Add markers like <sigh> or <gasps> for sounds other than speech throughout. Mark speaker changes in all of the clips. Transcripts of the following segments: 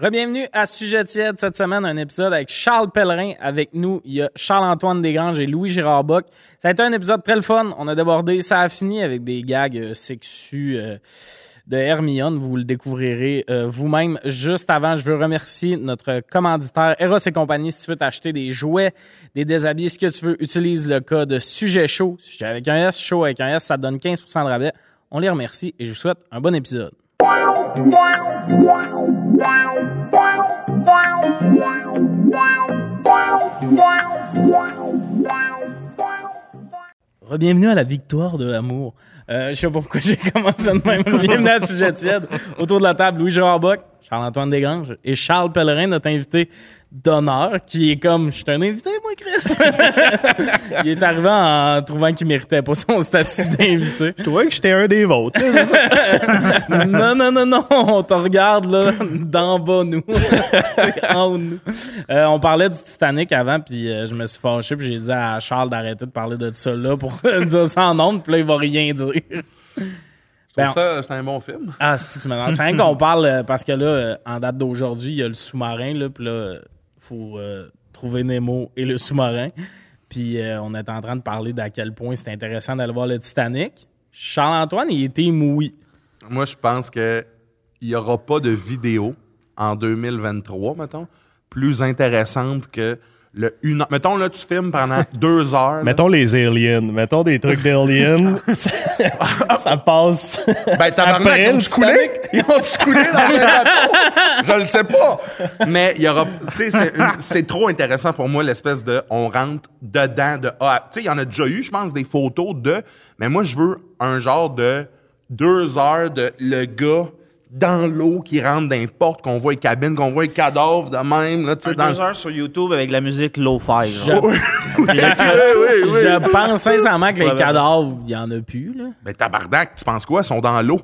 Speaker 1: Rebienvenue à Sujet tiède cette semaine, un épisode avec Charles Pellerin. Avec nous, il y a Charles-Antoine Desgranges et Louis Gérard Bock. Ça a été un épisode très le fun. On a débordé, ça a fini avec des gags euh, sexus euh, de Hermione. Vous le découvrirez euh, vous-même. Juste avant, je veux remercier notre commanditaire Eros et compagnie. Si tu veux t'acheter des jouets, des déshabillés, ce que tu veux, utilise le code Sujet Chaud. Sujet avec un S, chaud avec un S, ça donne 15 de rabais. On les remercie et je vous souhaite un bon épisode. Bienvenue à la victoire de l'amour. Euh, je sais pas pourquoi j'ai <laughs> commencé de même. Bienvenue à Sujet tiède. Autour de la table, Louis-Gérard Bock, Charles-Antoine Desgranges et Charles Pellerin, notre invité d'honneur, qui est comme « Je suis un invité, moi, Chris! » <laughs> Il est arrivé en trouvant qu'il méritait pas son statut d'invité.
Speaker 2: Tu vois que j'étais un des vôtres. là, c'est ça.
Speaker 1: <laughs> non, non, non, non, on te regarde là, d'en bas, nous. en haut, de nous. Euh, on parlait du Titanic avant, puis euh, je me suis fâché, puis j'ai dit à Charles d'arrêter de parler de ça là pour <laughs> dire ça en nombre, puis là, il va rien dire. Ben,
Speaker 3: Pour ça, c'est un bon film.
Speaker 1: Ah, c'est que tu me lances. C'est rien qu'on parle, euh, parce que là, euh, en date d'aujourd'hui, il y a le sous-marin, là, puis là, euh, faut euh, trouver Nemo et le sous-marin. Puis euh, on est en train de parler d'à quel point c'est intéressant d'aller voir le Titanic. Charles-Antoine, il était émoui.
Speaker 3: Moi, je pense que il n'y aura pas de vidéo en 2023, mettons, plus intéressante que le une heure. Mettons, là, tu filmes pendant <laughs> deux heures.
Speaker 2: <laughs>
Speaker 3: là.
Speaker 2: mettons les aliens. Mettons des trucs d'aliens.
Speaker 3: Ah.
Speaker 2: ça, <laughs> ça passe.
Speaker 3: ben, tabarnak,
Speaker 2: après
Speaker 3: ils ont
Speaker 2: le
Speaker 3: se coulé. Ils ont se coulé dans le bateau. Je le sais pas. Mais il y aura. Tu sais, c'est une- c'est trop intéressant pour moi, l'espèce de. On rentre dedans de A à. Tu sais, il y en a déjà eu, je pense, des photos de. Mais moi, je veux un genre de deux heures de le gars dans l'eau qui rentre dans les portes, qu'on voit les cabines, qu'on voit les cadavres de même, là, tu sais, dans.
Speaker 4: deux heures sur YouTube avec la musique low-fi. genre.
Speaker 1: Je-
Speaker 3: Oui, oui, oui.
Speaker 1: Je pense sincèrement que les
Speaker 4: probable.
Speaker 1: cadavres, il n'y en a plus. Là.
Speaker 3: Ben, tabarnak, tu penses quoi? Ils sont dans l'eau.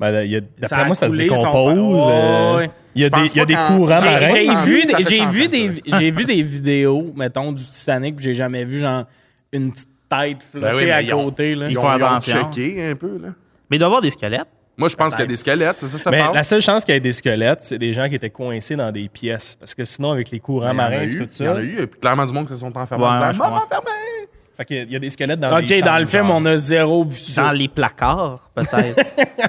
Speaker 2: Ben, il y a-
Speaker 1: Ça a
Speaker 2: D'après moi, ça se
Speaker 1: coulé, ils sont
Speaker 2: décompose.
Speaker 1: pas-
Speaker 2: euh,
Speaker 1: Ouais, ouais.
Speaker 2: Il y a
Speaker 3: Je
Speaker 2: des,
Speaker 3: pense
Speaker 2: il y a
Speaker 3: pas
Speaker 2: des
Speaker 3: qu'en-
Speaker 2: courants
Speaker 3: J'ai-
Speaker 2: marins.
Speaker 1: J'ai
Speaker 3: ça
Speaker 1: vu,
Speaker 3: fait
Speaker 1: des- j'ai
Speaker 3: 100
Speaker 1: vu,
Speaker 3: ans,
Speaker 1: des, j'ai vu des vidéos, mettons, du Titanic, puis j'ai jamais vu genre une petite tête flotter
Speaker 3: Ben oui, mais
Speaker 1: à
Speaker 3: ils ont-
Speaker 1: côté. là.
Speaker 3: Ils
Speaker 4: font
Speaker 3: ont, ils ont
Speaker 4: attention.
Speaker 3: checké un peu, là.
Speaker 4: Mais il doit y avoir des squelettes.
Speaker 3: Moi, je pense qu'il y a des squelettes, c'est ça que je te
Speaker 2: Mais
Speaker 3: parle?
Speaker 2: la seule chance qu'il y ait des squelettes, c'est des gens qui étaient coincés dans des pièces. Parce que sinon, avec les courants
Speaker 3: Il y en a
Speaker 2: marins et
Speaker 3: eu,
Speaker 2: tout
Speaker 3: Il y en
Speaker 2: ça,
Speaker 3: a eu. Il y a clairement du monde qui se sont enfermés.
Speaker 4: Ouais,
Speaker 3: en disant,
Speaker 4: ouais, je
Speaker 3: Maman,
Speaker 4: comprends.
Speaker 3: fermez!
Speaker 2: fait qu'il y a- il y a des squelettes dans des
Speaker 1: OK, dans le
Speaker 2: chambres,
Speaker 1: film,
Speaker 2: genre.
Speaker 1: on a zéro vu
Speaker 4: Dans
Speaker 1: ça.
Speaker 4: les placards, peut-être.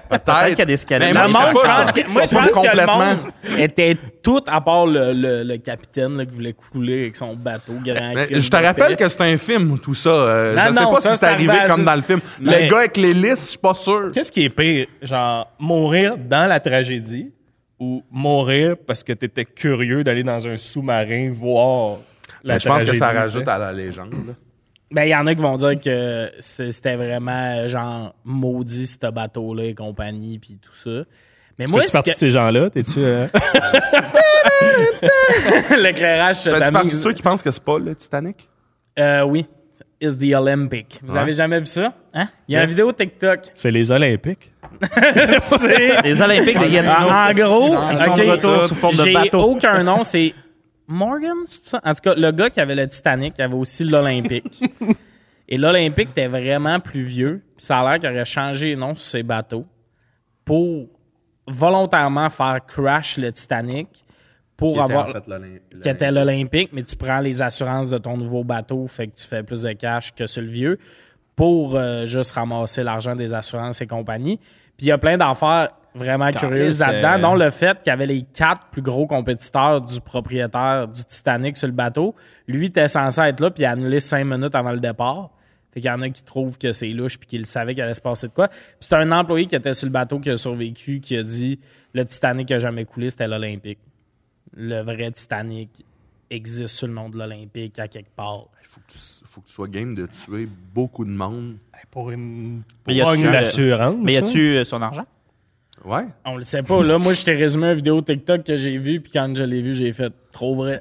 Speaker 3: Peut-être
Speaker 4: qu'il y a des squelettes.
Speaker 3: Mais
Speaker 4: Le
Speaker 3: moi,
Speaker 4: monde,
Speaker 3: je
Speaker 4: je
Speaker 3: pense
Speaker 4: pense
Speaker 3: qu'ils
Speaker 1: moi,
Speaker 3: sont pas
Speaker 1: que le
Speaker 3: complètement.
Speaker 1: monde était tout à part le, le- le capitaine là, qui voulait couler avec son bateau grand.
Speaker 3: Mais
Speaker 1: Christ
Speaker 3: Ben, je te
Speaker 1: de
Speaker 3: rappelle
Speaker 1: paix.
Speaker 3: que c'est un film, tout ça. Euh,
Speaker 1: Non,
Speaker 3: je sais
Speaker 1: non,
Speaker 3: pas
Speaker 1: ça,
Speaker 3: si
Speaker 1: c'est
Speaker 3: c'est arrivé
Speaker 1: arrivé à
Speaker 3: comme
Speaker 1: six-
Speaker 3: dans le film.
Speaker 2: Mais-
Speaker 3: Le gars avec les listes, je suis pas sûr.
Speaker 2: Qu'est-ce qui est pire? Genre, mourir dans la tragédie ou mourir parce que t'étais curieux d'aller dans un sous-marin voir la
Speaker 3: Mais Ben, je pense que ça
Speaker 2: tragédie,
Speaker 3: rajoute à la légende.
Speaker 1: Ben, il y en a qui vont dire que c'est- c'était vraiment euh, genre maudit ce bateau-là et compagnie, puis tout ça. Mais moi,
Speaker 2: Fais-tu
Speaker 1: ce
Speaker 2: partie de
Speaker 1: que-
Speaker 2: ces gens-là? T'es-tu. <laughs> euh,
Speaker 1: <laughs> l'éclairage,
Speaker 3: Tu fais
Speaker 1: tamise.
Speaker 3: partie de ceux qui pensent que c'est pas le Titanic?
Speaker 1: Euh, oui. It's the Olympic. Vous
Speaker 3: Ouais.
Speaker 1: avez jamais vu ça? Hein? Il y a une vidéo
Speaker 3: <laughs>
Speaker 1: TikTok.
Speaker 2: C'est les Olympiques.
Speaker 4: les Olympiques des Gatineau.
Speaker 1: En gros,
Speaker 4: Ils sont
Speaker 1: ok,
Speaker 4: de retour sous forme de
Speaker 1: j'ai
Speaker 4: bateau.
Speaker 3: <laughs>
Speaker 1: aucun nom, c'est Morgan, c'est ça? En tout cas, le gars qui avait le Titanic avait aussi
Speaker 3: <laughs>
Speaker 1: l'Olympique. Et l'Olympique était vraiment plus vieux. puis Ça a l'air qu'il aurait changé les noms sur ses bateaux pour volontairement faire crash le Titanic pour avoir qui était l'Olympique, mais tu prends les assurances de ton nouveau bateau, fait que tu fais plus de cash que sur le vieux pour euh, juste ramasser l'argent des assurances et compagnie. Puis il y a plein d'affaires vraiment curieuses
Speaker 2: c'est-
Speaker 1: là-dedans, dont le fait qu'il y avait les quatre plus gros compétiteurs du propriétaire du Titanic sur le bateau. Lui était censé être là, puis il a annulé cinq minutes avant le départ. Fait qu'il y en a qui trouvent que c'est louche puis qu'ils savaient qu'il allait se passer de quoi. Puis c'est un employé qui était sur le bateau qui a survécu qui a dit le Titanic a jamais coulé, c'était l'Olympique le vrai Titanic existe sous le nom de l'Olympique à quelque part.
Speaker 3: Il faut, que tu- faut que tu sois game de tuer beaucoup de monde.
Speaker 2: Ben, Pour une.
Speaker 4: Mais y a-tu,
Speaker 2: pogne
Speaker 4: euh,
Speaker 2: d'assurance.
Speaker 4: Mais y
Speaker 2: ça?
Speaker 4: a-tu euh, son argent?
Speaker 3: Ouais.
Speaker 1: Ah, On le sait pas. Là, moi, je t'ai résumé une vidéo TikTok que j'ai vue, puis quand je l'ai vue, j'ai fait trop vrai.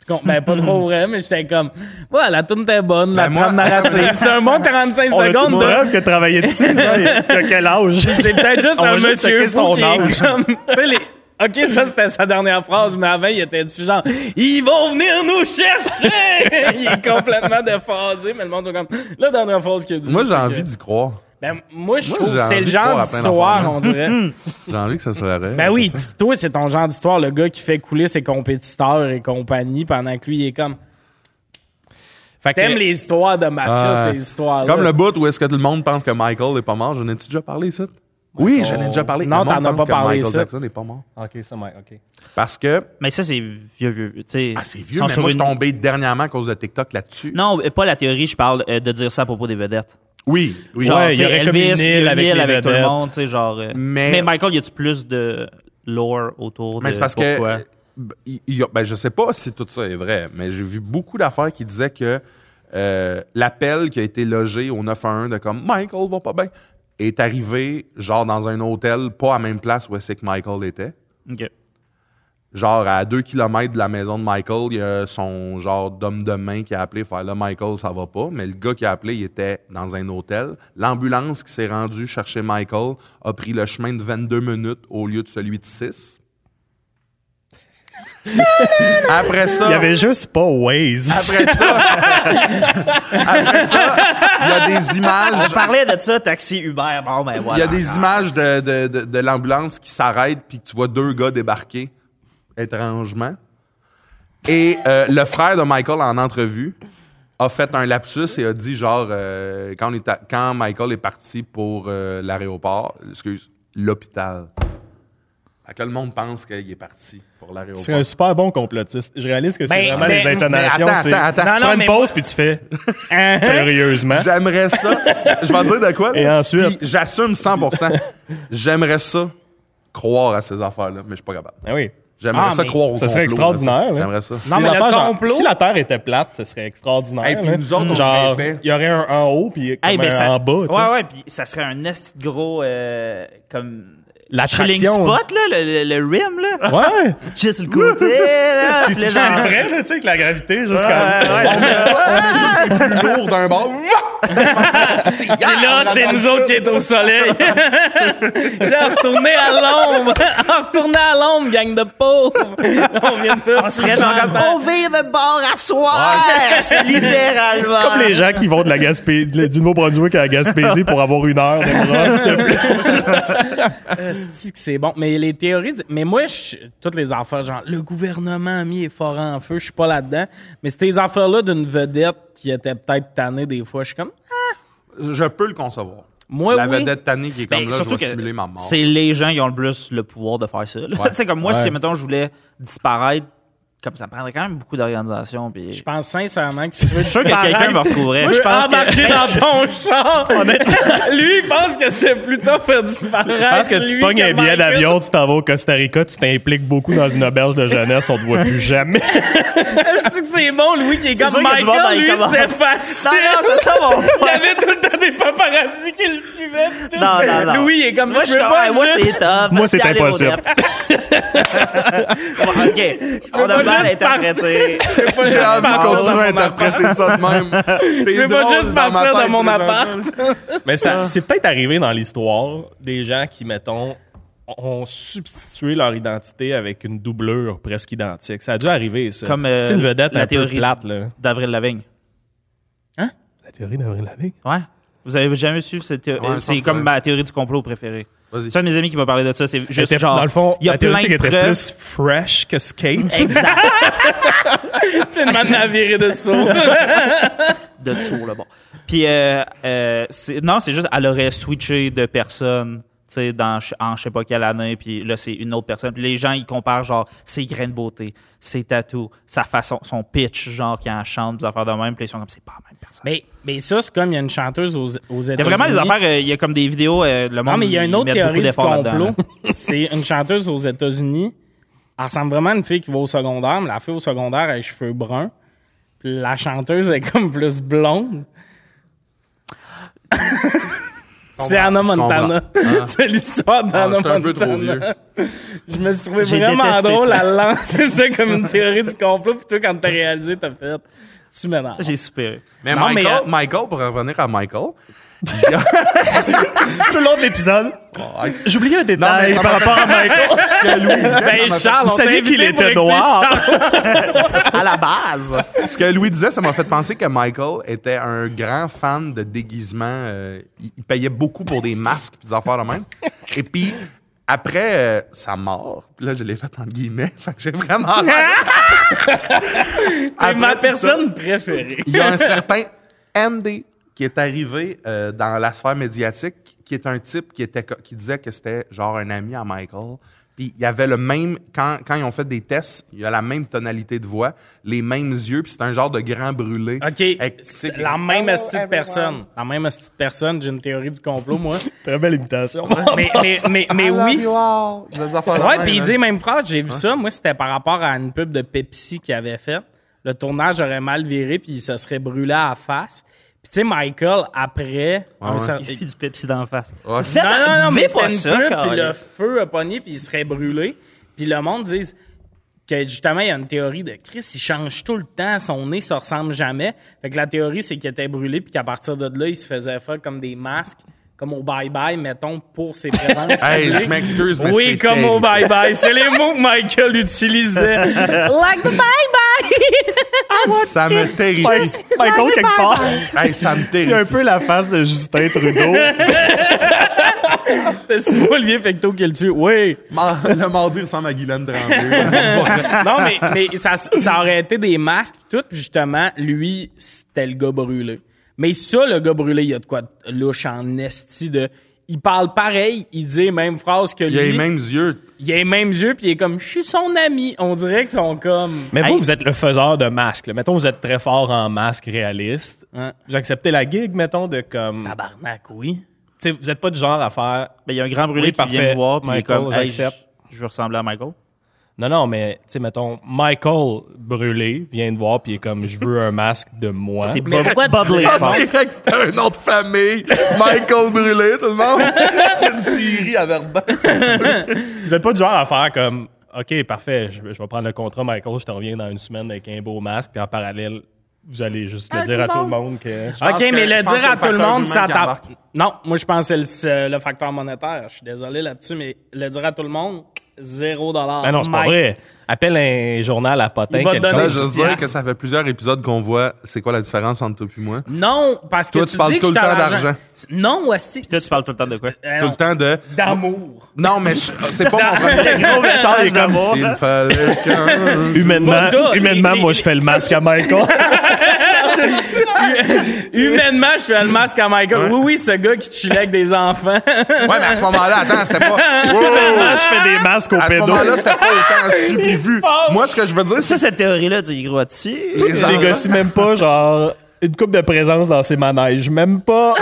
Speaker 1: Tu comprends? Ben, pas trop vrai, mais j'étais comme, ouais, la tourne était bonne, la
Speaker 3: Ben, moi-
Speaker 1: trame narrative. C'est un bon 35
Speaker 2: On a-tu
Speaker 1: secondes.
Speaker 2: mon
Speaker 1: de-
Speaker 2: rêve que travailler dessus? là? Il y a quel âge? <laughs>
Speaker 1: C'est peut-être juste
Speaker 2: On
Speaker 1: un
Speaker 2: va juste
Speaker 1: monsieur
Speaker 2: checker son
Speaker 1: fou qui est
Speaker 2: âge.
Speaker 1: <laughs> comme, tu sais, les. OK, ça, c'était sa dernière phrase, mais avant, il était du genre « Ils vont venir nous chercher! » Il est complètement déphasé, mais le monde est comme... La dernière phrase qu'il a dit...
Speaker 3: Moi, j'ai
Speaker 1: c'est que-
Speaker 3: envie d'y croire.
Speaker 1: Ben, moi, je
Speaker 3: Moi,
Speaker 1: trouve
Speaker 3: j'ai
Speaker 1: que c'est
Speaker 3: envie
Speaker 1: le
Speaker 3: de
Speaker 1: genre
Speaker 3: boire à plein
Speaker 1: d'histoire,
Speaker 3: d'affaires,
Speaker 1: on dirait.
Speaker 3: J'ai envie que ça soit vrai.
Speaker 1: Ben oui, t- toi, c'est ton genre d'histoire, le gars qui fait couler ses compétiteurs et compagnie pendant que lui, il est comme.
Speaker 2: Fait que-
Speaker 1: T'aimes les histoires de mafia,
Speaker 3: Ah,
Speaker 1: ces histoires-là.
Speaker 3: Comme le bout où est-ce que tout le monde pense que Michael n'est pas mort. J'en ai-tu déjà parlé, ça? Oui, j'en ai déjà parlé.
Speaker 1: Non,
Speaker 3: Le monde
Speaker 1: t'en as
Speaker 3: pense
Speaker 1: pas
Speaker 3: que
Speaker 1: parlé, Ah,
Speaker 3: Michael
Speaker 1: ça.
Speaker 3: Jackson n'est pas mort.
Speaker 2: OK, ça, Mike, OK.
Speaker 3: Parce que,
Speaker 4: Mais ça, c'est vieux, vieux. tu sais,
Speaker 3: ah, c'est vieux,
Speaker 4: sans
Speaker 3: mais moi, je suis
Speaker 4: survenu-
Speaker 3: tombé dernièrement à cause de TikTok là-dessus.
Speaker 4: Non, pas la théorie, je parle euh, de dire ça à propos des vedettes.
Speaker 3: Oui, oui.
Speaker 4: Genre,
Speaker 2: Ouais,
Speaker 4: tu
Speaker 2: il
Speaker 4: sais,
Speaker 2: y aurait comme
Speaker 4: Elvis,
Speaker 2: une île
Speaker 4: il y a
Speaker 2: avec les
Speaker 4: tout le
Speaker 2: vedettes.
Speaker 4: monde, tu sais, genre. euh,
Speaker 3: Mais-
Speaker 4: Mais... Michael, y a-tu plus de lore autour
Speaker 3: Mais
Speaker 4: de
Speaker 3: c'est parce
Speaker 4: pourquoi?
Speaker 3: que. b- il- il y a- ben, je sais pas si tout ça est vrai, mais j'ai vu beaucoup d'affaires qui disaient que euh, l'appel qui a été logé au 911 de comme Michael va pas bien est arrivé genre dans un hôtel pas à même place où c'est que Michael était.
Speaker 4: Ok.
Speaker 3: Genre à 2 km de la maison de Michael, il y a son genre d'homme de main qui a appelé faire là Michael ça va pas, mais le gars qui a appelé il était dans un hôtel. L'ambulance qui s'est rendue chercher Michael a pris le chemin de 22 minutes au lieu de celui de 6. Après ça,
Speaker 2: Il y avait juste pas Waze.
Speaker 3: après ça, après ça, il y a des images
Speaker 4: Je parlais de ça, taxi, Uber, bon, ben
Speaker 3: il
Speaker 4: voilà.
Speaker 3: y a des images de, de- de- de l'ambulance qui s'arrête puis que tu vois deux gars débarquer étrangement. Et euh, le frère de Michael en entrevue a fait un lapsus et a dit genre euh, quand, on est à- quand Michael est parti pour euh, l'aéroport, excuse, l'hôpital. Fait que le monde pense qu'il est parti pour l'aéroport.
Speaker 2: <laughs> C'est un super bon complotiste. Je réalise que c'est
Speaker 1: Ben,
Speaker 2: vraiment
Speaker 1: ben,
Speaker 2: les
Speaker 1: mais
Speaker 2: intonations.
Speaker 3: attends,
Speaker 2: c'est-
Speaker 3: attends,
Speaker 1: attends.
Speaker 2: Tu
Speaker 1: Non,
Speaker 2: prends
Speaker 1: non,
Speaker 2: une
Speaker 1: mais
Speaker 2: pause puis tu fais
Speaker 1: <laughs> Hein?
Speaker 2: curieusement.
Speaker 3: J'aimerais ça. Je vais dire de quoi. là.
Speaker 2: Et ensuite?
Speaker 3: Puis J'assume 100%. J'aimerais ça croire à ces affaires-là, mais je suis pas capable.
Speaker 2: Ah oui.
Speaker 3: J'aimerais
Speaker 1: Ah,
Speaker 3: ça
Speaker 1: mais
Speaker 3: croire au
Speaker 2: ça serait
Speaker 3: complot, là,
Speaker 2: extraordinaire, là.
Speaker 3: J'aimerais ça.
Speaker 1: Non,
Speaker 2: Les
Speaker 1: mais le
Speaker 2: affaires, genre,
Speaker 1: complot.
Speaker 2: si la Terre était plate, ce serait extraordinaire.
Speaker 3: Hey, puis
Speaker 2: là.
Speaker 3: nous autres, on
Speaker 2: genre,
Speaker 3: serait épais.
Speaker 2: il y aurait un en haut puis comme
Speaker 4: Hey, ben,
Speaker 2: un
Speaker 4: ça-
Speaker 2: en bas. tu sais.
Speaker 4: Ouais, ouais, puis ça serait un esti de gros. euh, comme.
Speaker 2: L'attraction.
Speaker 4: Chilling spot, là, le, le- le rim, là.
Speaker 2: Ouais.
Speaker 4: Juste sur le côté, là.
Speaker 2: Puis
Speaker 4: puis
Speaker 2: tu
Speaker 4: là,
Speaker 2: fais
Speaker 4: genre-
Speaker 2: le vrai, là, tu sais, avec la gravité, juste
Speaker 4: Ouais, ouais, ouais.
Speaker 3: plus lourd d'un bord. <laughs> C'est
Speaker 1: Et là, c'est nous autres qui est au soleil. là, retournez à l'ombre. <laughs> retournez à l'ombre, gang de pauvres. On vient de faire.
Speaker 4: On serait genre comme on vire de bord à soir. <laughs> C'est littéralement.
Speaker 2: Comme les gens qui vont de la Gaspé... de- du Nouveau-Brunswick à la Gaspésie pour avoir une heure de
Speaker 4: <laughs>
Speaker 2: brosse, s'il te plaît.
Speaker 1: Esti que c'est bon. Mais les théories. du- Mais moi, je- toutes les affaires, genre, le gouvernement a mis les forêts en feu, je suis pas là-dedans. Mais ces affaires-là d'une vedette qui était peut-être tannée des fois, je suis comme.
Speaker 3: Je peux le concevoir.
Speaker 1: Moi,
Speaker 3: La
Speaker 1: oui.
Speaker 3: vedette tannée qui est
Speaker 4: Ben,
Speaker 3: comme là, je
Speaker 4: surtout
Speaker 3: vais
Speaker 4: que
Speaker 3: simuler ma <laughs> mort.
Speaker 4: C'est les gens qui ont le plus le pouvoir de faire ça. là.
Speaker 3: Ouais.
Speaker 4: <laughs> tu sais, comme moi,
Speaker 2: Ouais.
Speaker 4: si, mettons, je voulais disparaître, comme ça me prendrait quand même beaucoup d'organisation. Puis...
Speaker 1: Je pense sincèrement que tu veux. Je
Speaker 4: suis sûr que quelqu'un
Speaker 2: <laughs>
Speaker 4: me retrouverait.
Speaker 1: Tu
Speaker 4: Moi, je
Speaker 1: veux
Speaker 4: pense que-
Speaker 1: embarquer
Speaker 4: <laughs>
Speaker 1: dans ton char. <laughs> lui, il pense que c'est plutôt faire disparaître.
Speaker 2: Je pense que tu
Speaker 1: lui
Speaker 2: pognes un billet
Speaker 1: Michael.
Speaker 2: d'avion, tu t'en vas au Costa Rica, tu t'impliques beaucoup dans une auberge de jeunesse, on te voit plus jamais.
Speaker 1: <laughs> Est-ce que c'est bon, Louis, qui est comme
Speaker 4: sûr qu'il y a du monde dans
Speaker 1: Michael,
Speaker 4: les
Speaker 1: lui, c'était
Speaker 4: commentaires.
Speaker 1: facile.
Speaker 4: Non, non, c'est ça mon
Speaker 1: Il y
Speaker 4: point.
Speaker 1: avait tout le temps des paparazzi qui le suivaient. pis tout.
Speaker 4: Non, non, non.
Speaker 1: Louis, il est comme,
Speaker 4: Moi,
Speaker 1: je
Speaker 4: je
Speaker 1: veux
Speaker 4: suis
Speaker 1: pas
Speaker 4: comme, moi,
Speaker 1: juste-
Speaker 4: c'est top.
Speaker 2: Moi, c'est
Speaker 4: Merci, allez,
Speaker 2: impossible.
Speaker 4: on est- Bon, OK. On
Speaker 1: pas
Speaker 4: a mal
Speaker 1: juste
Speaker 4: interprété.
Speaker 1: je veux pas
Speaker 3: J'ai
Speaker 1: juste
Speaker 3: envie de
Speaker 1: partir
Speaker 3: continuer à
Speaker 1: de mon appart.
Speaker 3: interpréter ça de même.
Speaker 1: <laughs> Je veux pas juste partir de mon appart.
Speaker 2: <laughs> Mais ça, c'est peut-être arrivé dans l'histoire des gens qui, mettons, ont substitué leur identité avec une doublure presque identique. Ça a dû arriver, ça.
Speaker 4: Comme, euh,
Speaker 2: Tu sais, une vedette
Speaker 4: la
Speaker 2: un
Speaker 4: théorie-
Speaker 2: peu plate, là.
Speaker 4: D'Avril Lavigne.
Speaker 2: La théorie d'Avril Lavigne.
Speaker 4: Ouais. Vous avez jamais su cette théorie?
Speaker 3: Ouais, je pense
Speaker 4: c'est
Speaker 3: que
Speaker 4: comme
Speaker 3: ouais.
Speaker 4: ma théorie du complot préférée.
Speaker 3: Vas-y.
Speaker 4: C'est un de mes amis qui m'a parlé de ça. C'est juste
Speaker 2: Était-
Speaker 4: genre.
Speaker 2: dans le fond,
Speaker 4: il y a
Speaker 2: la
Speaker 4: plein
Speaker 2: théorie,
Speaker 4: de
Speaker 2: c'est qu'elle était
Speaker 4: preuves.
Speaker 2: plus fresh que skate. <laughs>
Speaker 4: Exact.
Speaker 1: Pleinement naviré de ça.
Speaker 4: de dessous, là, bon. Puis, euh, euh, c'est- non, c'est juste, elle aurait switché de personne, tu sais, dans, je- en je sais pas quelle année, puis là, c'est une autre personne. Puis les gens, ils comparent, genre, ses grains de beauté, ses tatous, sa façon, son pitch, genre, quand elle chante, des affaires de même, puis ils sont comme, c'est pas la même personne.
Speaker 1: <laughs> Mais, mais ça, c'est comme il y a une chanteuse aux, aux États-Unis.
Speaker 4: il y a vraiment des affaires, euh, il y a comme des vidéos, euh, le monde.
Speaker 1: Non, mais il y a une
Speaker 4: ils
Speaker 1: autre
Speaker 4: mettent
Speaker 1: théorie
Speaker 4: beaucoup
Speaker 1: du
Speaker 4: d'efforts là-dedans,
Speaker 1: complot.
Speaker 4: là.
Speaker 1: <laughs> C'est une chanteuse aux États-Unis. Elle ressemble vraiment à une fille qui va au secondaire, mais la fille au secondaire a les cheveux bruns. Puis la chanteuse est comme plus blonde. C'est Anna
Speaker 3: je
Speaker 1: Montana. <laughs>
Speaker 4: Ah.
Speaker 1: C'est l'histoire d'Anna
Speaker 3: j'étais
Speaker 1: Montana.
Speaker 3: un peu trop vieux.
Speaker 1: <laughs> Je me suis trouvé
Speaker 4: J'ai
Speaker 1: vraiment
Speaker 4: détesté
Speaker 1: drôle
Speaker 4: ça.
Speaker 1: à
Speaker 4: <laughs>
Speaker 1: lancer ça comme une théorie du complot. Puis toi, quand t'as réalisé, t'as fait... Tu m'énerves.
Speaker 4: J'ai soupiré.
Speaker 1: euh,
Speaker 3: Mais,
Speaker 1: Non, mais,
Speaker 3: Michael,
Speaker 1: euh,
Speaker 3: Michael, pour revenir à Michael,
Speaker 5: tout le long de l'épisode.
Speaker 2: Oh,
Speaker 5: J'oubliais un détail
Speaker 3: ça
Speaker 5: par
Speaker 3: m'a fait-
Speaker 5: rapport à Michael.
Speaker 3: que Louis disait, ça
Speaker 1: Ben,
Speaker 3: m'a fait-
Speaker 1: Charles,
Speaker 5: Vous
Speaker 1: on
Speaker 5: saviez
Speaker 1: t'a invité
Speaker 5: qu'il
Speaker 1: pour
Speaker 5: était
Speaker 1: écouter
Speaker 5: noir.
Speaker 1: Charles.
Speaker 3: à la base. Ce que Louis disait, ça m'a fait penser que Michael était un grand fan de déguisement. euh, il il payait beaucoup pour des masques et des affaires de même. Et puis, après euh, sa mort, là, je l'ai fait entre guillemets, <laughs> fait que j'ai vraiment...
Speaker 1: C'est
Speaker 3: Après
Speaker 1: ma
Speaker 3: tout ça,
Speaker 1: personne préférée.
Speaker 3: il y a un certain MD qui est arrivé euh, dans la sphère médiatique, qui est un type qui, était, co- qui disait que c'était genre un ami à Michael. Puis il y avait le même, quand, quand ils ont fait des tests, il y a la même tonalité de voix, les mêmes yeux, puis c'est un genre de grand brûlé.
Speaker 1: OK,
Speaker 3: Avec-
Speaker 1: c'est
Speaker 3: c'est-
Speaker 1: la même
Speaker 3: Hello,
Speaker 1: astuce de
Speaker 3: everyone.
Speaker 1: personne. La même astuce de personne, j'ai une théorie du complot, moi. <laughs>
Speaker 5: Très belle imitation.
Speaker 1: mais, mais, mais, mais
Speaker 3: I love
Speaker 1: oui.
Speaker 3: you all. Je vais les faire de
Speaker 1: Ouais,
Speaker 3: même,
Speaker 1: puis il
Speaker 3: hein.
Speaker 1: dit même frère, j'ai vu ça. Moi, c'était par rapport à une pub de Pepsi qu'il avait faite. Le tournage aurait mal viré, puis il se serait brûlé à la face. Puis tu sais, Michael, après... un
Speaker 3: ouais.
Speaker 1: cer-
Speaker 4: Il fait du Pepsi d'en face.
Speaker 3: Ouais.
Speaker 4: Faites-
Speaker 1: Non, non, non, mais
Speaker 4: vivez pas
Speaker 1: c'était une pub, puis le
Speaker 4: Carlis.
Speaker 1: feu a pogné, puis il serait brûlé. Puis le monde dit que justement, il y a une théorie de Chris, il change tout le temps, son nez, ça ressemble jamais. Fait que la théorie, c'est qu'il était brûlé, puis qu'à partir de là, il se faisait faire comme des masques, comme au bye-bye, mettons, pour ses présences.
Speaker 3: <laughs> Hey,
Speaker 1: publiques.
Speaker 3: je m'excuse, mais
Speaker 1: Oui,
Speaker 3: c'est
Speaker 1: comme au
Speaker 3: terrible.
Speaker 1: bye-bye. C'est les mots que Michael utilisait. like the bye-bye!
Speaker 3: <laughs>
Speaker 1: <laughs>
Speaker 3: Ça me <laughs> terrifie.
Speaker 5: <laughs> Michael, quelque part,
Speaker 3: Hey, ça me
Speaker 5: il y a un
Speaker 3: terrifie.
Speaker 5: peu la face de Justin Trudeau.
Speaker 1: C'était Simon Olivier Fecteau qui le tue. Oui!
Speaker 3: Mar- Le mardi ressemble à Guylaine Tremblay.
Speaker 1: non, mais, mais ça, ça aurait été des masques pis tout, puis justement, lui, c'était le gars brûlé. Mais ça, le gars brûlé, il y a de quoi de louche en esti de... Il parle pareil, il dit les mêmes phrases que lui.
Speaker 3: Il a les mêmes yeux.
Speaker 1: il a les mêmes yeux, puis il est comme « Je suis son ami ». On dirait qu'ils sont comme...
Speaker 5: Mais
Speaker 1: Hey,
Speaker 5: vous, vous êtes le faiseur de masques. là. Mettons, vous êtes très fort en masque réaliste.
Speaker 1: Ouais.
Speaker 5: Vous acceptez la gig, mettons, de comme.
Speaker 1: Tabarnak, oui.
Speaker 5: Tu sais, vous n'êtes pas du genre à faire.
Speaker 4: Ben, Il y a un grand brûlé
Speaker 5: Oui,
Speaker 4: qui vient
Speaker 5: parfait.
Speaker 4: me voir, puis il est
Speaker 5: Michael,
Speaker 4: comme, hey,
Speaker 5: j'accepte.
Speaker 4: je je veux ressembler à Michael.
Speaker 5: Non, non, mais tu sais, mettons, Michael Brûlé vient de voir, puis il est comme, je veux un masque de moi.
Speaker 4: C'est
Speaker 1: Mais pourquoi tu
Speaker 4: Bubbly,
Speaker 1: dirais-
Speaker 4: je pense.
Speaker 3: On dirait que c'était une autre famille. Michael Brûlé, tout le monde. <laughs> J'ai une Syrie à Verdun.
Speaker 5: Vous n'êtes pas du genre à faire comme, OK, parfait, je, je vais prendre le contrat, Michael, je te reviens dans une semaine avec un beau masque, puis en parallèle, vous allez juste le dire à tout le monde que.
Speaker 3: pense
Speaker 1: OK,
Speaker 3: que-
Speaker 1: mais
Speaker 3: je
Speaker 1: le
Speaker 3: pense que
Speaker 1: dire à
Speaker 3: le
Speaker 1: tout le
Speaker 3: facteur
Speaker 1: monde,
Speaker 3: humain
Speaker 1: ça
Speaker 3: qui
Speaker 1: tape.
Speaker 3: embarque.
Speaker 1: Non, moi, je pense que c'est le, le facteur monétaire. Je suis désolé là-dessus, mais le dire à tout le monde, zéro dollar.
Speaker 5: Ah non, c'est pas
Speaker 1: Mike.
Speaker 5: vrai. Appelle un journal à
Speaker 1: Oh
Speaker 5: Potin
Speaker 1: Il va te
Speaker 5: quelconque.
Speaker 1: donner
Speaker 3: Là,
Speaker 1: six
Speaker 3: je veux dire
Speaker 1: piastres.
Speaker 3: que ça fait plusieurs épisodes qu'on voit c'est quoi la différence entre toi et moi.
Speaker 1: Non, parce que
Speaker 3: Toi,
Speaker 1: tu,
Speaker 3: tu parles
Speaker 1: dis que
Speaker 3: tout le
Speaker 1: j'étais
Speaker 3: temps
Speaker 1: à l'argent.
Speaker 3: d'argent.
Speaker 1: C'est- Non, Wasti.
Speaker 4: Toi, tu parles tout le temps de
Speaker 5: <laughs>
Speaker 4: quoi?
Speaker 1: Euh,
Speaker 3: Tout
Speaker 1: non.
Speaker 3: le temps de.
Speaker 1: D'amour.
Speaker 3: Non, mais je- c'est pas mon premier. <laughs> Ah,
Speaker 5: Charles est comme,
Speaker 3: S'il fallait qu'un.
Speaker 5: Humainement,
Speaker 1: C'est pas ça,
Speaker 5: humainement
Speaker 1: les-
Speaker 5: moi,
Speaker 1: les-
Speaker 5: je fais le masque à Michael.
Speaker 1: <laughs> Humainement, je fais le masque à Michael. Oui, oui, ce gars qui chillait avec des
Speaker 3: <laughs>
Speaker 1: enfants.
Speaker 3: Ouais, mais à ce moment-là, attends, c'était pas. <laughs> Wow!
Speaker 5: Humainement, je fais des masques aux
Speaker 3: À ce
Speaker 5: pédos.
Speaker 3: moment-là, c'était pas autant subivu. Moi, ce que je veux dire, c'est
Speaker 4: Ça, cette théorie-là du gros dessus. euh,
Speaker 3: que les
Speaker 5: Je
Speaker 3: enfants-
Speaker 5: négocie même pas, genre, une coupe de présence dans ses manèges. Même pas.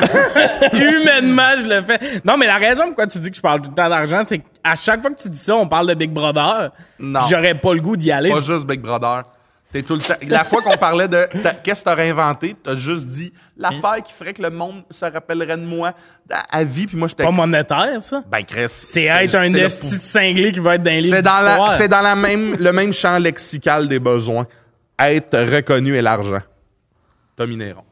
Speaker 1: Humainement, je le fais. Non, mais la raison pourquoi tu dis que je parle tout le temps d'argent, c'est qu'à chaque fois que tu dis ça, on parle de Big Brother.
Speaker 3: Non.
Speaker 1: Puis J'aurais pas le goût d'y aller.
Speaker 3: Pas juste Big Brother. T'es tout le temps. La fois qu'on parlait de ta- qu'est-ce que t'aurais inventé, t'as juste dit l'affaire qui ferait que le monde se rappellerait de moi à, à vie. Puis moi, j'étais.
Speaker 1: Pas monétaire, ça.
Speaker 3: Ben, Chris.
Speaker 1: C'est être un
Speaker 3: c'est le
Speaker 1: esti de cinglé qui va être dans les livres
Speaker 3: C'est dans, la,
Speaker 1: d'histoire.
Speaker 3: c'est dans la même, le même champ lexical des besoins. Être reconnu et l'argent. Tommy Néron.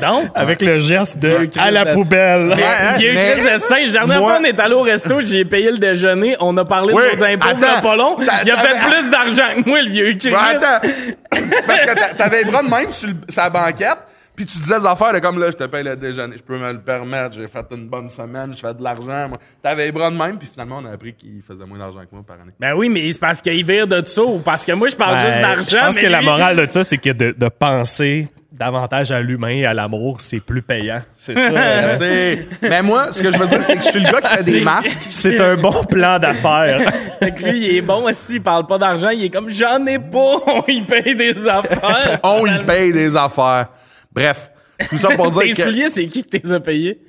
Speaker 1: Pardon?
Speaker 5: Avec le geste de
Speaker 1: Christ
Speaker 5: à la
Speaker 1: de-
Speaker 5: poubelle.
Speaker 1: Il y a eu
Speaker 3: hein, Mais-
Speaker 1: Chris de Saint. Dernière
Speaker 3: Moi-
Speaker 1: fois, on est allé au resto, j'ai payé le déjeuner, on a parlé
Speaker 3: Oui,
Speaker 1: de nos impôts,
Speaker 3: attends.
Speaker 1: il pas long. Il a
Speaker 3: T'as-
Speaker 1: fait
Speaker 3: t'as-
Speaker 1: plus d'argent que moi, le vieux Chris.
Speaker 3: Ben, attends. C'est parce que t'a- t'avais les bras de même sur le- sa banquette, puis tu disais des affaires de comme là, je te paye le déjeuner, je peux me le permettre, j'ai fait une bonne semaine, je fais de l'argent. moi. T'avais les bras de même, puis finalement, on a appris qu'il faisait moins d'argent que moi par année.
Speaker 1: Ben oui, mais c'est parce qu'il vire de dessous, parce que moi, je parle
Speaker 5: Ben,
Speaker 1: juste d'argent.
Speaker 5: Je pense
Speaker 1: mais
Speaker 5: que la
Speaker 1: lui- <laughs>
Speaker 5: morale de ça, c'est que de, de penser davantage à l'humain et à l'amour, c'est plus payant. C'est ça. euh,
Speaker 3: Merci. Mais moi, ce que je veux dire, c'est que je suis le gars qui fait des masques.
Speaker 5: c'est un bon
Speaker 1: <laughs>
Speaker 5: plan d'affaires.
Speaker 1: Fait que lui, il est bon aussi, il parle pas d'argent, il est comme j'en ai pas, <laughs> on y paye des
Speaker 3: <laughs>
Speaker 1: affaires.
Speaker 3: On y paye des affaires. Bref, tout ça
Speaker 1: <laughs>
Speaker 3: pour
Speaker 1: Tes
Speaker 3: dire que
Speaker 1: souliers, c'est qui que t'es a payés?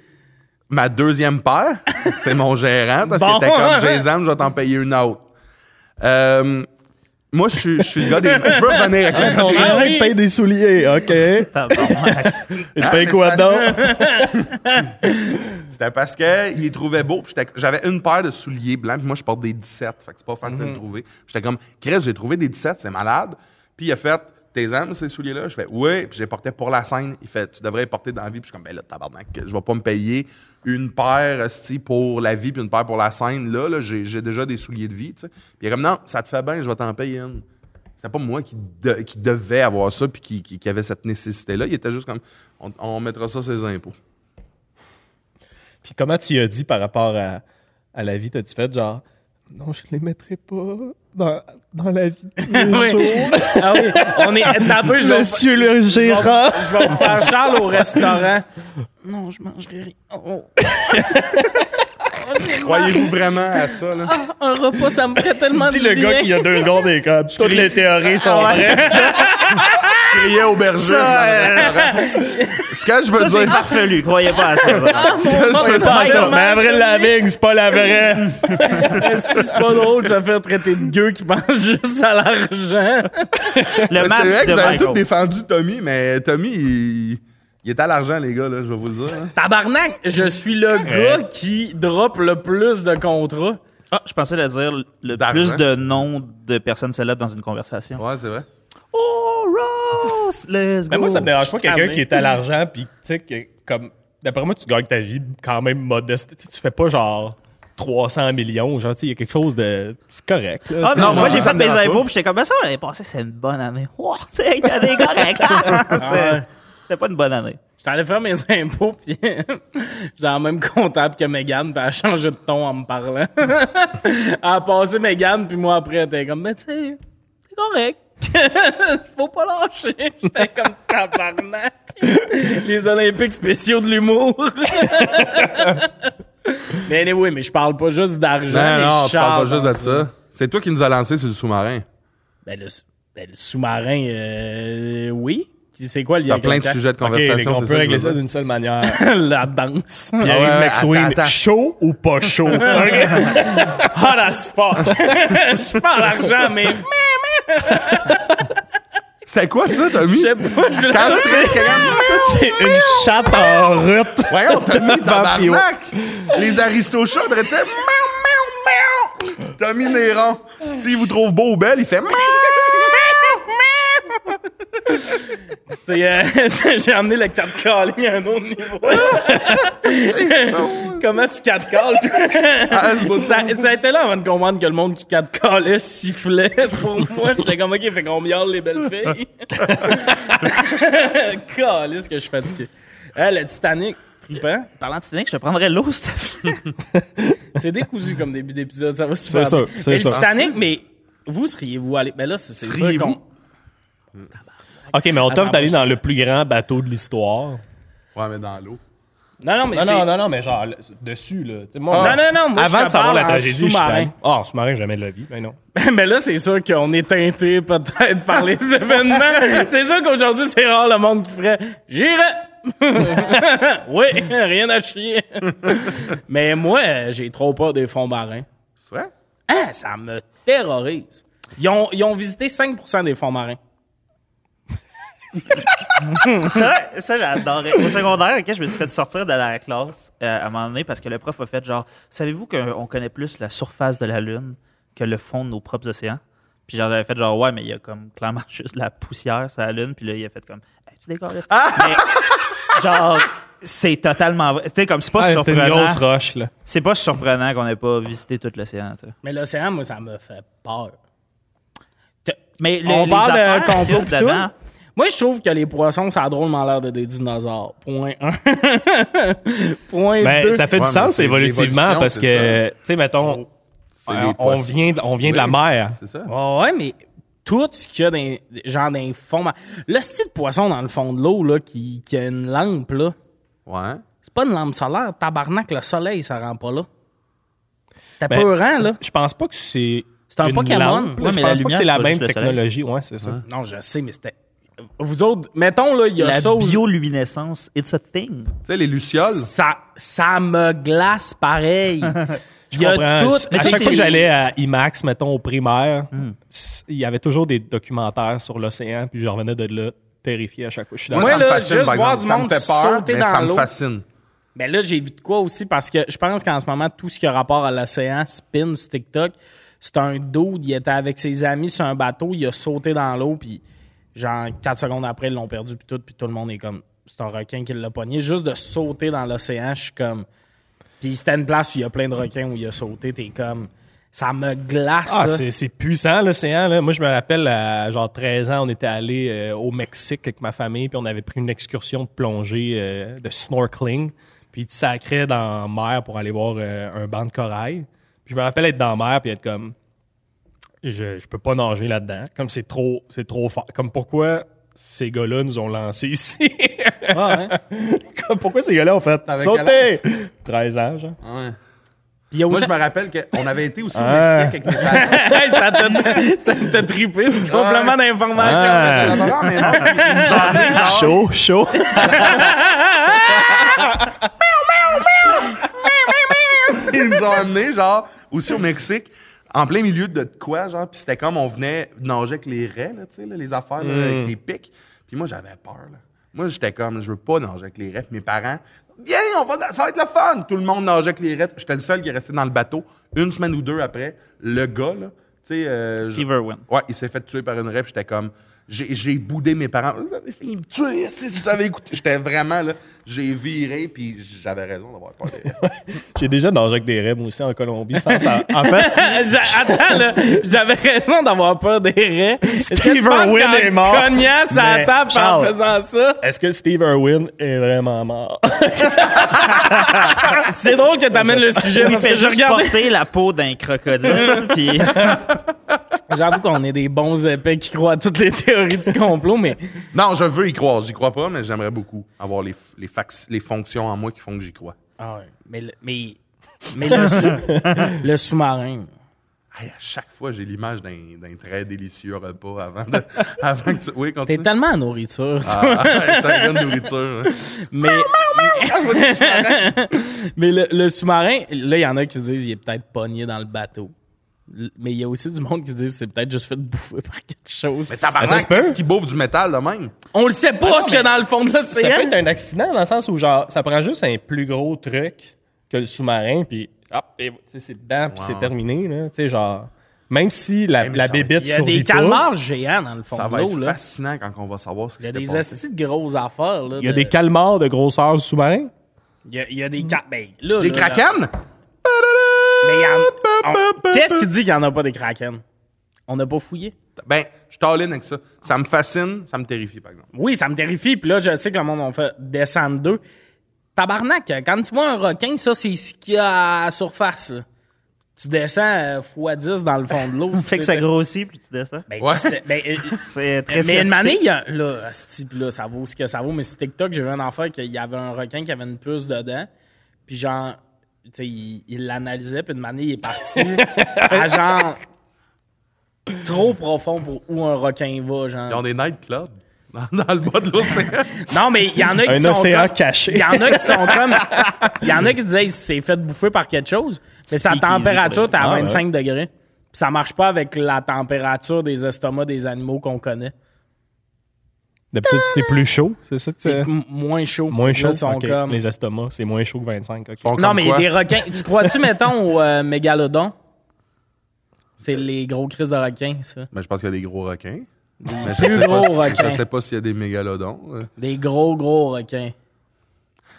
Speaker 3: ma deuxième paire, c'est mon gérant, parce
Speaker 1: Bon.
Speaker 3: qu'il était comme, j'ai les aime, je vais t'en payer une autre. Euh, moi, je suis- je suis le gars des... Je veux
Speaker 1: <laughs>
Speaker 3: revenir avec le gars des
Speaker 5: Il
Speaker 1: Ah oui.
Speaker 5: paye des souliers, OK. Il paye
Speaker 3: Ah, mais
Speaker 5: quoi
Speaker 3: c'est parce
Speaker 5: d'autre?
Speaker 3: <laughs> C'était parce qu'il les trouvait beaux. puis j'étais- J'avais une paire de souliers blancs, puis moi, je porte
Speaker 5: Mhm.
Speaker 3: des 17. Fait que c'est pas facile de trouver. J'étais comme, Chris, j'ai trouvé des 17, c'est malade. Puis il a fait, tes âmes, ces souliers-là? Je fais, oui. Puis je les portais pour la scène. Il fait, tu devrais les porter dans la vie. Puis je suis comme, ben là, tabarnak, je vais pas me payer une paire, esti, pour la vie, puis une paire pour la scène. Là, là j'ai j'ai déjà des souliers de vie, tu sais. Puis il est comme, non, ça te fait bien, je vais t'en payer une. C'était pas moi qui, de- qui devais avoir ça, puis qui, qui- qui avait cette nécessité-là. Il était juste comme, on, on mettra ça ses impôts.
Speaker 5: Puis comment tu y as dit par rapport à, à la vie? T'as-tu fait genre, non, je les mettrai pas dans, dans la vie de tous les <laughs>
Speaker 1: Oui.
Speaker 5: jours.
Speaker 1: Ah oui, on est. T'as un peu, je vais,
Speaker 5: Monsieur le gérant.
Speaker 1: je vais faire Charles au restaurant. Non, je mangerai <laughs> rien. Oh. Oh, j'ai
Speaker 3: Croyez-vous vraiment à ça, là?
Speaker 1: mal. Un repas, ça me fait tellement
Speaker 5: Si
Speaker 1: du
Speaker 5: le
Speaker 1: bien.
Speaker 5: gars qui a deux secondes est comme, <laughs> Ah, toutes les théories sont vraies.
Speaker 3: Je criais au berger dans le restaurant. Ce que je veux
Speaker 4: Ça, c'est
Speaker 3: dire...
Speaker 4: farfelu. Croyez pas à ça. vraiment.
Speaker 1: Ah, mon
Speaker 3: je veux
Speaker 1: Dieu,
Speaker 3: pas
Speaker 1: c'est
Speaker 3: ça,
Speaker 5: Mais Avril Lavigne, c'est pas la vraie.
Speaker 1: Esti, C'est pas drôle de se faire traiter de gueux qui pense juste à l'argent.
Speaker 4: Le
Speaker 3: Mais C'est vrai
Speaker 4: masque
Speaker 3: que
Speaker 4: de
Speaker 3: vous avez tous
Speaker 4: Michael.
Speaker 3: défendu Tommy, mais Tommy, il, il est à l'argent, les gars, là, je vais vous le dire. hein.
Speaker 1: Tabarnak, je suis le gars qui drop le plus de contrats.
Speaker 4: Ah, je pensais le dire le
Speaker 3: D'argent.
Speaker 4: plus de noms de personnes célèbres dans une conversation.
Speaker 3: Ouais, c'est vrai.
Speaker 4: Oh, Ross! Let's go!
Speaker 5: Mais moi, ça me dérange pas quelqu'un
Speaker 1: calmé.
Speaker 5: qui est à l'argent, puis tu sais, que, comme, d'après moi, tu gagnes ta vie quand même modeste. Tu sais, tu fais pas genre 300 millions, genre, tu sais, il y a quelque chose de. C'est correct. là,
Speaker 4: Ah
Speaker 5: tu sais.
Speaker 4: non, moi
Speaker 3: moi,
Speaker 4: j'ai
Speaker 3: ça
Speaker 4: fait
Speaker 3: me
Speaker 4: mes
Speaker 3: dérange
Speaker 4: impôts,
Speaker 3: pas.
Speaker 4: puis j'étais comme, Ben, ça, l'année passée, c'est une bonne année. <laughs> Wow, c'est une année
Speaker 3: <laughs>
Speaker 4: correcte. C'est- C'était pas une bonne année.
Speaker 1: J'étais allé faire mes <laughs> impôts, puis j'ai la même comptable que Megan, puis elle a changé de ton en me parlant. <laughs> elle a passé Megan, puis moi après, elle était comme, ben tu sais, c'est correct. <laughs> Faut pas lâcher. <laughs> J'étais comme tabarnak. <laughs> Les Olympiques spéciaux de l'humour. <laughs> mais anyway, mais je parle pas juste d'argent.
Speaker 3: Non,
Speaker 1: mais
Speaker 3: non,
Speaker 1: je
Speaker 3: tu parles
Speaker 1: parle
Speaker 3: pas juste
Speaker 1: dans
Speaker 3: de ça. C'est toi qui nous as lancé sur le sous-marin.
Speaker 1: Ben, le, s- ben, le sous-marin, euh, oui. C'est quoi le lien
Speaker 3: T'as plein de
Speaker 1: avec
Speaker 3: sujets de
Speaker 5: Ok, les gars,
Speaker 3: conversation,
Speaker 5: on
Speaker 3: c'est
Speaker 5: peut
Speaker 3: ça que
Speaker 5: régler
Speaker 3: je veux
Speaker 5: ça
Speaker 3: dire.
Speaker 5: d'une seule
Speaker 1: <laughs>
Speaker 5: manière.
Speaker 1: La danse.
Speaker 5: Il arrive
Speaker 3: ouais,
Speaker 5: Max
Speaker 3: attends,
Speaker 5: Wing,
Speaker 3: attends.
Speaker 5: chaud ou <laughs> pas chaud? Ok.
Speaker 1: Hot as fuck. Ah, <laughs> Je parle l'argent, mais
Speaker 3: C'était quoi ça,
Speaker 1: je
Speaker 3: Tommy?
Speaker 1: sais pas. Je
Speaker 3: Quand
Speaker 1: le
Speaker 3: tu fais ce qu'il y a-
Speaker 5: C'est une chatte en rut. <laughs>
Speaker 3: Voyons, Tommy,
Speaker 5: Vampio.
Speaker 3: tabarnak! Les aristochats auraient-tu fait miaou, miaou, miaou? Tommy Néron. S'il vous trouve beau ou belle, il fait
Speaker 5: <laughs>
Speaker 3: miaou.
Speaker 1: C'est, euh, <laughs> c'est- J'ai amené le 4 calling à un autre
Speaker 3: <laughs>
Speaker 1: niveau. <laughs> Comment tu 4 calls,
Speaker 3: Ah, c'est pas ça.
Speaker 1: ça, ça a été là avant de comprendre que le monde qui 4 callait sifflait. Pour moi, j'étais comme, OK, fait qu'on miaule les belles
Speaker 3: <laughs>
Speaker 1: filles. <laughs> Calisse que je suis fatigué. Eh, le Titanic, trippant.
Speaker 4: Parlant de Titanic, je te prendrais l'eau, s'il te plaît.
Speaker 1: C'est décousu comme début d'épisode, ça va super.
Speaker 5: C'est
Speaker 1: bien.
Speaker 5: sûr, c'est
Speaker 1: mais
Speaker 5: sûr.
Speaker 1: Le Titanic, mais vous seriez-vous allé? Ben là, c'est c'est sûr
Speaker 3: Seriez-vous?
Speaker 1: qu'on.
Speaker 5: Ok, mais on
Speaker 1: Attends,
Speaker 5: t'offre d'aller
Speaker 1: moi,
Speaker 5: dans le plus grand bateau de l'histoire.
Speaker 3: Ouais, mais dans l'eau.
Speaker 1: Non, non, mais
Speaker 5: Non,
Speaker 1: c'est.
Speaker 5: non, non, non, mais genre le- dessus, là. Tu sais, moi,
Speaker 1: Non, non, non, moi, je
Speaker 5: Avant
Speaker 1: te
Speaker 5: de savoir
Speaker 1: parle
Speaker 5: la
Speaker 1: en
Speaker 5: tragédie, je suis
Speaker 1: sous-marin.
Speaker 5: allé- Ah, en sous-marin, jamais de la vie. Mais non.
Speaker 1: <laughs> Mais là, c'est sûr qu'on est teinté peut-être par les
Speaker 5: <laughs>
Speaker 1: événements. c'est sûr qu'aujourd'hui, c'est rare le monde qui ferait J'irai! <laughs> oui, rien à
Speaker 5: <laughs>
Speaker 1: chier. Mais moi, euh, j'ai trop peur des fonds marins.
Speaker 3: C'est vrai?
Speaker 1: Ah, ça me terrorise. Ils ont, ils ont visité 5 des fonds marins.
Speaker 4: ça, ça j'adorais. Au secondaire, ok, je me suis fait sortir de la classe euh, à un moment donné parce que le prof a fait genre, savez-vous qu'on connaît plus la surface de la Lune que le fond de nos propres océans? Puis genre, j'avais fait genre, ouais, mais il y a comme clairement <laughs> juste de la poussière sur la Lune. Puis là, il a fait comme, Hey, tu décolles.
Speaker 1: Ah!
Speaker 4: Mais, genre, c'est totalement vrai. Tu sais, comme, c'est pas
Speaker 5: Ah, C'était une
Speaker 4: surprenant.
Speaker 5: grosse roche, là.
Speaker 4: C'est pas surprenant qu'on n'ait pas visité tout l'océan, tu sais.
Speaker 1: Mais l'océan, moi, ça me fait peur.
Speaker 4: Mais le-
Speaker 1: On
Speaker 4: les
Speaker 1: parle
Speaker 4: affaires
Speaker 1: de complot
Speaker 4: qu'il
Speaker 1: pis
Speaker 4: y a
Speaker 1: tout.
Speaker 4: dedans,
Speaker 1: Moi, je trouve que les poissons, ça a drôlement l'air de des dinosaures. Point 1. <laughs> Point 2.
Speaker 5: Ben, ça fait
Speaker 3: Ouais,
Speaker 5: du
Speaker 3: mais
Speaker 5: sens
Speaker 3: c'est
Speaker 5: évolutivement
Speaker 3: l'évolution,
Speaker 5: parce
Speaker 3: c'est
Speaker 5: que, tu sais, mettons,
Speaker 3: C'est
Speaker 5: euh,
Speaker 3: les
Speaker 5: on
Speaker 3: poissons.
Speaker 5: vient, de- on vient de la
Speaker 3: Oui.
Speaker 5: mer.
Speaker 3: C'est ça?
Speaker 1: Ouais, ouais, mais tout ce qu'il y a dans, genre dans les fonds. mar- Le style de poisson dans le fond de l'eau, là, qui, qui a une lampe, là.
Speaker 3: Ouais.
Speaker 1: C'est pas une lampe solaire. Tabarnak, le soleil, ça rend pas là. C'était
Speaker 5: Ben,
Speaker 1: peurant, là.
Speaker 5: Je pense pas que c'est.
Speaker 1: C'est un
Speaker 5: une
Speaker 1: Pokémon.
Speaker 5: lampe, là.
Speaker 4: Ouais,
Speaker 5: je
Speaker 4: mais la
Speaker 5: pense pas que c'est
Speaker 4: lumière, c'est
Speaker 5: la
Speaker 4: pas
Speaker 5: même
Speaker 4: juste le soleil.
Speaker 5: technologie. Ouais, c'est ça.
Speaker 1: Non, je sais, mais c'était. Vous autres, mettons, là, il y a
Speaker 4: la
Speaker 1: ça aux-
Speaker 4: bioluminescence, it's a thing.
Speaker 3: Tu sais, les lucioles.
Speaker 1: Ça, ça me glace pareil. Il y
Speaker 5: <laughs> Je
Speaker 1: a
Speaker 5: comprends.
Speaker 1: tout.
Speaker 5: À
Speaker 1: Mais ça,
Speaker 5: chaque
Speaker 1: c'est-
Speaker 5: fois que j'allais à IMAX, mettons, au primaire, s- il y avait toujours des documentaires sur l'océan, puis je revenais de là terrifié à chaque fois. Je suis dans
Speaker 1: Moi,
Speaker 3: ça me
Speaker 1: là,
Speaker 3: fascine,
Speaker 1: juste
Speaker 3: par
Speaker 1: voir
Speaker 3: exemple.
Speaker 1: du
Speaker 3: ça
Speaker 1: monde
Speaker 3: me fait peur,
Speaker 1: sauter
Speaker 3: mais
Speaker 1: dans
Speaker 3: ça me
Speaker 1: l'eau.
Speaker 3: fascine.
Speaker 1: Ben là, j'ai vu de quoi aussi parce que je pense qu'en ce moment, tout ce qui a rapport à l'océan spin sur TikTok. C'est un dude, il était avec ses amis sur un bateau, il a sauté dans l'eau, puis Genre, quatre secondes après, ils l'ont perdu, puis tout, puis tout le monde est comme, c'est un requin qui l'a pogné. Juste de sauter dans l'océan, je suis comme. Puis c'était une place où il y a plein de requins où il a sauté, t'es comme. Ça me glace.
Speaker 5: Ah,
Speaker 1: ça.
Speaker 5: c'est c'est puissant l'océan. Là. Moi, je me rappelle, à genre 13 ans, on était allé euh, au Mexique avec ma famille, puis on avait pris une excursion de plongée, euh, de snorkeling, puis tu sacrais dans la mer pour aller voir euh, un banc de corail. Puis je me rappelle être dans la mer, puis être comme, je, je peux pas nager là-dedans. Comme c'est trop, c'est trop fort. Comme pourquoi ces gars-là nous ont lancés ici? <laughs>
Speaker 1: Ah, ouais.
Speaker 5: Comme pourquoi ces gars-là ont fait
Speaker 3: T'avais
Speaker 5: sauter? 13 ans, genre.
Speaker 3: Ouais.
Speaker 1: Puis il y a
Speaker 3: Moi,
Speaker 1: aussi. <laughs>
Speaker 3: je me rappelle qu'on avait été aussi au
Speaker 5: Ah.
Speaker 3: Mexique avec mes parents.
Speaker 5: <laughs>
Speaker 1: Hey, ça t'a- <laughs> ça t'a trippé, ce complément d'information.
Speaker 5: Ah.
Speaker 3: Non, non, mais non, ils nous ont emmenés, genre,
Speaker 5: Chaud, chaud.
Speaker 3: <laughs> ils nous ont amenés, genre, aussi au Mexique, en plein milieu de quoi, genre, puis c'était comme on venait nager avec les raies, là, tu sais, là, les affaires, là,
Speaker 4: Mm.
Speaker 3: avec des pics. Puis moi, j'avais peur, là. Moi, j'étais comme, je veux pas nager avec les raies. Puis mes parents, viens, on va, na- ça va être le fun! Tout le monde nageait avec les raies. J'étais le seul qui restait dans le bateau. Une semaine ou deux après, le gars, là, tu sais... euh, je-
Speaker 4: Steve Irwin.
Speaker 3: Ouais, il s'est fait tuer par une raie, puis j'étais comme... J'ai j'ai boudé mes parents. Vous avez failli me tuer, si vous avez écouté. J'étais vraiment, là, j'ai viré, puis j'avais raison d'avoir peur des raies.
Speaker 5: J'ai déjà nagé avec des rêves aussi en Colombie. sans sa- En fait,
Speaker 1: J'a- Attends, là, j'avais raison d'avoir peur des raies. Est-ce que tu
Speaker 5: Steve
Speaker 1: penses
Speaker 5: Irwin
Speaker 1: qu'en
Speaker 5: est mort.
Speaker 1: cognant sa
Speaker 5: Mais,
Speaker 1: table en
Speaker 5: Charles.
Speaker 1: faisant ça.
Speaker 5: Est-ce que Steve Irwin est vraiment mort?
Speaker 1: Ah, C'est drôle que t'amènes le sujet
Speaker 4: Il
Speaker 1: parce que
Speaker 4: fait
Speaker 1: je
Speaker 4: juste
Speaker 1: regardais.
Speaker 4: porter la peau
Speaker 1: <laughs>
Speaker 4: d'un crocodile. puis
Speaker 1: J'avoue qu'on est des bons épais qui croient à toutes les théories du complot, mais
Speaker 3: Non, je veux y croire. J'y crois pas, mais j'aimerais beaucoup avoir les, f- les, fax- les fonctions en moi qui font que j'y crois.
Speaker 1: Ah ouais. Mais le, mais, mais le, sous- le sous-marin.
Speaker 3: Hey, à chaque fois, j'ai l'image d'un d'un très délicieux repas avant, de- <laughs> avant que tu. Oui,
Speaker 1: T'es
Speaker 3: continue.
Speaker 1: tellement en nourriture. toi.
Speaker 3: Ah, c'est un gars de nourriture. hein.
Speaker 1: Mais,
Speaker 3: <laughs> Ah, je vois des sous-marins.
Speaker 1: mais le, le sous-marin, là, il y en a qui se disent qu'il est peut-être pogné dans le bateau. L- Mais il y a aussi du monde qui se dit c'est peut-être juste fait bouffer par quelque chose.
Speaker 3: Mais
Speaker 5: Ça se
Speaker 3: tabarnak,
Speaker 5: peut.
Speaker 3: qu'est-ce qui bouffe du métal, là, même?
Speaker 1: On le sait pas ce qu'il y a dans le fond de
Speaker 5: Ah ça peut
Speaker 1: l'océan.
Speaker 5: être un accident dans le sens où, genre, ça prend juste un plus gros truc que le sous-marin, puis hop, et, tu sais, c'est dedans, puis
Speaker 3: Wow.
Speaker 5: c'est terminé, là. Tu sais, genre, même si la,
Speaker 3: Eh, mais
Speaker 5: la
Speaker 3: ça va être-
Speaker 5: bébête
Speaker 1: Il y a
Speaker 5: survit
Speaker 1: des
Speaker 5: pas,
Speaker 1: calmars géants dans le fond
Speaker 3: Ça
Speaker 1: de
Speaker 3: va
Speaker 1: l'eau.
Speaker 3: être
Speaker 1: là.
Speaker 3: fascinant quand on va savoir ce qui
Speaker 1: Il y a
Speaker 3: s'est
Speaker 1: des
Speaker 3: passé.
Speaker 1: astis de grosses affaires. Là,
Speaker 5: il y a
Speaker 1: de-
Speaker 5: des calmars de grosseur sous-marin.
Speaker 1: Il y a, il y a des ca- ben, là,
Speaker 3: Des
Speaker 1: là, là,
Speaker 3: krakens?
Speaker 1: mais il y en- on- Qu'est-ce qui dit qu'il n'y en a pas des kraken? On n'a pas fouillé.
Speaker 3: Ben, je t'alline avec ça. Ça me fascine, ça me terrifie, par exemple.
Speaker 1: Oui, ça me terrifie. Puis là, je sais que le monde on fait descendre deux. Tabarnak, quand tu vois un requin, ça, c'est ce qu'il y a à la surface. là. Tu descends x10 dans le fond de l'eau.
Speaker 4: <laughs> fait que ça grossit, puis tu descends.
Speaker 1: Ben,
Speaker 3: Ouais.
Speaker 1: tu sais, ben, euh,
Speaker 4: C'est très
Speaker 1: mais une
Speaker 4: scientifique.
Speaker 1: année, il y a, là, asti, puis là, ça vaut ce que ça vaut, mais sur TikTok, j'ai vu un enfant qu'il y avait un requin qui avait une puce dedans, puis genre, tu sais, il il l'analysait, puis une année, il est
Speaker 5: <laughs>
Speaker 1: parti à genre trop profond pour où un requin va, genre.
Speaker 3: Ils ont des nightclubs dans, dans le bas de l'océan.
Speaker 1: Non, mais il y en a qui
Speaker 5: Un
Speaker 1: sont
Speaker 5: océan
Speaker 1: comme-
Speaker 5: caché.
Speaker 1: Il y en a qui sont
Speaker 5: <laughs>
Speaker 1: comme. Il y en a qui disaient c'est fait bouffer par quelque chose, mais sa
Speaker 4: Speakeasy
Speaker 1: température,
Speaker 4: pour
Speaker 1: t'es à
Speaker 5: Ah, ouais.
Speaker 1: 25 degrés. Puis ça marche pas avec la température des estomacs des animaux qu'on connaît.
Speaker 5: D'habitude, c'est plus chaud, c'est ça?
Speaker 1: C'est
Speaker 5: C'est
Speaker 1: m- moins chaud.
Speaker 5: Euh. moins
Speaker 1: Là,
Speaker 5: chaud.
Speaker 1: sont
Speaker 5: Ok,
Speaker 1: comme-
Speaker 5: Les estomacs, c'est moins chaud que 25. ok.
Speaker 3: Sont
Speaker 1: <laughs> Non,
Speaker 3: comme
Speaker 1: mais
Speaker 3: quoi?
Speaker 1: des requins. Tu crois-tu, mettons, au euh, mégalodon? C'est les gros crises de requins, ça.
Speaker 3: Ben, je pense qu'il y a <laughs> des gros requins. Mais je
Speaker 1: plus
Speaker 3: sais pas
Speaker 1: gros
Speaker 3: si-
Speaker 1: requins.
Speaker 3: Je sais pas s'il y a des mégalodons. euh.
Speaker 1: Des gros, gros requins.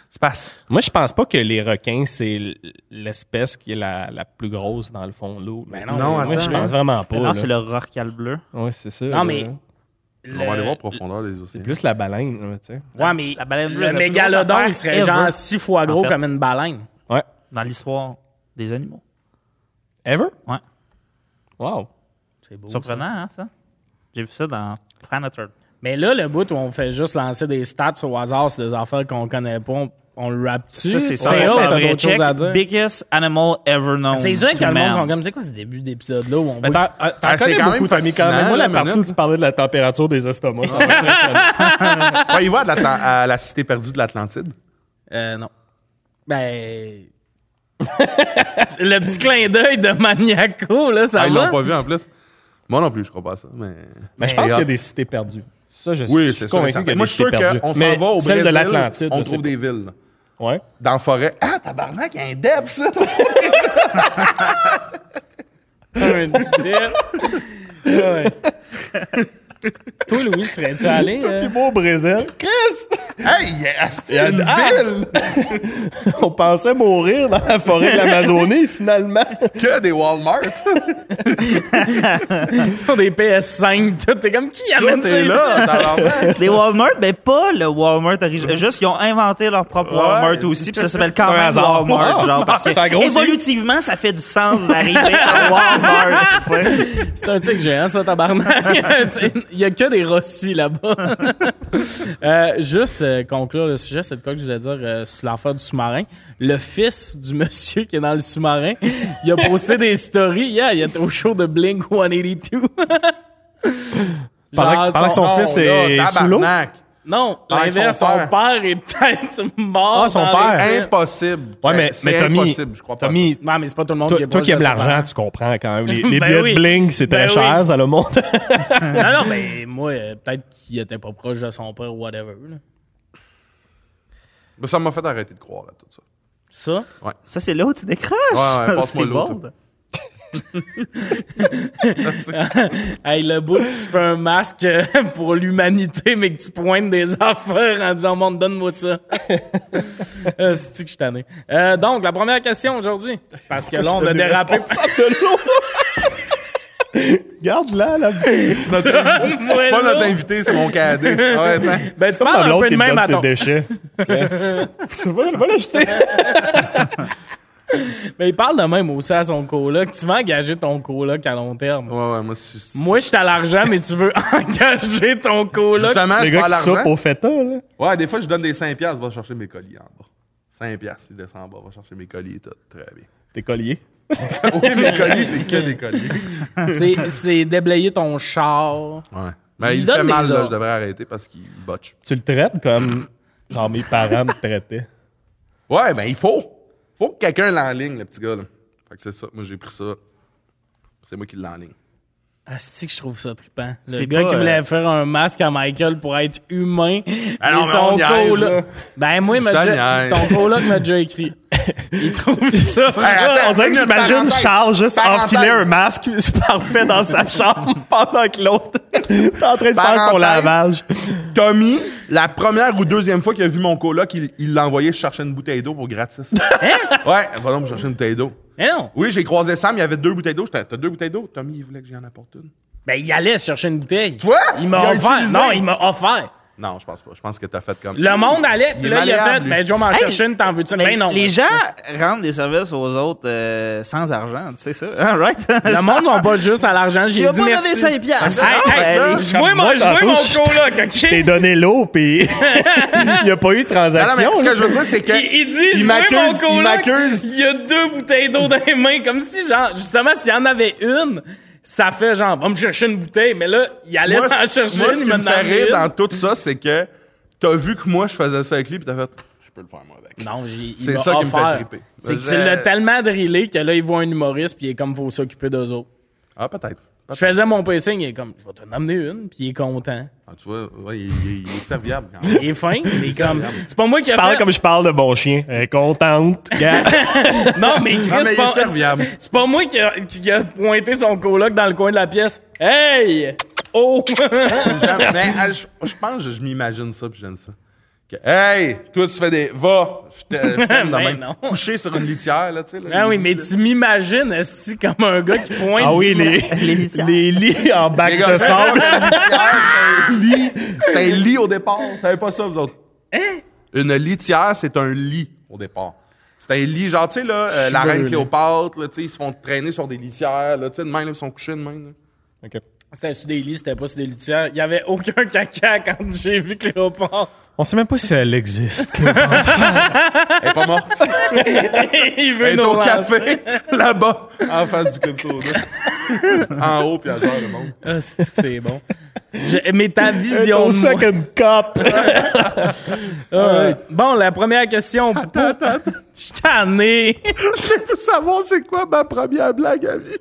Speaker 3: Se passe.
Speaker 5: Moi, je pense pas que les requins, c'est l- l'espèce qui est la, la plus grosse dans le fond de l'eau. Mais
Speaker 1: non,
Speaker 3: non,
Speaker 5: moi, je
Speaker 3: attends.
Speaker 5: pense vraiment pas.
Speaker 4: Non, c'est
Speaker 5: là.
Speaker 4: le rorcal bleu.
Speaker 5: Ouais, c'est ça.
Speaker 1: Non,
Speaker 5: là.
Speaker 1: mais-
Speaker 3: On va aller
Speaker 1: Le-
Speaker 3: voir profondeur des océans.
Speaker 5: Plus la baleine, là, tu sais.
Speaker 1: Ouais, mais
Speaker 4: La baleine bleue,
Speaker 1: le
Speaker 4: la plus grosse
Speaker 1: mégalodon,
Speaker 4: affaire
Speaker 1: il serait
Speaker 4: ever.
Speaker 1: genre six fois gros
Speaker 4: En fait.
Speaker 1: comme une baleine.
Speaker 5: Ouais.
Speaker 4: Dans l'histoire des animaux.
Speaker 5: Ever?
Speaker 4: Ouais.
Speaker 5: Wow.
Speaker 1: C'est beau.
Speaker 4: Surprenant, hein, ça? J'ai vu ça dans Planet Earth.
Speaker 1: Mais là, le bout où on fait juste lancer des stats au hasard sur des affaires qu'on connaît pas, on, on le rappe dessus.
Speaker 4: Ça, c'est ça.
Speaker 1: C'est
Speaker 4: ça,
Speaker 1: ça, t'as
Speaker 4: vrai
Speaker 1: d'autres choses
Speaker 4: check.
Speaker 1: à dire.
Speaker 4: Biggest animal ever known.
Speaker 1: C'est sûr
Speaker 4: to
Speaker 1: que le monde
Speaker 4: man.
Speaker 1: sont comme, c'est quoi ce début d'épisode-là où on
Speaker 5: Mais
Speaker 1: voit-
Speaker 5: t'en euh, t'en
Speaker 3: Ah, c'est
Speaker 5: connais
Speaker 3: quand même
Speaker 5: beaucoup, Tommy, quand même.
Speaker 3: fascinant,
Speaker 5: Moi,
Speaker 3: la Ah,
Speaker 5: la partie où
Speaker 3: minute.
Speaker 5: tu parlais de la température des estomacs, ça m'a impressionné.
Speaker 3: Ouais, il va à, de l'Atlan- à la cité perdue de l'Atlantide.
Speaker 1: Euh, non. Ben. le petit clin d'œil de Maniaco, là, ça
Speaker 3: Ah, ils
Speaker 1: va?
Speaker 3: l'ont pas vu en plus. Moi non plus, je crois pas à ça. Mais,
Speaker 5: Mais je pense qu'il y a
Speaker 3: regarde.
Speaker 5: des cités perdues. Ça, je
Speaker 3: Oui,
Speaker 5: suis
Speaker 3: c'est sûr. et
Speaker 5: convaincu qu'il y
Speaker 3: certain.
Speaker 5: a
Speaker 3: Moi,
Speaker 5: des
Speaker 3: je suis
Speaker 5: cités
Speaker 3: sûr
Speaker 5: perdues.
Speaker 3: qu'on s'en
Speaker 5: Mais
Speaker 3: va au
Speaker 5: celle
Speaker 3: Brésil.
Speaker 5: de l'Atlantide,
Speaker 3: on
Speaker 5: je
Speaker 3: trouve
Speaker 5: sais
Speaker 3: des villes.
Speaker 5: pas. Ouais. <laughs>
Speaker 3: Dans la forêt. Ah, tabarnak, il y a un deb, ça. <laughs> Oh,
Speaker 1: Un dip. Ouais. Toi, Louis, serais-tu allé? euh?
Speaker 5: beau au Brésil. Chris!
Speaker 3: Hey, asti, une
Speaker 5: Ah!
Speaker 3: ville!
Speaker 5: On pensait mourir dans la forêt de l'Amazonie, finalement.
Speaker 3: <laughs> Que des
Speaker 5: <laughs>
Speaker 3: Walmart!
Speaker 1: Ils ont des PS5, tout. T'es comme qui amène ça
Speaker 3: T'es
Speaker 1: ici?
Speaker 3: là, tabarnak.
Speaker 4: Des Walmart, mais pas le Walmart
Speaker 1: Mm-hmm.
Speaker 4: original. Juste, ils ont inventé leur propre
Speaker 3: Ouais.
Speaker 4: Walmart aussi, puis ça s'appelle quand
Speaker 5: Un
Speaker 4: même
Speaker 5: hasard.
Speaker 1: Ah!
Speaker 4: Walmart. Genre, parce
Speaker 5: C'est un
Speaker 4: que
Speaker 5: gros
Speaker 4: évolutivement, ça fait du sens d'arriver
Speaker 1: <laughs>
Speaker 4: à Walmart. tu sais.
Speaker 1: C'est un tigre géant, ça,
Speaker 3: <laughs>
Speaker 1: tabarnak. <laughs> Il y a que des Rossi là-bas. <laughs> Euh, juste euh, conclure le sujet, c'est de quoi que je voulais dire euh, sur l'affaire du sous-marin. Le fils du <laughs> monsieur qui est dans le sous-marin, il a posté des stories. Yeah, il était au show de Blink 182. <laughs>
Speaker 5: Pendant que-
Speaker 1: Genre,
Speaker 5: pendant que son
Speaker 3: Non,
Speaker 5: fils
Speaker 3: Oh, là,
Speaker 5: est sous l'eau.
Speaker 3: tabarnak.
Speaker 1: Non,
Speaker 3: Pendant que
Speaker 1: l'inverse,
Speaker 3: son
Speaker 1: son,
Speaker 3: père-
Speaker 1: père est peut-être <laughs> mort.
Speaker 5: Ah, son
Speaker 1: dans
Speaker 5: père.
Speaker 1: les-
Speaker 3: Impossible.
Speaker 5: Ouais, mais,
Speaker 3: C'est
Speaker 5: mais Tommy,
Speaker 3: impossible, je crois pas.
Speaker 5: Tommy,
Speaker 1: Non, mais c'est pas tout le monde
Speaker 5: toi,
Speaker 1: qui est
Speaker 5: toi qui
Speaker 1: proche
Speaker 5: aimes
Speaker 1: de ça.
Speaker 5: l'argent, tu comprends quand même. Les,
Speaker 1: <laughs>
Speaker 5: les
Speaker 1: Ben
Speaker 5: billets
Speaker 1: oui.
Speaker 5: de bling, c'est très
Speaker 1: Ben
Speaker 5: cher,
Speaker 1: oui.
Speaker 5: ça le monte.
Speaker 1: Non, non, mais moi, euh, peut-être qu'il était pas proche de son père ou whatever. là.
Speaker 3: Mais ça m'a fait arrêter de croire à tout
Speaker 1: <laughs>
Speaker 3: ça.
Speaker 1: Ça?
Speaker 4: Ça, c'est là où tu décroches.
Speaker 3: Ouais, ouais,
Speaker 4: <laughs>
Speaker 3: passe-moi
Speaker 4: c'est
Speaker 3: l'autre.
Speaker 4: bold.
Speaker 1: Hey, le bout, si tu fais un masque euh, <laughs> pour l'humanité, mais que tu pointes des <laughs> affaires en disant, monde, donne-moi ça. <laughs> euh, C'est-tu que je suis tanné? Euh, donc, la première question aujourd'hui. Parce <laughs> que
Speaker 5: <laughs>
Speaker 1: là, on a dérapé.
Speaker 5: <laughs> Regarde-là, là. <laughs>
Speaker 3: C'est pas notre invité, c'est
Speaker 1: <laughs>
Speaker 3: mon cadet. Ouais, attends.
Speaker 1: Ben, tu parles un peu de même à ton...
Speaker 5: déchets.
Speaker 1: <laughs>
Speaker 5: tu vois, voilà, je sais.
Speaker 1: Mais il parle de même aussi à son coloc. Tu veux engager ton coloc à long terme.
Speaker 3: Ouais, ouais, moi, c'est.
Speaker 1: Moi, je suis à l'argent, mais tu veux <laughs> engager ton coloc.
Speaker 3: justement,
Speaker 5: Le
Speaker 3: je
Speaker 5: gars
Speaker 3: prends
Speaker 5: qui
Speaker 3: l'argent.
Speaker 5: soupe au feta, là.
Speaker 3: Ouais, des fois, je donne des 5 piastres, va chercher mes colliers en bas. 5 piastres, il descend en bas, va chercher mes colliers et tout. Très
Speaker 1: <laughs>
Speaker 3: bien.
Speaker 5: T'es collier.
Speaker 3: Oui, mes colliers, c'est que des colliers.
Speaker 1: C'est- C'est déblayer ton char.
Speaker 3: Ouais. Mais
Speaker 1: Il
Speaker 3: il,
Speaker 1: donne
Speaker 3: fait
Speaker 1: des
Speaker 3: mal, là,
Speaker 1: ordres.
Speaker 3: je devrais arrêter parce qu'il botche.
Speaker 5: Tu le traites comme. Genre, mes parents me traitaient.
Speaker 3: Ouais, ben il faut. Faut que quelqu'un l'enligne, le petit gars, là. Fait que c'est ça. Moi, j'ai pris ça. C'est moi qui l'enligne.
Speaker 1: Asti que je trouve ça trippant. Le
Speaker 4: C'est
Speaker 1: gars
Speaker 4: pas,
Speaker 1: qui
Speaker 4: euh,
Speaker 1: voulait faire un masque à Michael pour être humain. et
Speaker 3: Ah non, mais on niaise,
Speaker 1: coloc-
Speaker 3: là.
Speaker 1: Ben, moi, il m'a
Speaker 3: te
Speaker 1: déjà-
Speaker 3: niaise.
Speaker 1: ton coloc m'a déjà écrit. <laughs> Il trouve ça.
Speaker 3: attends.
Speaker 5: On dirait que
Speaker 3: Une
Speaker 5: j'imagine
Speaker 3: parenthèse.
Speaker 5: Charles juste
Speaker 3: Parenthèse.
Speaker 5: enfiler un masque parfait dans
Speaker 1: <laughs>
Speaker 5: sa chambre pendant que l'autre <laughs> est en train de faire son
Speaker 3: Parenthèse.
Speaker 5: lavage.
Speaker 3: Tommy, la première ou deuxième fois qu'il a vu mon coloc, il il l'a envoyé chercher une bouteille d'eau pour gratis. Ouais, va donc me chercher une bouteille d'eau.
Speaker 1: Mais non.
Speaker 3: Oui, j'ai croisé Sam, il y avait deux bouteilles d'eau. J'étais, T'as deux bouteilles d'eau? Tommy, il voulait que j'y en apporte une.
Speaker 1: Ben, il allait chercher une bouteille.
Speaker 3: Toi?
Speaker 1: Il
Speaker 3: Il
Speaker 1: m'a
Speaker 3: a
Speaker 1: offert.
Speaker 3: utilisé.
Speaker 1: Non, il m'a offert.
Speaker 3: Non, je pense pas. Je pense que t'as fait comme.
Speaker 1: Le monde allait,
Speaker 3: Il
Speaker 1: puis
Speaker 3: est
Speaker 1: là, il a fait,
Speaker 3: malléable, lui.
Speaker 1: ben, je vais m'en chercher une, t'en veux-tu? une?
Speaker 4: Mais
Speaker 1: Ben, non.
Speaker 4: Les gens rendent des services aux autres euh, sans argent, tu sais ça? <laughs> Hein, right?
Speaker 1: Le monde n'a pas juste à l'argent.
Speaker 4: <laughs> Tu
Speaker 1: J'ai
Speaker 4: vas
Speaker 1: dit
Speaker 4: pas donner
Speaker 1: merci. Ah,
Speaker 4: 5 piastres.
Speaker 1: Hey, hey,
Speaker 4: Ben,
Speaker 1: je vois
Speaker 5: Comme
Speaker 1: mon,
Speaker 5: moi,
Speaker 1: je vois
Speaker 5: tantôt,
Speaker 1: mon
Speaker 5: je-
Speaker 1: coloc, ok?
Speaker 5: T'es donné l'eau, puis <laughs> il n'y a pas eu de
Speaker 3: Non, non, mais
Speaker 5: transaction.
Speaker 3: ce
Speaker 5: là.
Speaker 3: que je veux dire, c'est que.
Speaker 1: Il, il dit,
Speaker 3: il
Speaker 1: je veux mon
Speaker 3: m'accuse, il
Speaker 1: coloc,
Speaker 3: m'accuse.
Speaker 1: il y a deux bouteilles d'eau dans les mains, comme si, genre, justement, s'il y en avait une, ça fait genre, va me chercher une bouteille, mais là, il allait
Speaker 3: Moi,
Speaker 1: s'en
Speaker 3: ce-
Speaker 1: chercher
Speaker 3: moi,
Speaker 1: une,
Speaker 3: ce
Speaker 1: il
Speaker 3: qui
Speaker 1: m'en
Speaker 3: me fait
Speaker 1: donnait
Speaker 3: rire
Speaker 1: une.
Speaker 3: dans tout ça, c'est que t'as vu que moi, je faisais ça avec lui, puis t'as fait. Je peux le faire, moi, avec.
Speaker 1: Non, j'ai, il
Speaker 3: C'est
Speaker 1: m'a
Speaker 3: ça qui me fait
Speaker 1: offert.
Speaker 3: triper.
Speaker 1: C'est que
Speaker 3: Je-
Speaker 1: tu l'as tellement drillé que là, il voit un humoriste, puis il est comme, faut s'occuper d'eux autres.
Speaker 3: Ah, peut-être.
Speaker 1: Je faisais mon pacing, il est comme, je vais t'en amener une, puis il est content.
Speaker 3: Ah, tu vois, ouais, il, il- il est serviable quand même.
Speaker 1: Il est fin, mais
Speaker 3: <laughs>
Speaker 1: comme, c'est pas moi qui
Speaker 5: Je
Speaker 1: a
Speaker 5: parle
Speaker 1: fait-
Speaker 5: comme je parle de mon chien. Elle est <laughs> contente. Gars,
Speaker 1: Non, mais Chris,
Speaker 3: mais il
Speaker 1: c'est
Speaker 3: est
Speaker 1: pas-
Speaker 3: serviable.
Speaker 1: c'est- c'est pas moi qui a, qui a pointé son coloc dans le coin de la pièce. Hey! <laughs> Oh! <laughs>
Speaker 3: J'aime- mais, ah, je, je pense que je m'imagine ça, puis j'aime ça. Que, hey, toi, tu fais des. Va! Je te- je t'aime
Speaker 1: <laughs>
Speaker 3: de
Speaker 1: Ben
Speaker 3: même.
Speaker 1: non.
Speaker 3: Couché sur une litière, là, tu sais. là,
Speaker 1: Ah
Speaker 3: les
Speaker 1: oui,
Speaker 3: lits,
Speaker 1: mais
Speaker 3: là.
Speaker 1: tu m'imagines, esti, comme un gars qui pointe.
Speaker 5: ah oui,
Speaker 1: du-
Speaker 5: les, les lits en bac
Speaker 3: Les gars,
Speaker 5: de
Speaker 3: c'est pas
Speaker 5: sable.
Speaker 3: une litière, c'est un lit. C'est un lit au départ. Vous savez pas ça, vous autres?
Speaker 1: Hein?
Speaker 3: Une litière, c'est un lit au départ. C'est un lit, genre, tu sais, là, euh, la reine Cléopâtre, là, tu sais, ils se font traîner sur des litières, là, tu sais, de même, là, ils sont couchés de même, là.
Speaker 5: Ok.
Speaker 1: C'était sur des lits, c'était pas sur des litières. Il y avait aucun caca quand j'ai vu Cléopâtre.
Speaker 5: On sait même pas si elle existe. <laughs>
Speaker 3: Elle est
Speaker 1: <laughs>
Speaker 3: pas morte.
Speaker 1: <laughs> Il veut
Speaker 3: Elle est
Speaker 1: nous
Speaker 3: au
Speaker 1: lancer.
Speaker 3: café, <laughs> là-bas, en face du club soda. en haut, puis elle gère le monde.
Speaker 1: Ah, c'est que c'est bon. Je- mais ta vision.
Speaker 5: Ton
Speaker 1: de moi-
Speaker 5: second cop.
Speaker 1: Euh, bon, la première question. Attends, attends. <laughs> Je suis <laughs> tanné.
Speaker 3: Tu veux savoir c'est quoi ma première blague à vie?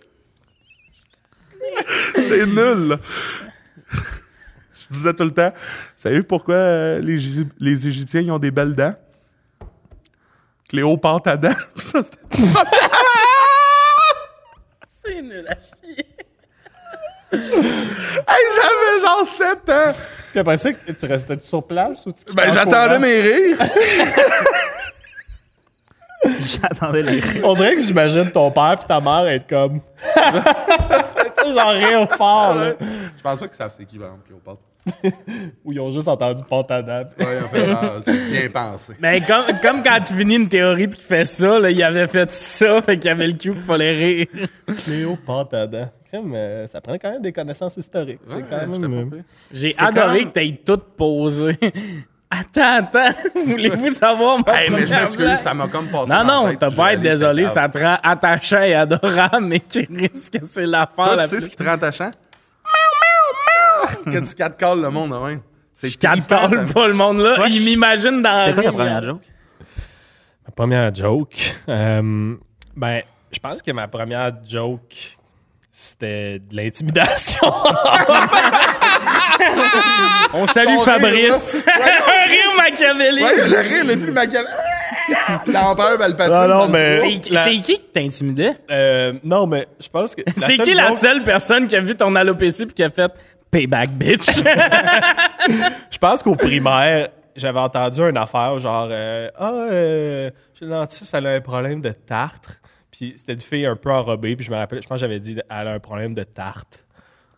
Speaker 3: c'est nul, là. Je disais tout le temps, savez pourquoi euh, les, Gis- les Égyptiens ils ont des belles dents? Cléopâtre à dents. Puis <laughs> ça, c'était-
Speaker 1: C'est nul à chier.
Speaker 3: Hey, j'avais genre 7 ans.
Speaker 5: Puis après ça, tu restais sur place ou tu quittais
Speaker 3: Ben,
Speaker 5: en
Speaker 3: j'attendais
Speaker 5: courant?
Speaker 3: mes rires.
Speaker 4: J'attendais les rires.
Speaker 5: On dirait que j'imagine ton père puis ta mère être comme. <laughs> tu sais, genre rire fort, là.
Speaker 3: Je pense pas qu'ils savent c'est qui, par exemple, Cléopâtre.
Speaker 5: Ou ils ont juste entendu Pantadab.
Speaker 3: Ouais, en fait, ah, c'est bien pensé.
Speaker 1: Ben, comme, comme quand tu finis une théorie pis qu'il fait ça, là, il avait fait ça, fait qu'il avait le cul qu'il fallait rire.
Speaker 5: Cléo Pantadab. Crème, euh, ça prend quand même des connaissances historiques. C'est quand même. euh,
Speaker 1: J'ai adoré
Speaker 4: comme-
Speaker 1: que t'aies tout posé. Attends, attends, <laughs> voulez-vous savoir ma
Speaker 3: Hey, mais je
Speaker 1: première blague?
Speaker 3: m'excuse, ça m'a comme passé.
Speaker 1: Non,
Speaker 3: dans la
Speaker 1: non,
Speaker 3: tête,
Speaker 1: t'as
Speaker 3: puis
Speaker 1: pas à
Speaker 3: j'ai
Speaker 1: être
Speaker 3: allé,
Speaker 1: désolé,
Speaker 3: c'était
Speaker 1: ça
Speaker 3: grave.
Speaker 1: te rend attachant et adorable, mais qui risque que c'est
Speaker 5: Ah,
Speaker 1: l'affaire
Speaker 3: Toi,
Speaker 1: la
Speaker 3: Ah, tu sais
Speaker 1: plus...
Speaker 3: ce qui te rend attachant? Miaou, miaou, miaou! <laughs> Que tu catcalles le monde, hein? C'est
Speaker 1: Quand
Speaker 3: trippant,
Speaker 1: parle
Speaker 3: t'as-
Speaker 1: pas le monde là, il m'imagine dans
Speaker 4: C'était
Speaker 1: la
Speaker 4: quoi ta
Speaker 1: rue,
Speaker 4: première
Speaker 1: là.
Speaker 4: joke?
Speaker 5: Ma première joke. <laughs> euh, ben, je pense que ma première joke, c'était de l'intimidation. On salue
Speaker 3: Son
Speaker 5: Fabrice.
Speaker 1: <laughs> Un rire machiavélique.
Speaker 3: Ouais, le rire le plus <laughs> machiavélique. L'empereur
Speaker 5: <laughs>
Speaker 3: Palpatine.
Speaker 5: Non, Ah, non,
Speaker 3: dans le
Speaker 5: mais-
Speaker 3: bois.
Speaker 1: C'est
Speaker 5: La-
Speaker 1: c'est qui qui t'intimidait?
Speaker 5: Euh, non, mais je pense que. la
Speaker 1: C'est
Speaker 5: seule
Speaker 1: qui la
Speaker 5: joke-
Speaker 1: seule personne qui a vu ton alopécie pis qui a fait payback, bitch?
Speaker 5: Je pense qu'au primaire, j'avais entendu une affaire genre euh, Ah, euh, chez le dentiste, elle a un problème de tartre. Puis c'était une fille un peu enrobée. Puis je me rappelle, je pense que j'avais dit Elle a un problème de tartre.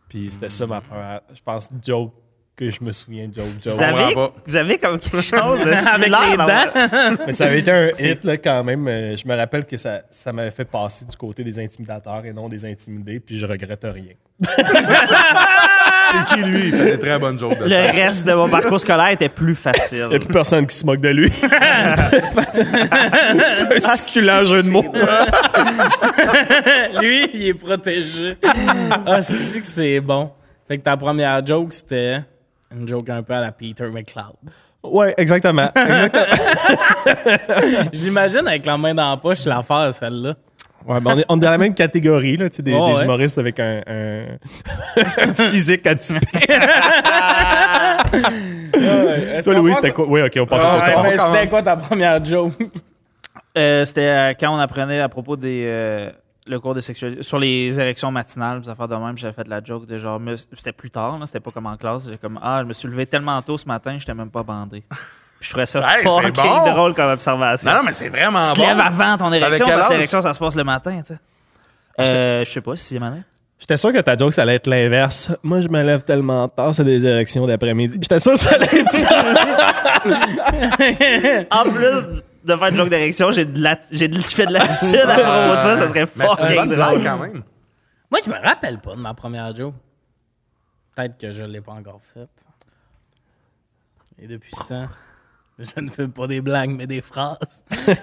Speaker 5: Puis c'était ça ma première, je pense, joke que je me souviens, de joke, joke.
Speaker 4: Vous avez,
Speaker 3: comprend pas.
Speaker 4: vous avez
Speaker 1: <laughs>
Speaker 4: comme quelque chose de similaire.
Speaker 1: Avec les
Speaker 4: dans votre-
Speaker 1: dents?
Speaker 5: Mais ça avait été un hit là, quand même. Euh, Je me rappelle que ça, ça m'avait fait passer du côté des intimidateurs et non des intimidés. Puis je regrette rien.
Speaker 3: C'est qui, lui? Il fait des très bonnes jokes. de
Speaker 4: Le reste de mon parcours scolaire était plus facile.
Speaker 5: Il n'y a plus personne qui se moque
Speaker 1: <laughs>
Speaker 5: de lui. C'est un succulent jeu de mots.
Speaker 1: <laughs> Lui, il est protégé. ah, c'est que c'est bon. Fait que ta première joke, c'était une joke un peu à la Peter McLeod.
Speaker 5: Ouais, exactement.
Speaker 1: J'imagine avec la main dans la poche, l'affaire, celle-là.
Speaker 5: Ouais, ben on, est, on est dans la même catégorie, là, tu sais, des,
Speaker 1: Ouais,
Speaker 5: des
Speaker 1: ouais.
Speaker 5: humoristes avec un, un- <laughs> un physique atypique. Toi, Louis, c'était quoi? Oui, OK, on passe
Speaker 3: Ah,
Speaker 5: au
Speaker 3: ouais,
Speaker 5: prochain.
Speaker 1: Ouais, mais
Speaker 3: commence.
Speaker 1: c'était quoi ta première joke?
Speaker 4: Euh, C'était euh, quand on apprenait à propos des euh, le cours de sexualité sur les élections matinales, des affaires de même, j'avais fait de la joke de genre me- c'était plus tard, là, c'était pas comme en classe, j'étais comme ah, je me suis levé tellement tôt ce matin, j'étais même pas bandé. Puis je trouvais <laughs> ça
Speaker 3: Hey, c'est
Speaker 4: fucking
Speaker 3: bon!
Speaker 4: drôle comme observation.
Speaker 3: Non, non, mais c'est vraiment
Speaker 4: tu te
Speaker 3: bon.
Speaker 4: lèves avant ton élection
Speaker 3: quel
Speaker 4: parce que
Speaker 3: âge?
Speaker 4: l'élection ça se passe le matin, tu sais. Euh, je sais pas, sixième année.
Speaker 5: J'étais sûr que ta joke, ça allait être l'inverse. Moi, je me lève tellement tard, c'est des élections d'après-midi. J'étais sûr que ça allait être ça.
Speaker 4: <laughs> En plus de faire une joke d'élection, j'ai de la j'ai de- je fais de l'attitude à propos de ça, ça serait
Speaker 3: Euh, Mais c'est une
Speaker 4: fucking
Speaker 3: bonne
Speaker 4: drôle.
Speaker 3: blague quand même.
Speaker 1: Moi, je me rappelle pas de ma première joke. Peut-être que je l'ai pas encore faite. Et depuis ce temps, je ne fais pas des blagues, mais des <laughs> phrases.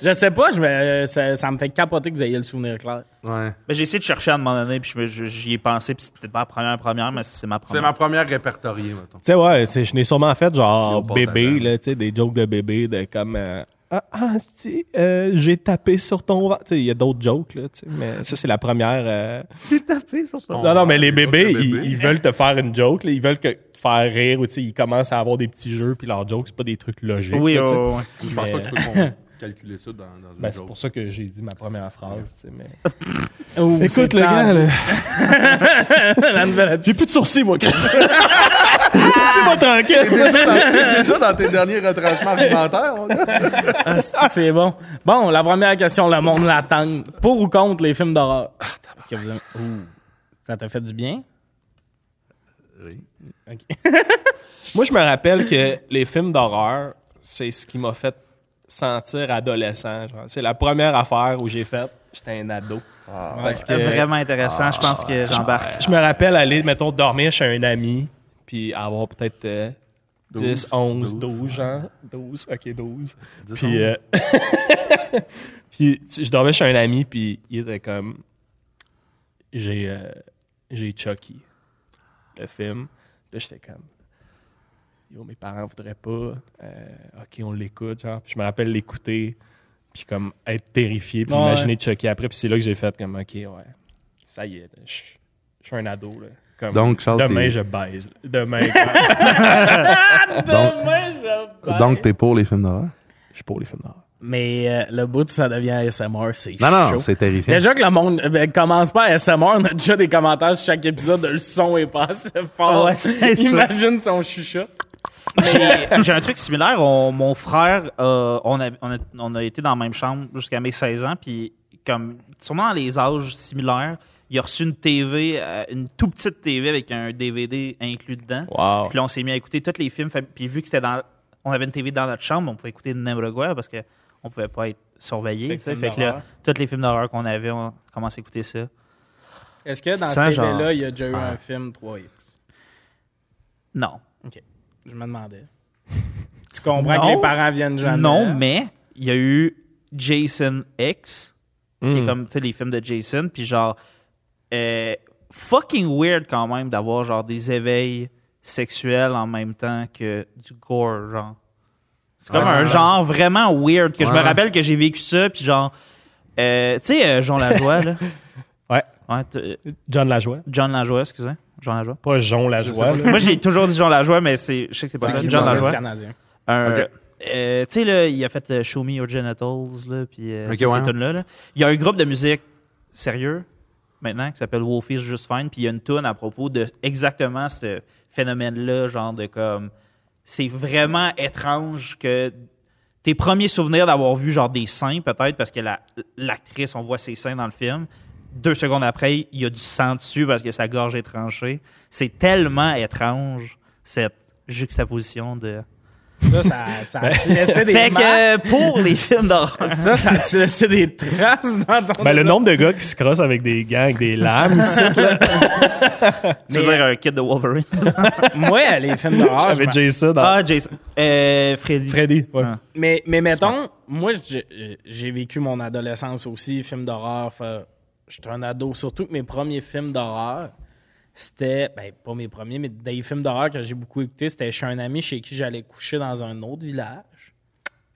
Speaker 1: je sais pas, je me- euh, ça, ça me fait capoter que vous ayez le souvenir clair.
Speaker 3: Ouais.
Speaker 4: Ben, j'ai essayé de chercher à un moment donné, puis je me- je- j'y ai pensé, puis c'était peut-être pas la première première, mais c'est ma
Speaker 3: C'est
Speaker 4: première.
Speaker 3: ma première répertoriée, mettons.
Speaker 5: Tu sais, ouais, c'est- je n'ai sûrement fait genre
Speaker 3: Cléopâtre
Speaker 5: bébé,
Speaker 3: Adam.
Speaker 5: là, tu sais, des jokes de bébé, de comme. euh, ah, ah, si, euh, j'ai tapé sur ton ventre. Tu sais, il y a d'autres jokes, là, tu sais, mais ça, c'est la première. euh,
Speaker 4: J'ai tapé sur
Speaker 3: ton-
Speaker 5: Non, non, mais les
Speaker 3: Les
Speaker 5: bébés,
Speaker 3: autres
Speaker 5: ils,
Speaker 3: bébés.
Speaker 5: ils veulent te faire une joke. là. Ils veulent que, te faire rire ou tu sais, ils commencent à avoir des petits jeux puis leurs jokes, c'est pas des trucs logiques.
Speaker 4: Oui,
Speaker 5: là, tu sais.
Speaker 4: oh, ouais.
Speaker 3: Je pense pas
Speaker 5: Mais-
Speaker 3: que tu peux
Speaker 5: <laughs>
Speaker 3: con- calculer ça dans, dans une
Speaker 5: Ben, c'est
Speaker 3: joke.
Speaker 5: pour ça que j'ai dit ma première phrase. tu sais, mais-
Speaker 1: Ouh, c'est
Speaker 5: Écoute, le gars,
Speaker 1: tendu.
Speaker 5: là,
Speaker 1: la nouvelle
Speaker 5: j'ai plus de sourcils, moi. <laughs> C'est moi tranquille.
Speaker 3: Déjà dans, t'es déjà dans tes derniers retranchements alimentaires, mon gars.
Speaker 1: Ah, c'est-tu que c'est bon. Bon, la première question, le monde l'attend. Pour ou contre les films d'horreur?
Speaker 4: Ah,
Speaker 1: Est-ce que vous aimez- Ouh. Ça t'a fait du bien?
Speaker 3: Oui.
Speaker 5: moi, je me rappelle que les films d'horreur, c'est ce qui m'a fait sentir adolescent. genre. C'est la première affaire où j'ai fait. J'étais un ado. Parce que-
Speaker 4: C'était Euh, vraiment intéressant. je pense
Speaker 1: Ah,
Speaker 4: que j'embarque.
Speaker 5: Je me rappelle aller, mettons, dormir chez un ami, puis avoir peut-être euh, 10, 11, 12, genre. 12, hein. ok, 12. Puis, euh, <laughs> puis tu- je dormais chez un ami, puis il était comme. J'ai euh, j'ai Chucky, le film. Là, j'étais comme. Yo, mes parents voudraient pas. Euh, ok, on l'écoute, genre. Puis je me rappelle l'écouter, puis comme être terrifié, puis
Speaker 1: Ouais.
Speaker 5: imaginer Chucky après, puis c'est là que j'ai fait comme, ok, ouais, ça y est, là, je je suis un ado, là. Comme,
Speaker 3: Donc, Charles,
Speaker 5: demain,
Speaker 3: t'es-
Speaker 5: je baise. là. Demain,
Speaker 3: <laughs>
Speaker 1: Demain, je...
Speaker 3: t'es pour les films d'horreur?
Speaker 5: je suis pour les films d'horreur.
Speaker 1: Mais euh, le bout, ça devient ASMR, c'est
Speaker 3: Non, non,
Speaker 1: chaud.
Speaker 3: c'est terrifiant.
Speaker 1: Déjà que le monde euh, ben, commence pas à ASMR, on a déjà des commentaires sur chaque épisode de le son est pas assez fort.
Speaker 4: Ah ouais, c'est ça.
Speaker 1: Imagine son chuchot. <laughs>
Speaker 4: euh, J'ai j'ai un truc similaire. On- mon frère, euh, on, a, on, a, on a été dans la même chambre jusqu'à mes 16 ans, puis comme sûrement dans les âges similaires, il a reçu une TV, euh, une tout petite TV avec un DVD inclus dedans.
Speaker 2: Wow.
Speaker 4: Puis là, on s'est mis à écouter tous les films. Fait- Puis vu que c'était dans, on avait une TV dans notre chambre, on pouvait écouter n'importe quoi parce que on pouvait pas être surveillé.
Speaker 1: Fait
Speaker 4: tu
Speaker 1: que
Speaker 4: sais.
Speaker 1: films
Speaker 4: Fait que là,
Speaker 1: d'horreur.
Speaker 4: tous les films d'horreur qu'on avait, on commence à écouter ça.
Speaker 1: Est-ce que dans
Speaker 4: Ça,
Speaker 1: cette
Speaker 4: genre- Ah.
Speaker 1: là il y a déjà eu un film 3X?
Speaker 4: Non.
Speaker 1: OK. Je me demandais. Tu comprends
Speaker 4: Non.
Speaker 1: que les parents viennent jamais.
Speaker 4: Non,
Speaker 1: hein?
Speaker 4: mais il y a eu Jason X, qui est comme tu sais, les films de Jason, puis genre euh, fucking weird quand même d'avoir genre des éveils sexuels en même temps que du gore, genre. C'est comme
Speaker 3: Ouais,
Speaker 4: un
Speaker 3: c'est
Speaker 4: genre vraiment weird que je me
Speaker 3: Ouais.
Speaker 4: rappelle que j'ai vécu ça, puis genre, euh, tu sais, euh, Jean Lajoie, là.
Speaker 5: Ouais.
Speaker 4: Ouais, t- euh,
Speaker 5: John Lajoie.
Speaker 4: John Lajoie, excusez. Jean Lajoie.
Speaker 5: Pas Jean Lajoie. là.
Speaker 4: Moi, j'ai toujours dit Jean Lajoie, mais c'est, je sais que c'est pas ça.
Speaker 3: qui
Speaker 4: John
Speaker 3: Jean
Speaker 1: Humoriste
Speaker 4: Lajoie.
Speaker 1: canadien.
Speaker 4: Un-
Speaker 3: Ok.
Speaker 4: euh, tu sais, là, il a fait euh, Show Me Your Genitals, là, puis euh,
Speaker 3: Ok,
Speaker 4: ces
Speaker 3: ouais.
Speaker 4: tunes-là. là. Il y a un groupe de musique sérieux, maintenant, qui s'appelle Wolfish Just Fine, puis il y a une tune à propos de exactement ce phénomène-là, genre de comme... C'est vraiment étrange que tes premiers souvenirs d'avoir vu genre des seins, peut-être, parce que la- l'actrice, on voit ses seins dans le film. Deux secondes après, il y a du sang dessus parce que sa gorge est tranchée. C'est tellement étrange, cette juxtaposition de...
Speaker 1: Ça, ça, ça
Speaker 4: <laughs>
Speaker 1: a-tu laissé des
Speaker 4: Ben, Fait
Speaker 1: marques?
Speaker 4: que euh, pour les films d'horreur.
Speaker 1: Ça, ça
Speaker 5: <laughs>
Speaker 1: a-tu laissé des traces dans ton...
Speaker 5: Ben, le nombre de gars qui se crossent avec des gants, avec des lames, ici, là.
Speaker 4: tu veux dire un kid de Wolverine?
Speaker 1: Moi, les films d'horreur, je
Speaker 5: J'avais
Speaker 1: m'en-
Speaker 5: Jason dans
Speaker 4: Ah, Jason. Euh, Freddy.
Speaker 5: Freddy. ouais.
Speaker 4: Ah.
Speaker 1: Mais, mais mettons, moi, j'ai- j'ai vécu mon adolescence aussi, films d'horreur. fait- J'étais un ado. Surtout que mes premiers films d'horreur, c'était, ben, pas mes premiers, mais des films d'horreur que j'ai beaucoup écoutés, c'était chez un ami chez qui j'allais coucher dans un autre village.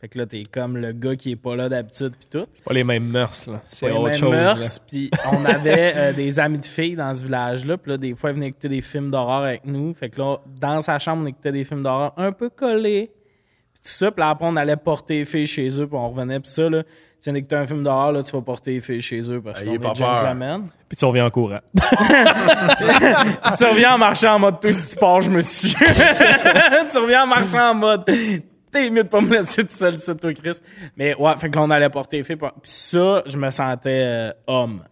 Speaker 1: Fait que là, t'es comme le gars qui est pas là d'habitude, puis tout.
Speaker 5: C'est pas les mêmes mœurs, là. C'est
Speaker 1: les
Speaker 5: autre
Speaker 1: mêmes
Speaker 5: chose. là.
Speaker 1: mœurs, Puis on
Speaker 5: <laughs>
Speaker 1: avait euh, des amis de filles dans ce village-là. Puis là, des fois, ils venaient écouter des films d'horreur avec nous. Fait que là, dans sa chambre, on écoutait des films d'horreur un peu collés. Puis tout ça. Puis là, après, on allait porter les filles chez eux. Puis on revenait. Puis ça, là, tu viens d'écouter un film d'horreur, là, tu vas porter les filles chez eux
Speaker 5: Ah,
Speaker 1: parce
Speaker 3: Ayez
Speaker 1: qu'on est
Speaker 3: pas peur.
Speaker 1: gentleman.
Speaker 5: Puis tu reviens en courant.
Speaker 1: Puis tu reviens en marchant en mode, toi, si tu pars, je me suis. <laughs> tu reviens en marchant en mode, t'es mieux de pas me laisser tout seul, c'est toi, Chris. Mais ouais, fait que là, on allait porter les filles. Puis ça, je me sentais euh, homme.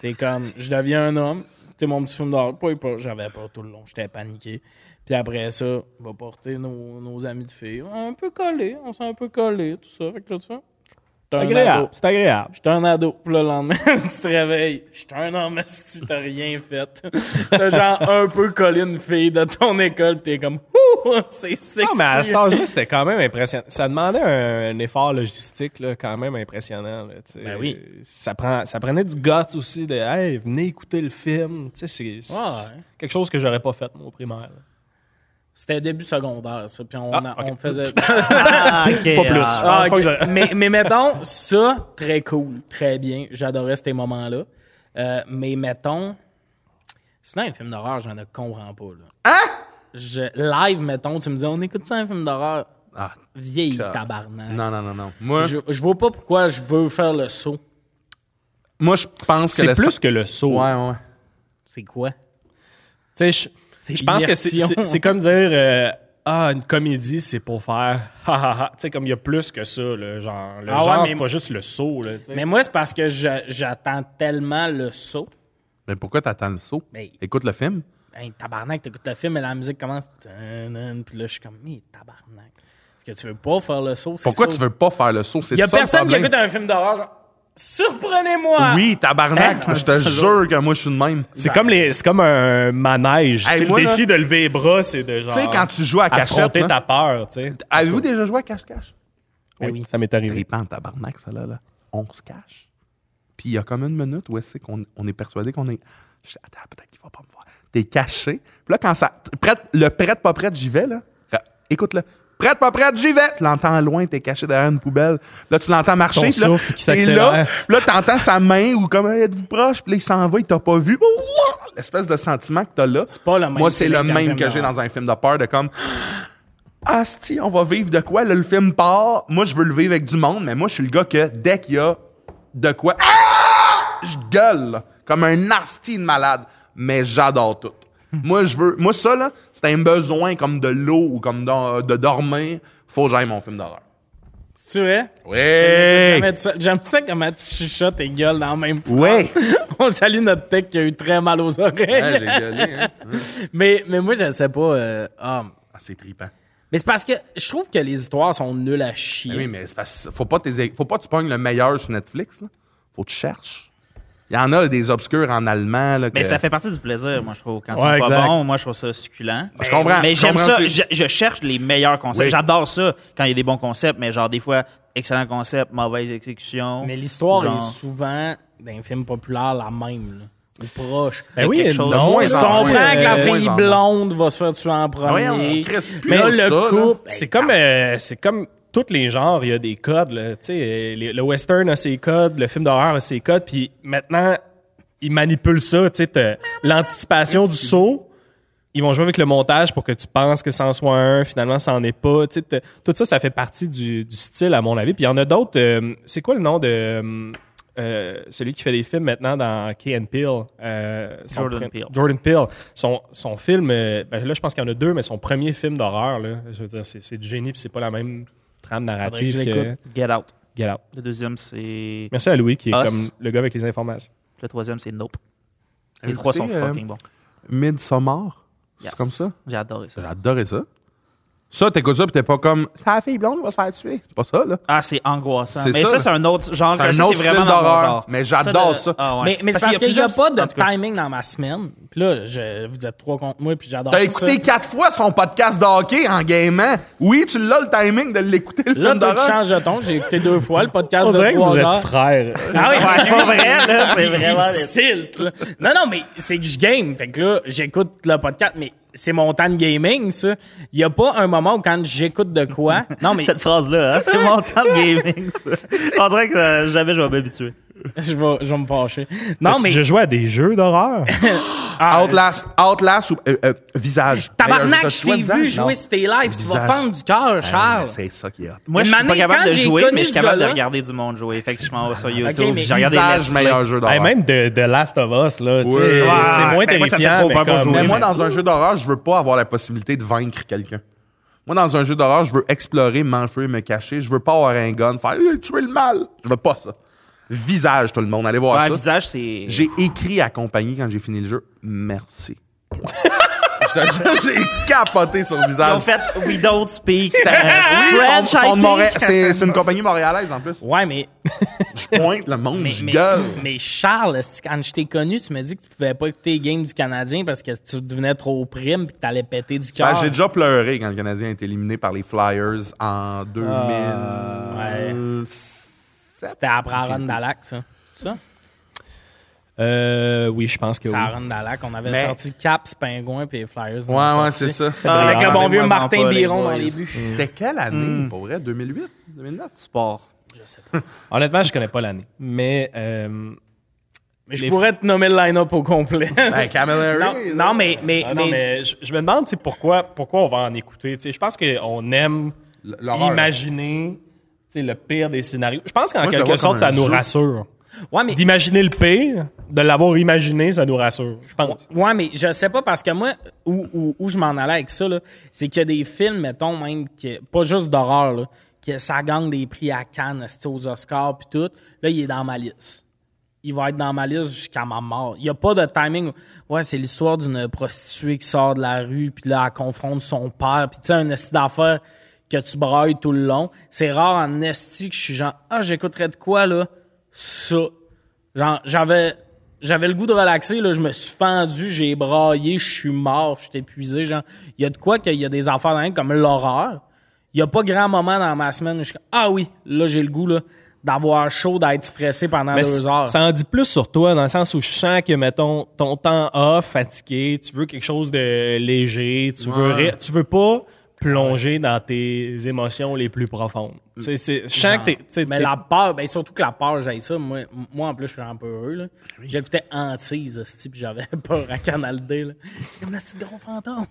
Speaker 1: T'es comme, je deviens un homme. T'es mon petit film d'or. Pas, pas, j'avais peur tout le long. J'étais paniqué. Puis après ça, on va porter nos, nos amis de filles. Un peu collés. On s'est un peu collés, tout ça. Fait que là, tu fais, t'es un ado.
Speaker 5: Agréable. C'est agréable.
Speaker 1: J'étais un ado. Puis le lendemain, <laughs> tu te réveilles. J'étais un homme, si t'as rien fait. T'as genre un peu collé une fille de ton école, pis t'es comme, ouh, c'est sexy.
Speaker 5: Non, mais à cet âge-là, c'était quand même impressionnant. Ça demandait un, un effort logistique là, quand même impressionnant. là, tu sais.
Speaker 1: Ben oui.
Speaker 5: Ça, prend, ça prenait du guts aussi de Hey, venez écouter le film. Tu sais, c'est c'est
Speaker 1: Ouais.
Speaker 5: quelque chose que j'aurais pas fait, moi, au primaire. là.
Speaker 1: C'était début secondaire, ça. Puis on,
Speaker 5: Ah,
Speaker 1: a- on
Speaker 5: ok.
Speaker 1: faisait. <laughs>
Speaker 4: Ah, ok.
Speaker 5: Pas plus.
Speaker 4: ah.
Speaker 1: Ah,
Speaker 5: Je pense pas
Speaker 1: ok.
Speaker 5: que j'aurais-
Speaker 1: mais, mais mettons, ça, très cool, très bien. J'adorais ces moments-là. Euh, mais mettons, sinon, un film d'horreur, j'en ne comprends pas. Là.
Speaker 5: Hein?
Speaker 1: Je, live, mettons, tu me dis, on écoute ça un film d'horreur?
Speaker 3: Ah,
Speaker 1: Vieille
Speaker 3: God.
Speaker 1: tabarnak.
Speaker 3: non, non, non, non. Moi,
Speaker 1: Je, je vois pas pourquoi je veux faire le saut.
Speaker 3: moi je pense que
Speaker 5: C'est
Speaker 3: le-
Speaker 5: plus que le saut.
Speaker 3: Ouais, ouais.
Speaker 1: C'est quoi?
Speaker 5: Tu sais, je- je pense que c'est-
Speaker 1: l'immersion.
Speaker 5: c'est c'est comme dire euh, Ah, une comédie, c'est pour faire <laughs> ha ha ha. Tu sais, comme il y a plus que ça. là, genre, le
Speaker 1: Ah ouais,
Speaker 5: genre,
Speaker 1: mais-
Speaker 5: c'est pas juste le saut. Là, tu sais.
Speaker 1: Mais moi, c'est parce que je- j'attends tellement le saut.
Speaker 3: Mais pourquoi t'attends le saut?
Speaker 1: Mais-
Speaker 3: Écoute le film.
Speaker 1: Hey, tabarnak, t'écoutes le film et la musique commence. Tan, nan, Puis là, je suis comme, mais tabarnak. Est-ce que tu veux pas faire le saut? C'est
Speaker 3: Pourquoi
Speaker 1: ça.
Speaker 3: tu veux pas faire le saut? C'est
Speaker 1: Il y a
Speaker 3: ça le
Speaker 1: personne qui
Speaker 3: problème.
Speaker 1: écoute un film d'horreur. genre, Surprenez-moi!
Speaker 3: Oui,
Speaker 1: Ah,
Speaker 3: tabarnak. je te jure que moi, je suis de même.
Speaker 5: C'est comme, les, c'est comme un manège.
Speaker 3: Hey,
Speaker 5: Tu sais,
Speaker 3: moi,
Speaker 5: le
Speaker 3: là-
Speaker 5: défi de lever les bras, c'est de genre.
Speaker 1: Ah.
Speaker 3: Tu sais, quand tu joues à cachette.
Speaker 5: affronter
Speaker 3: là,
Speaker 5: ta peur. tu sais.
Speaker 3: Avez-vous déjà joué à cache-cache?
Speaker 1: Ben oui.
Speaker 5: ça m'est arrivé.
Speaker 3: Trippant, tabarnak, ça là, là. On se cache. Puis il y a comme une minute où est-ce qu'on on est persuadé qu'on est. Je dis, attends, peut-être qu'il va pas me voir. T'es caché. Puis là, quand ça. Prête, le prête, pas prête, j'y vais, là. Ra- Écoute-le. Prête, pas prête, j'y vais. Tu l'entends loin, t'es caché derrière une poubelle. Là, tu l'entends marcher.
Speaker 5: Ton
Speaker 3: puis là,
Speaker 5: souffle qui
Speaker 3: t'es
Speaker 5: s'accélère.
Speaker 3: Là, puis là t'entends sa main ou comme elle est proche. Puis là, il s'en va, il t'a pas vu. Ouah! L'espèce de sentiment que t'as là.
Speaker 1: C'est pas le même
Speaker 3: Moi, c'est le
Speaker 1: feeling qu'un
Speaker 3: même
Speaker 1: film
Speaker 3: que j'ai
Speaker 1: d'horreur.
Speaker 3: dans un film de peur de comme. <gasps> Asti, on va vivre de quoi? Là, le film part. Moi, je veux le vivre avec du monde, mais moi, je suis le gars que dès qu'il y a de quoi. Ah! Je gueule là, comme un asti de malade. Mais j'adore tout.
Speaker 1: Hmm.
Speaker 3: Moi, je veux. Moi, ça, là, c'est un besoin comme de l'eau ou comme de, de dormir. Faut que j'aille mon film d'horreur.
Speaker 1: C'est vrai?
Speaker 3: Oui!
Speaker 1: J'aimais ça- J'aime ça comment tu chuchotes et gueules dans la même fois.
Speaker 3: Ouais!
Speaker 1: <laughs> On salue notre tech qui a eu très mal aux oreilles.
Speaker 3: Ouais, j'ai gueulé,
Speaker 1: <laughs>
Speaker 3: hein?
Speaker 1: mais, mais moi, je sais pas. euh, ah,
Speaker 3: Ah, c'est trippant.
Speaker 1: mais c'est parce que je trouve que les histoires sont nulles à chier.
Speaker 3: Mais Ben oui, mais c'est parce que faut pas, t'es- faut pas que tu pognes le meilleur sur Netflix, là. Faut que tu cherches. Il y en a des obscurs en allemand, là.
Speaker 4: Mais
Speaker 3: que-
Speaker 4: ça fait partie du plaisir, moi, je trouve. Quand
Speaker 5: Ouais,
Speaker 4: c'est pas
Speaker 5: exact.
Speaker 4: bon, moi, je trouve ça succulent.
Speaker 3: Je comprends,
Speaker 4: Mais
Speaker 3: je
Speaker 4: j'aime
Speaker 3: comprends,
Speaker 4: ça.
Speaker 3: c'est-
Speaker 4: Je, je cherche les meilleurs concepts.
Speaker 3: Oui.
Speaker 4: J'adore ça quand il y a des bons concepts, mais genre, des fois, excellent concept, mauvaise exécution.
Speaker 1: Mais l'histoire
Speaker 4: Genre,
Speaker 1: est souvent, dans les films populaires, la même. là, ou proche.
Speaker 5: Ben oui,
Speaker 4: quelque chose
Speaker 5: non,
Speaker 4: de moins
Speaker 5: c'est
Speaker 1: Tu
Speaker 3: en
Speaker 1: comprends
Speaker 5: comme,
Speaker 3: moins.
Speaker 5: euh,
Speaker 1: que la
Speaker 3: moins
Speaker 1: fille
Speaker 3: en moins.
Speaker 1: blonde va se faire tuer en premier.
Speaker 3: Voyons, Chris, plus
Speaker 1: mais là,
Speaker 3: haut que ça,
Speaker 1: le
Speaker 3: là.
Speaker 1: couple.
Speaker 5: C'est comme, euh, c'est comme tous les genres, il y a des codes. Là. Tu sais, euh, les- le western a ses codes, le film d'horreur a ses codes, puis maintenant, ils manipulent ça. tu sais, t'as L'anticipation du saut, ils vont jouer avec le montage pour que tu penses que c'en soit un, finalement, ça n'en est pas. tu sais, t'as- tout ça, ça fait partie du, du style, à mon avis. Puis il y en a d'autres. euh, c'est quoi le nom de euh, euh, celui qui fait des films maintenant dans Key and Peele? euh, son
Speaker 4: Jordan
Speaker 5: pr-
Speaker 4: Peele.
Speaker 5: Jordan Peele, son, son film, euh, ben là, je pense qu'il y en a deux, mais son premier film d'horreur, là, je veux dire, c'est, c'est du génie, puis c'est pas la même trame narrative
Speaker 1: Faudrait
Speaker 5: que,
Speaker 1: que je l'écoute.
Speaker 4: Get out.
Speaker 5: Get Out.
Speaker 4: Le deuxième, c'est.
Speaker 5: Merci à Louis, qui est
Speaker 1: Ah,
Speaker 4: Us.
Speaker 5: comme le gars avec les informations.
Speaker 4: Le troisième, c'est Nope. Les
Speaker 3: Écoutez,
Speaker 4: trois sont
Speaker 3: euh,
Speaker 4: fucking bons.
Speaker 3: Midsommar.
Speaker 4: Yes.
Speaker 3: C'est comme ça?
Speaker 4: J'ai adoré ça.
Speaker 3: J'ai adoré ça. Ça, t'écoutes ça, pis t'es pas comme ça, la fille blonde va se faire tuer. C'est pas ça, là.
Speaker 4: Ah, c'est angoissant.
Speaker 3: C'est
Speaker 4: Mais
Speaker 3: ça,
Speaker 4: ça,
Speaker 3: là.
Speaker 4: c'est un autre genre.
Speaker 3: C'est un
Speaker 4: ça,
Speaker 3: autre
Speaker 4: vraiment
Speaker 3: style
Speaker 4: dans mon
Speaker 3: d'horreur,
Speaker 4: genre.
Speaker 3: mais j'adore ça.
Speaker 4: Ah ouais.
Speaker 1: Mais, mais c'est parce qu'il n'y a,
Speaker 4: plusieurs-
Speaker 1: pas de
Speaker 4: en tout cas,
Speaker 1: timing dans ma semaine. Puis là, je, vous êtes trois contre moi, puis j'adore
Speaker 3: T'as
Speaker 1: Ah, ça.
Speaker 3: écouté quatre fois son podcast de hockey en gamant. Oui, tu l'as le timing de l'écouter, le
Speaker 1: Là,
Speaker 3: film
Speaker 1: toi, tu
Speaker 3: d'horreur.
Speaker 1: changes de ton. J'ai écouté deux fois le podcast
Speaker 5: On
Speaker 1: de
Speaker 5: dirait que vous
Speaker 1: Ah, trois heures.
Speaker 5: êtes frères.
Speaker 1: Ah oui,
Speaker 4: C'est pas vrai, là. C'est vraiment.
Speaker 1: <laughs> Il tilt, là. Non, non, mais c'est que je game. Fait que là, j'écoute le podcast, mais c'est mon temps de gaming, ça. Il n'y a pas un moment où quand j'écoute de quoi. Non, mais
Speaker 4: Cette phrase-là, hein, c'est
Speaker 1: <laughs>
Speaker 4: mon temps de gaming, ça. On dirait que euh, jamais je vais m'habituer.
Speaker 1: <laughs> je vais, je vais me fâcher. Non, mais.
Speaker 5: Je jouais à des jeux d'horreur.
Speaker 1: Ah,
Speaker 3: Outlast, Outlast ou euh, euh, Visage.
Speaker 1: Tabarnak,
Speaker 3: Hey,
Speaker 1: je
Speaker 3: choix
Speaker 1: t'ai
Speaker 3: Visage?
Speaker 1: vu jouer
Speaker 3: Non.
Speaker 1: sur tes lives. Tu vas
Speaker 3: Visage.
Speaker 1: fendre du cœur,
Speaker 3: Ah,
Speaker 1: Charles.
Speaker 3: C'est ça qui est hot.
Speaker 4: Moi,
Speaker 1: Une
Speaker 4: je suis pas
Speaker 1: année,
Speaker 4: capable
Speaker 1: quand
Speaker 4: de
Speaker 1: j'ai
Speaker 4: jouer,
Speaker 1: connu
Speaker 4: mais je suis
Speaker 1: ce
Speaker 4: capable de
Speaker 1: gars-là-
Speaker 4: regarder du monde jouer. Fait que je m'en vais sur YouTube.
Speaker 1: Ok, mais
Speaker 4: J'ai regardé les
Speaker 3: Visage,
Speaker 4: Let's Play.
Speaker 3: meilleur jeu
Speaker 5: Hey,
Speaker 3: d'horreur.
Speaker 5: même de, de Last of Us, là, tu sais,
Speaker 3: Ouais.
Speaker 5: c'est
Speaker 4: Ouais,
Speaker 5: moins
Speaker 4: mais moi, ça fait
Speaker 5: terrifiant,
Speaker 4: trop
Speaker 5: mais
Speaker 4: peur pour
Speaker 5: comme-
Speaker 4: jouer,
Speaker 3: Mais moi,
Speaker 4: mais-
Speaker 3: dans un jeu d'horreur, je veux pas avoir la possibilité de vaincre quelqu'un. Moi, dans un jeu d'horreur, je veux explorer, m'enfuir, me cacher. Je veux pas avoir un gun, faire Hey, tuer le mal. Je veux pas ça. Visage, tout le monde. Allez voir
Speaker 4: Ouais,
Speaker 3: Ah, ça.
Speaker 4: visage, c'est.
Speaker 3: J'ai écrit à compagnie quand j'ai fini le jeu. Merci. Je te jure, <laughs> j'ai capoté sur
Speaker 4: Ils ont
Speaker 3: visage.
Speaker 4: fait We Don't
Speaker 3: Ils
Speaker 4: Speak.
Speaker 3: sont-
Speaker 4: French,
Speaker 3: sont de
Speaker 4: I think.
Speaker 3: Montréal- C'est c'est une compagnie montréalaise en plus.
Speaker 1: Ouais,
Speaker 3: <laughs>
Speaker 1: mais,
Speaker 3: Je pointe le monde,
Speaker 1: mais,
Speaker 3: je
Speaker 1: mais,
Speaker 3: gueule.
Speaker 1: mais Charles, esti, quand je t'ai connu, tu m'as dit que tu pouvais pas écouter les games du Canadien parce que tu devenais trop prime et que t'allais péter du
Speaker 3: Ben,
Speaker 1: cœur.
Speaker 3: j'ai déjà pleuré quand le Canadien a été éliminé par les Flyers
Speaker 5: Ah,
Speaker 3: en 2007.
Speaker 1: C'était après Arondalac, ça. C'est ça?
Speaker 5: Euh, oui, je pense que
Speaker 1: C'est
Speaker 5: oui.
Speaker 1: à Arondalac. On avait
Speaker 3: Mais-
Speaker 1: sorti Caps, Pingouin puis les Flyers. on
Speaker 3: Ouais,
Speaker 1: a
Speaker 3: ouais,
Speaker 1: sorti.
Speaker 3: c'est ça.
Speaker 4: Ah,
Speaker 1: Avec le bon vieux
Speaker 4: parlez-moi-en
Speaker 1: Martin
Speaker 4: pas, les
Speaker 1: Biron
Speaker 4: boys.
Speaker 1: dans les buts.
Speaker 3: C'était quelle
Speaker 5: Hmm.
Speaker 3: année, pour vrai? 2008? 2009?
Speaker 4: Sport.
Speaker 5: Honnêtement, je connais pas l'année. Mais euh,
Speaker 1: Mais je
Speaker 5: Les-
Speaker 1: pourrais te nommer le line-up au complet.
Speaker 3: Ben, Camilleri,
Speaker 1: <laughs> non,
Speaker 3: là.
Speaker 1: non, mais, mais,
Speaker 5: Ah
Speaker 1: mais,
Speaker 5: non, mais je, je me demande tu sais, pourquoi, pourquoi on va en écouter. tu sais. Je pense qu'on aime
Speaker 3: L- l'horreur. hein.
Speaker 5: imaginer tu sais, le pire des scénarios. Je pense qu'en
Speaker 3: Moi, je le
Speaker 5: quelque
Speaker 3: vois
Speaker 5: sorte,
Speaker 3: comme
Speaker 5: ça
Speaker 3: un
Speaker 5: nous
Speaker 3: jeu.
Speaker 5: rassure.
Speaker 1: ouais, mais,
Speaker 5: D'imaginer le pire, de l'avoir imaginé, ça nous rassure. Je pense.
Speaker 1: ouais, mais je sais pas parce que moi, où, où, où je m'en allais avec ça, là, c'est qu'il y a des films, mettons, même, que, pas juste d'horreur, là, que ça gagne des prix à Cannes, esti, aux Oscars puis tout. Là, il est dans ma liste. Il va être dans ma liste jusqu'à ma mort. Il n'y a pas de timing. où- Ouais, c'est l'histoire d'une prostituée qui sort de la rue, puis là, elle confronte son père, puis tu sais, un esti d'affaires que tu brailles tout le long. C'est rare en esti que je suis genre, ah, j'écouterais de quoi, là? Ça. Genre, j'avais, j'avais le goût de relaxer, là, je me suis fendu, j'ai braillé, je suis mort, je suis épuisé, genre. Il y a de quoi qu'il y a des affaires dans la vie comme l'horreur. Il n'y a pas grand moment dans ma semaine où je suis comme, ah oui, là, j'ai le goût, là, d'avoir chaud, d'être stressé pendant
Speaker 5: Mais
Speaker 1: deux heures.
Speaker 5: ça en dit plus sur toi, dans le sens où je sens que, mettons, ton temps off, fatigué, tu veux quelque chose de léger, tu, veux, rire, tu veux pas plonger dans tes émotions les plus profondes. Tu sais, c'est- je sens que t'es- tu sais,
Speaker 1: Mais
Speaker 5: t'es-
Speaker 1: la peur, ben surtout que la peur, j'ai ça. Moi, moi, en plus, je suis un peu heureux. là. J'écoutais Antise, hostie, puis j'avais <laughs> peur à Canal D. <laughs> Là. On a si gros fantôme.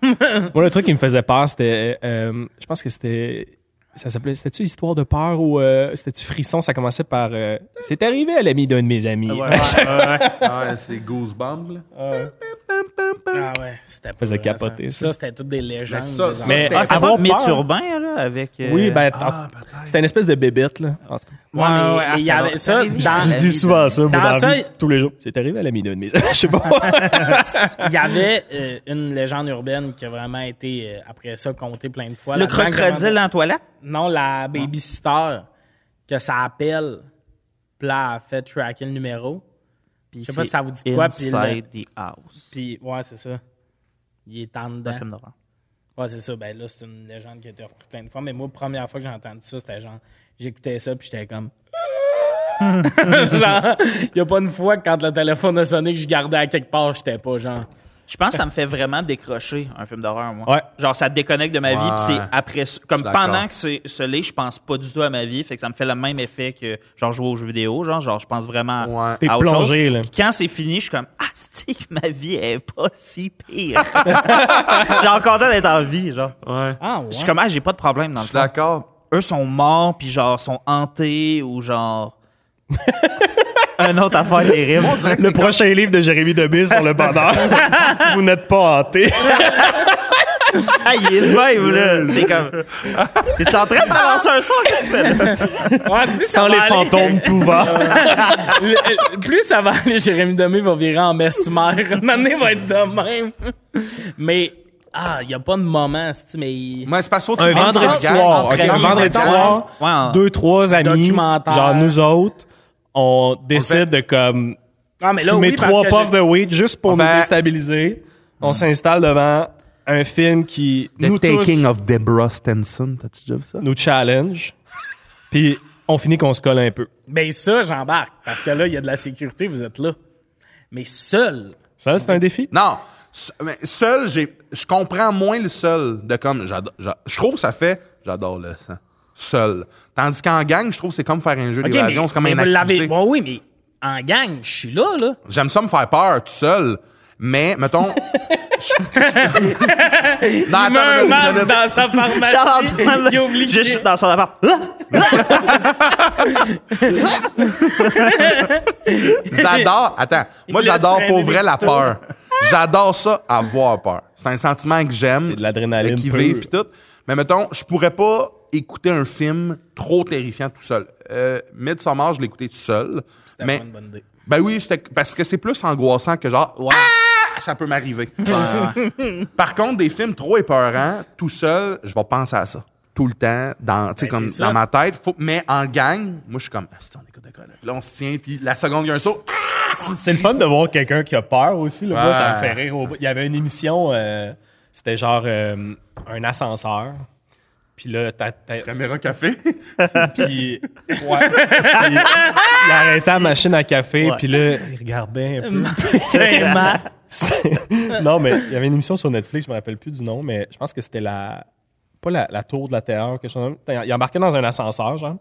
Speaker 5: Moi, le truc qui me faisait peur, c'était. euh, je pense que c'était. Ça s'appelait. C'était-tu Histoire de peur ou. euh, c'était-tu Frisson Ça commençait par. euh, c'est arrivé à l'ami d'un de mes amis.
Speaker 4: Ouais, ouais, ouais.
Speaker 3: Ah, c'est Goosebumps, là. Pam, pam, pam, pam.
Speaker 1: ah ouais, c'était pas
Speaker 5: Faisait
Speaker 1: vrai, ça.
Speaker 5: capoter, ça.
Speaker 1: Ça, c'était toutes des légendes.
Speaker 3: Mais ça,
Speaker 1: des
Speaker 3: ça,
Speaker 1: enfants.
Speaker 5: Mais
Speaker 3: c'était-
Speaker 4: Ah,
Speaker 5: avoir
Speaker 4: avoir
Speaker 1: hein?
Speaker 5: peur.
Speaker 4: Méturbin, là, avec. euh,
Speaker 5: Oui, ben.
Speaker 3: Ah,
Speaker 5: en-
Speaker 3: peut-être.
Speaker 5: c'était une espèce de bébête, là. En tout cas.
Speaker 1: Ouais, mais
Speaker 4: ouais, ah,
Speaker 1: il y avait
Speaker 4: c'est
Speaker 1: ça
Speaker 4: drôle.
Speaker 1: dans-
Speaker 5: Je dis souvent ça, moi,
Speaker 1: Dans
Speaker 5: dans la
Speaker 1: ça,
Speaker 5: vie, tous les jours. C'est arrivé à l'ami d'un de mes amis. Je
Speaker 1: <laughs>
Speaker 5: sais pas.
Speaker 1: Il y avait euh, une légende urbaine qui a vraiment été, euh, après ça, contée plein de fois.
Speaker 4: Le
Speaker 1: La banque de
Speaker 4: crocodile hein? en toilette?
Speaker 1: Non, la babysitter que ça appelle, puis là, elle fait tracker le numéro.
Speaker 4: Je
Speaker 1: sais pas si ça vous dit de quoi, puis le-
Speaker 4: Inside the House.
Speaker 1: Puis, ouais, c'est ça. Il est en
Speaker 4: Un
Speaker 1: dedans.
Speaker 4: film d'horreur.
Speaker 1: Ouais, c'est ça. Ben là, c'est une légende qui a été reprise plein de fois. Mais moi, première fois que j'ai entendu ça, c'était genre, j'écoutais ça, puis j'étais comme. <laughs> genre, il a pas une fois que quand le téléphone a sonné que je gardais à quelque part, j'étais pas genre.
Speaker 4: Je pense que ça me fait vraiment décrocher un film d'horreur, moi.
Speaker 5: Ouais.
Speaker 4: Genre, ça déconnecte de ma vie,
Speaker 3: Ouais.
Speaker 4: puis c'est après. ce- Comme
Speaker 3: Je suis d'accord.
Speaker 4: pendant que c'est ce lit, je pense pas du tout à ma vie, fait que ça me fait le même effet que, genre, jouer aux jeux vidéo. Genre, genre je pense vraiment
Speaker 3: Ouais.
Speaker 4: à.
Speaker 5: T'es
Speaker 4: à autre
Speaker 5: plongé,
Speaker 4: chose.
Speaker 5: là.
Speaker 4: Puis quand c'est fini, je suis comme, ah, c'est que ma vie est pas si pire. <laughs> J'ai encore content d'être en vie, genre.
Speaker 3: Ouais.
Speaker 1: Ah, ouais.
Speaker 4: Je suis comme, ah, j'ai pas de problème dans
Speaker 3: Je
Speaker 4: le
Speaker 3: suis
Speaker 4: fond.
Speaker 3: d'accord.
Speaker 4: Eux sont morts, puis genre, sont hantés,
Speaker 3: <laughs>
Speaker 4: ou genre. Un autre affaire terrible.
Speaker 3: On dirait que
Speaker 5: Le
Speaker 3: <laughs> c'est
Speaker 5: prochain livre de Jérémy Debé sur le bonheur. Vous n'êtes pas hanté.
Speaker 4: Ah, il est de même,
Speaker 3: <laughs>
Speaker 4: là. T'es comme. T'es-tu en train de balancer un son? Qu'est-ce que tu fais, là?
Speaker 1: Ouais, <laughs> plus ça va
Speaker 5: Sans les
Speaker 1: aller-
Speaker 5: fantômes pouvants.
Speaker 1: Le- euh, plus ça va aller, Jérémy Demé va virer en mesmer. <laughs> Une année va être de même. Mais, ah, il n'y a pas de moment, c'ti, mais. il-
Speaker 3: Mais c'est parce que tu
Speaker 5: Un
Speaker 3: penses
Speaker 5: vendredi
Speaker 3: ça,
Speaker 5: soir. ok,
Speaker 3: regarde,
Speaker 5: un
Speaker 3: en
Speaker 5: vendredi
Speaker 3: même temps,
Speaker 5: soir,
Speaker 4: Ouais, en-
Speaker 5: deux, trois amis,
Speaker 1: Documentaire.
Speaker 5: genre nous autres, on décide de comme
Speaker 1: Ah, mais là,
Speaker 5: fumer
Speaker 1: oui, parce
Speaker 5: trois
Speaker 1: que
Speaker 5: puffs
Speaker 1: j'ai-
Speaker 5: de weed juste pour
Speaker 3: Enfin-
Speaker 5: nous déstabiliser. On s'installe devant un film qui nous,
Speaker 3: The Taking
Speaker 5: tous,
Speaker 3: of Deborah Stenson. T'as-tu déjà vu ça?
Speaker 5: nous challenge. Puis on finit qu'on se colle un peu.
Speaker 1: Ben, ça, j'embarque. Parce que là, il y a de la sécurité, vous êtes là. Mais seul.
Speaker 5: Ça, c'est un défi.
Speaker 3: Non. Se- mais Seul, j'ai, je comprends moins le seul de comme. j'ado- j'a- Je trouve que ça fait. J'adore le sang. Seul. Tandis qu'en gang, je trouve que c'est comme faire un jeu
Speaker 1: OK, mais,
Speaker 3: d'évasion. C'est comme
Speaker 1: mais
Speaker 3: une
Speaker 1: vous l'avez-
Speaker 3: activité.
Speaker 1: Bon, oui, mais en gang, je suis là, là.
Speaker 3: J'aime ça me faire peur tout seul. Mais,
Speaker 1: <laughs>
Speaker 3: mettons. <laughs> je, je- non,
Speaker 1: Il
Speaker 3: attends,
Speaker 1: met un
Speaker 3: minute,
Speaker 1: masque
Speaker 3: minute.
Speaker 1: dans sa
Speaker 4: <laughs>
Speaker 1: pharmacie.
Speaker 4: Charles-Antoine,
Speaker 1: Il est obligé.
Speaker 4: juste dans son appart.
Speaker 3: J'adore. Attends. Moi,
Speaker 1: Il laisse
Speaker 3: j'adore
Speaker 1: traîner
Speaker 3: pour
Speaker 1: des
Speaker 3: vrai la peur. J'adore ça, avoir peur. C'est un sentiment que j'aime.
Speaker 5: C'est de l'adrénaline
Speaker 3: Qui
Speaker 5: pure.
Speaker 3: vive pis tout. Mais mettons, je pourrais pas écouter un film trop terrifiant tout seul. Euh, Midsommar, je l'ai écouté tout seul.
Speaker 1: C'était
Speaker 3: Mais,
Speaker 1: pas une bonne idée.
Speaker 3: ben oui, c'était- parce que c'est plus angoissant que genre, Ah! ça peut m'arriver. <laughs> Par contre, des films trop épeurants, tout seul, je vais penser à ça. Tout le temps, dans, tu sais,
Speaker 1: Ben,
Speaker 3: comme,
Speaker 1: c'est ça.
Speaker 3: dans ma tête. Faut, mais en gang, moi, je suis comme, ah, c'est on écoute d'accord. Là, on se tient, puis la seconde, il y a un saut.
Speaker 5: C'est le fun de voir quelqu'un qui a peur aussi. là. Moi,
Speaker 3: Ouais.
Speaker 5: ça me fait rire. au bout. Il y avait une émission, euh, c'était genre euh, un ascenseur. Puis là, t'as- t'as-
Speaker 3: Caméra café.
Speaker 5: puis, <laughs> ouais. Puis, il arrêtait la machine à café, puis là, il regardait un peu.
Speaker 1: Vraiment.
Speaker 5: C'était- <laughs> non, mais il y avait une émission sur Netflix, je me rappelle plus du nom, mais je pense que c'était la. Pas la, la tour de la terreur, quelque chose. comme ça. Il embarquait dans un ascenseur, genre.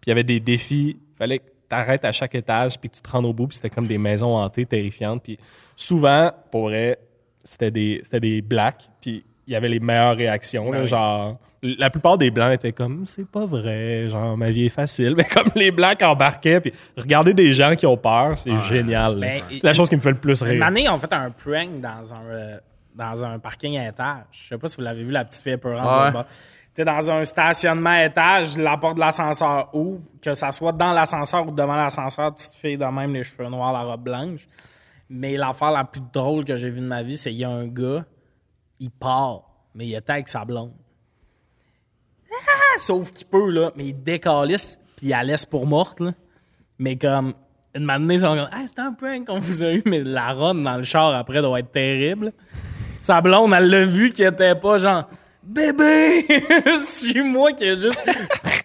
Speaker 5: Puis il y avait des défis. Il fallait que tu arrêtes à chaque étage, puis que tu te rendes au bout, puis c'était comme des maisons hantées, terrifiantes. Puis souvent, pour vrai, c'était des, c'était des blacks, puis il y avait les meilleures réactions, là, genre. La plupart des blancs étaient comme c'est pas vrai, genre ma vie est facile, <laughs> mais comme les blacks embarquaient puis regarder des gens qui ont peur, c'est génial. là.
Speaker 1: Ben,
Speaker 5: c'est la chose qui me fait le plus
Speaker 1: Une
Speaker 5: rire.
Speaker 1: année, on fait un prank dans un, euh, dans un parking à étage. Je sais pas si vous l'avez vu, la petite fille
Speaker 3: Ouais.
Speaker 1: épeurante. là-bas. T'es dans un stationnement à étage, la porte de l'ascenseur ouvre, que ça soit dans l'ascenseur ou devant l'ascenseur, petite fille de même, les cheveux noirs, la robe blanche. Mais l'affaire la plus drôle que j'ai vue de ma vie, c'est qu'il y a un gars, il part, mais il était avec sa blonde. Ah, sauf qu'il peut, là, mais il décalisse, puis il la laisse pour morte, là. Mais comme, une matinée, ils sont comme, ah, c'était un prank qu'on vous a eu, mais la run dans le char après doit être terrible. Sa blonde, elle l'a vu qui était pas genre, bébé! <laughs> suis moi qui ai juste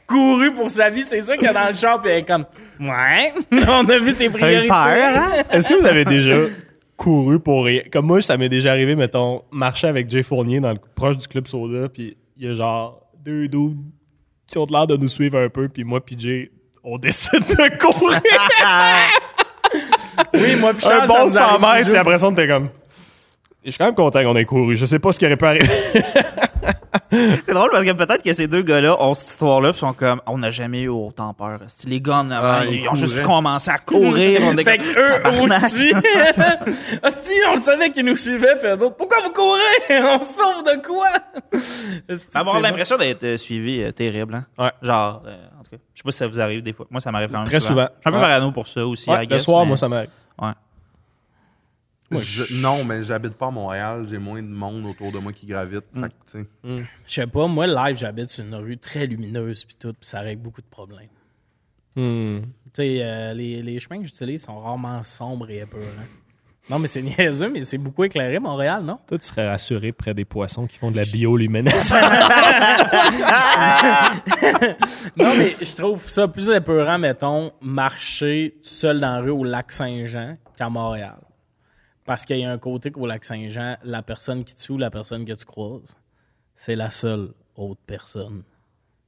Speaker 1: couru pour sa vie, c'est ça qu'il y a dans le char, puis elle est comme, ouais, <laughs> on a vu tes priorités.
Speaker 5: hein? Est-ce que vous avez déjà <laughs> couru pour rien? Comme moi, ça m'est déjà arrivé, mettons, marcher avec Jay Fournier dans le, proche du Club Soda, puis il y a genre deux doux qui ont l'air de nous suivre un peu, puis moi, puis Jay, on <laughs> décide de courir
Speaker 1: Oui, moi, puis Charles, ça
Speaker 5: un bon
Speaker 1: nous
Speaker 5: 100
Speaker 1: arrive
Speaker 5: mètres,
Speaker 1: toujours.
Speaker 5: puis après ça, on était comme. Je suis quand même content qu'on ait couru. Je sais pas ce qui aurait pu <laughs> arriver.
Speaker 4: C'est drôle parce que peut-être que ces deux gars-là ont cette histoire-là, puis sont comme, on n'a jamais eu autant peur. C'est-tu, Les gars, en avant,
Speaker 3: Ah,
Speaker 4: ils,
Speaker 3: ils
Speaker 4: ont juste
Speaker 3: couraient.
Speaker 4: commencé à courir. On
Speaker 1: <laughs>
Speaker 4: est
Speaker 1: Fait
Speaker 4: comme,
Speaker 1: que eux
Speaker 4: Tabarnak.
Speaker 1: aussi.
Speaker 4: <laughs>
Speaker 1: Hostie, on le savait qu'ils nous suivaient, puis eux autres, pourquoi vous courez? <laughs> On se sauve de quoi? Hostie,
Speaker 4: Avoir
Speaker 1: c'est
Speaker 4: l'impression d'être euh, suivi, euh, terrible. Hein?
Speaker 2: Ouais.
Speaker 4: Genre, euh, en tout cas, je sais pas si ça vous arrive des fois. Moi, ça m'arrive quand même
Speaker 5: Très souvent.
Speaker 4: Je suis un peu
Speaker 5: Ouais.
Speaker 4: parano pour ça aussi. I
Speaker 5: Ouais, le
Speaker 4: guess,
Speaker 5: soir,
Speaker 4: mais-
Speaker 5: moi, ça m'arrive.
Speaker 4: Ouais.
Speaker 3: Je- non, mais j'habite pas à Montréal. J'ai moins de monde autour de moi qui gravite. Fait que, tu sais.
Speaker 1: Je sais pas, moi, live, j'habite sur une rue très lumineuse, puis tout, puis ça règle beaucoup de problèmes.
Speaker 5: Hmm.
Speaker 1: Tu sais, euh, les, les chemins que j'utilise sont rarement sombres et épeurants. Non, mais c'est <laughs> niaiseux, mais c'est beaucoup éclairé, Montréal, non?
Speaker 5: Toi, tu serais rassuré près des poissons qui font de la bioluminescence.
Speaker 1: Non, mais je trouve ça plus épeurant, mettons, marcher tout seul dans la rue au lac Saint-Jean qu'à Montréal. Parce qu'il y a un côté qu'au lac Saint-Jean, la personne qui te suit, la personne que tu croises, c'est la seule autre personne.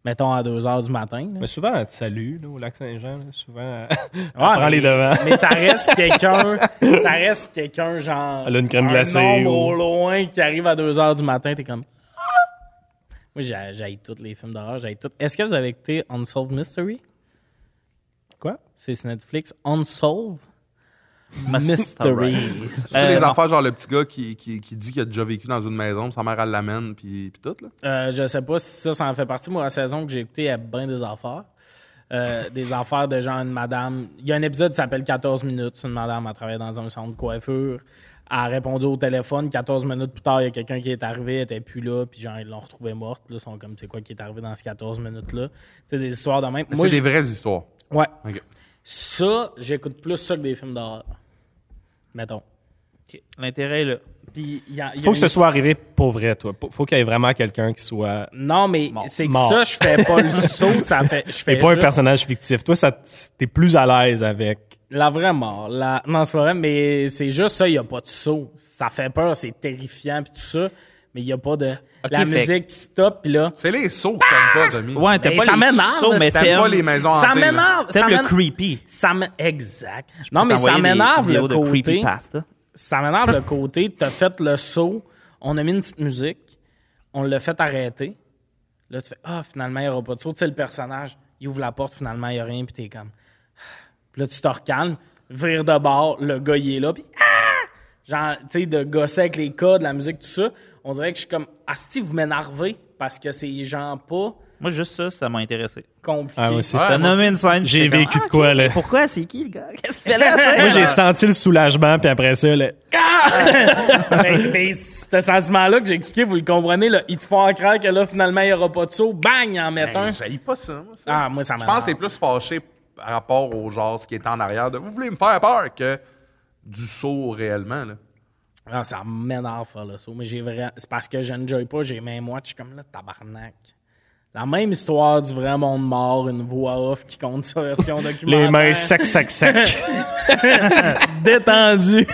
Speaker 1: Mettons à 2 heures du matin. là.
Speaker 5: <laughs> Mais souvent, tu salues là, au lac Saint-Jean. là, Souvent, <laughs> elle
Speaker 1: Ouais,
Speaker 5: prend
Speaker 1: mais-
Speaker 5: les devants.
Speaker 1: Mais ça reste quelqu'un, ça reste quelqu'un genre.
Speaker 5: Elle a une crème
Speaker 1: un
Speaker 5: glacée
Speaker 1: nombre
Speaker 5: ou-
Speaker 1: au loin qui arrive à 2 h du matin, t'es comme. ah! Moi, j'ai j'haïs tous les films d'horreur, j'haïs tout. Est-ce que vous avez écouté Unsolved Mystery?
Speaker 5: Quoi?
Speaker 1: C'est sur Netflix. Unsolved
Speaker 4: Mystery.
Speaker 1: Mysteries.
Speaker 3: Tu sais, les
Speaker 4: Euh, non.
Speaker 3: affaires, genre le petit gars qui, qui, qui dit qu'il a déjà vécu dans une maison, puis sa mère, elle l'amène, puis, puis tout, là.
Speaker 1: Euh, je sais pas si ça, ça en fait partie. Moi, la saison que j'ai écoutée, il y a bien des affaires. Euh, des <laughs> affaires de genre une madame. Il y a un épisode qui s'appelle 14 minutes. C'est Une madame a travaillé dans un centre de coiffure. Elle a répondu au téléphone. 14 minutes plus tard, il y a quelqu'un qui est arrivé, elle était plus là, puis genre, ils l'ont retrouvée morte. Puis Là, ils sont comme, c'est quoi qui est arrivé dans ces 14 minutes-là? C'est des histoires de même.
Speaker 3: Mais
Speaker 1: Moi,
Speaker 3: c'est des
Speaker 1: j'ai-
Speaker 3: vraies histoires.
Speaker 1: Ouais.
Speaker 3: OK.
Speaker 1: Ça, j'écoute plus ça que des films d'horreur. Mettons.
Speaker 4: Ok. L'intérêt, est là.
Speaker 1: Puis, il y a- il y a
Speaker 5: Faut que
Speaker 1: une
Speaker 5: ce soit arrivé pour vrai, toi. Faut- Faut qu'il y ait vraiment quelqu'un qui soit.
Speaker 1: Non, mais
Speaker 4: Mort.
Speaker 1: c'est que
Speaker 5: Mort.
Speaker 1: ça, je fais pas le
Speaker 4: <laughs>
Speaker 1: saut. Ça fait, je fais
Speaker 5: Et pas un
Speaker 1: juste-
Speaker 5: personnage fictif. Toi, ça, t- t'es plus à l'aise avec.
Speaker 1: La vraie mort. La... Non, c'est pas vrai, mais c'est juste ça, il n'y a pas de saut. Ça fait peur, c'est terrifiant, puis tout ça, mais il n'y a pas de... la
Speaker 4: fait-
Speaker 1: musique qui stop, puis là...
Speaker 3: C'est les sauts que t'aimes pas, Tommy.
Speaker 4: Ouais, t'as
Speaker 1: Mais
Speaker 4: pas
Speaker 1: ça
Speaker 4: les
Speaker 1: m'énerve,
Speaker 4: sauts, mais
Speaker 3: T'aimes pas les
Speaker 4: t'aimes
Speaker 3: maisons
Speaker 1: Ça
Speaker 3: hantées, là.
Speaker 1: m'énerve! Ça
Speaker 4: t'aimes le
Speaker 1: m'énerve.
Speaker 4: creepy.
Speaker 1: Ça m'é- Exact. Non, mais ça
Speaker 4: T'envoyer des
Speaker 1: m'énerve le
Speaker 4: vidéos de
Speaker 1: côté...
Speaker 4: creepypasta.
Speaker 1: Ça m'énerve le côté, t'as fait le saut, on a mis une petite musique, on l'a fait arrêter. Là, tu fais, ah, finalement, il n'y aura pas de saut. Tu sais, le personnage, il ouvre la porte, finalement, il n'y a rien, puis t'es comme... <sighs> Puis là, tu te recalmes, vire de bord, le gars, il est là, puis ah! genre, tu sais, de gosser avec les codes, la musique, tout ça, on dirait que je suis comme, Asti, vous m'énervez parce que c'est genre pas
Speaker 4: Moi, juste ça, ça m'a intéressé.
Speaker 1: compliqué.
Speaker 5: Ah, moi, c'est-
Speaker 3: Ouais,
Speaker 4: T'as
Speaker 3: moi
Speaker 4: nommé une scène.
Speaker 5: J'ai
Speaker 4: j'étais comme,
Speaker 5: vécu
Speaker 4: ah,
Speaker 5: de quoi, là.
Speaker 4: Pourquoi? C'est qui, le gars? Qu'est-ce qu'il fait là,
Speaker 5: <laughs>
Speaker 4: tu sais?
Speaker 5: Moi, j'ai senti le soulagement, puis après ça, le-
Speaker 1: mais, mais ce sentiment-là que j'ai expliqué, vous le comprenez, là, il te font croire que là, finalement, il n'y aura pas de saut, bang, il en met un.
Speaker 3: Hey, J'haïs pas ça, moi, ça.
Speaker 1: Ah, moi, ça
Speaker 3: Ben, Je
Speaker 1: m'énerve.
Speaker 3: pense que c'est plus fâché par rapport au genre, ce qui est en arrière de « Vous voulez me faire peur » que du saut réellement, là.
Speaker 1: Ah, ça m'énerve faire le saut. Mais j'ai vraiment. C'est parce que je n'enjoy pas, j'ai même moi, je suis comme là, tabarnak. La même histoire du vrai monde mort, une voix off qui compte sa version documentaire.
Speaker 5: <laughs> les mains sec, sec, sec.
Speaker 1: <laughs> détendu.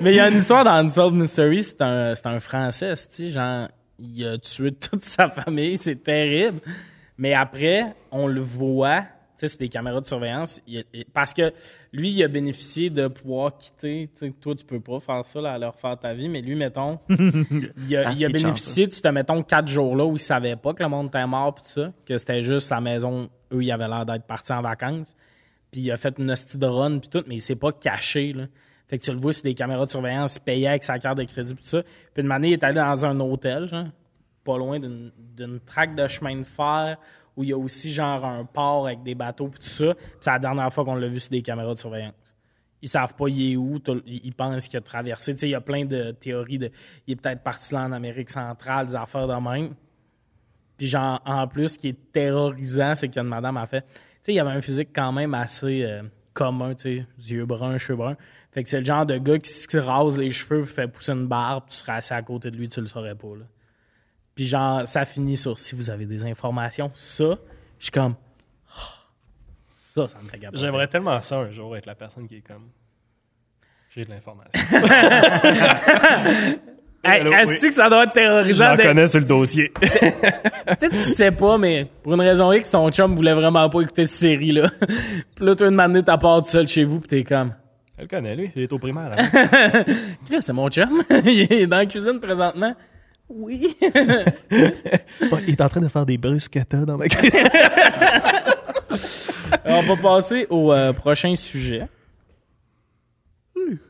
Speaker 1: Mais il y a une histoire dans Unsolved Mystery, c'est un, c'est un Français, tu genre, il a tué toute sa famille, c'est terrible. Mais après, on le voit, tu sais, sur des caméras de surveillance, il- il- parce que lui, il a bénéficié de pouvoir quitter, tu sais, toi, tu peux pas faire ça, là, leur faire ta vie, mais lui, mettons, il a,
Speaker 4: Ah,
Speaker 1: il a
Speaker 4: c'est
Speaker 1: bénéficié de, ce, mettons, quatre jours-là où il savait pas que le monde était mort, pis tout ça, que c'était juste sa maison, eux, ils avaient l'air d'être partis en vacances puis il a fait une hostie de run, puis tout, mais il s'est pas caché, là. Fait que tu le vois sur des caméras de surveillance, il payait avec sa carte de crédit, puis tout ça. Puis une année, il est allé dans un hôtel, genre, pas loin d'une d'une traque de chemin de fer, où il y a aussi, genre, un port avec des bateaux, puis tout ça. Puis c'est la dernière fois qu'on l'a vu sur des caméras de surveillance. Ils savent pas il est où, tout- ils ils pensent qu'il a traversé. Tu sais, il y a plein de théories de... Il est peut-être parti là en Amérique centrale, des affaires de même. Puis genre, en plus, ce qui est terrorisant, c'est qu'une madame a fait... Tu sais, il y avait un physique quand même assez euh, commun, tu sais, des yeux bruns, cheveux bruns. Fait que c'est le genre de gars qui se rase les cheveux, fait pousser une barbe, tu serais assis à côté de lui, tu le saurais pas, là. Puis genre, ça finit sur « si vous avez des informations », ça, je suis comme... Ah, Ça, ça me fait capoter.
Speaker 5: J'aimerais tellement ça un jour, être la personne qui est comme. J'ai de l'information.
Speaker 1: Hey,
Speaker 5: Allô,
Speaker 1: Asti,
Speaker 5: oui.
Speaker 1: que ça doit être terrorisant.
Speaker 5: <laughs> J'en
Speaker 1: de-
Speaker 5: connais sur le dossier.
Speaker 1: Tu sais, tu sais pas, mais pour une raison X, ton chum voulait vraiment pas écouter cette série-là. <laughs> Puis là, toi, une matinée, t'as part tout seul chez vous, pis t'es comme...
Speaker 5: Elle le connaît, lui. Il est au primaire. hein.
Speaker 1: <laughs> Chris, c'est mon chum. <laughs> Il est dans la cuisine présentement. Oui.
Speaker 5: Oh, il est en train de faire des bruscata dans ma cuisine.
Speaker 1: Alors, on va passer au euh, prochain sujet.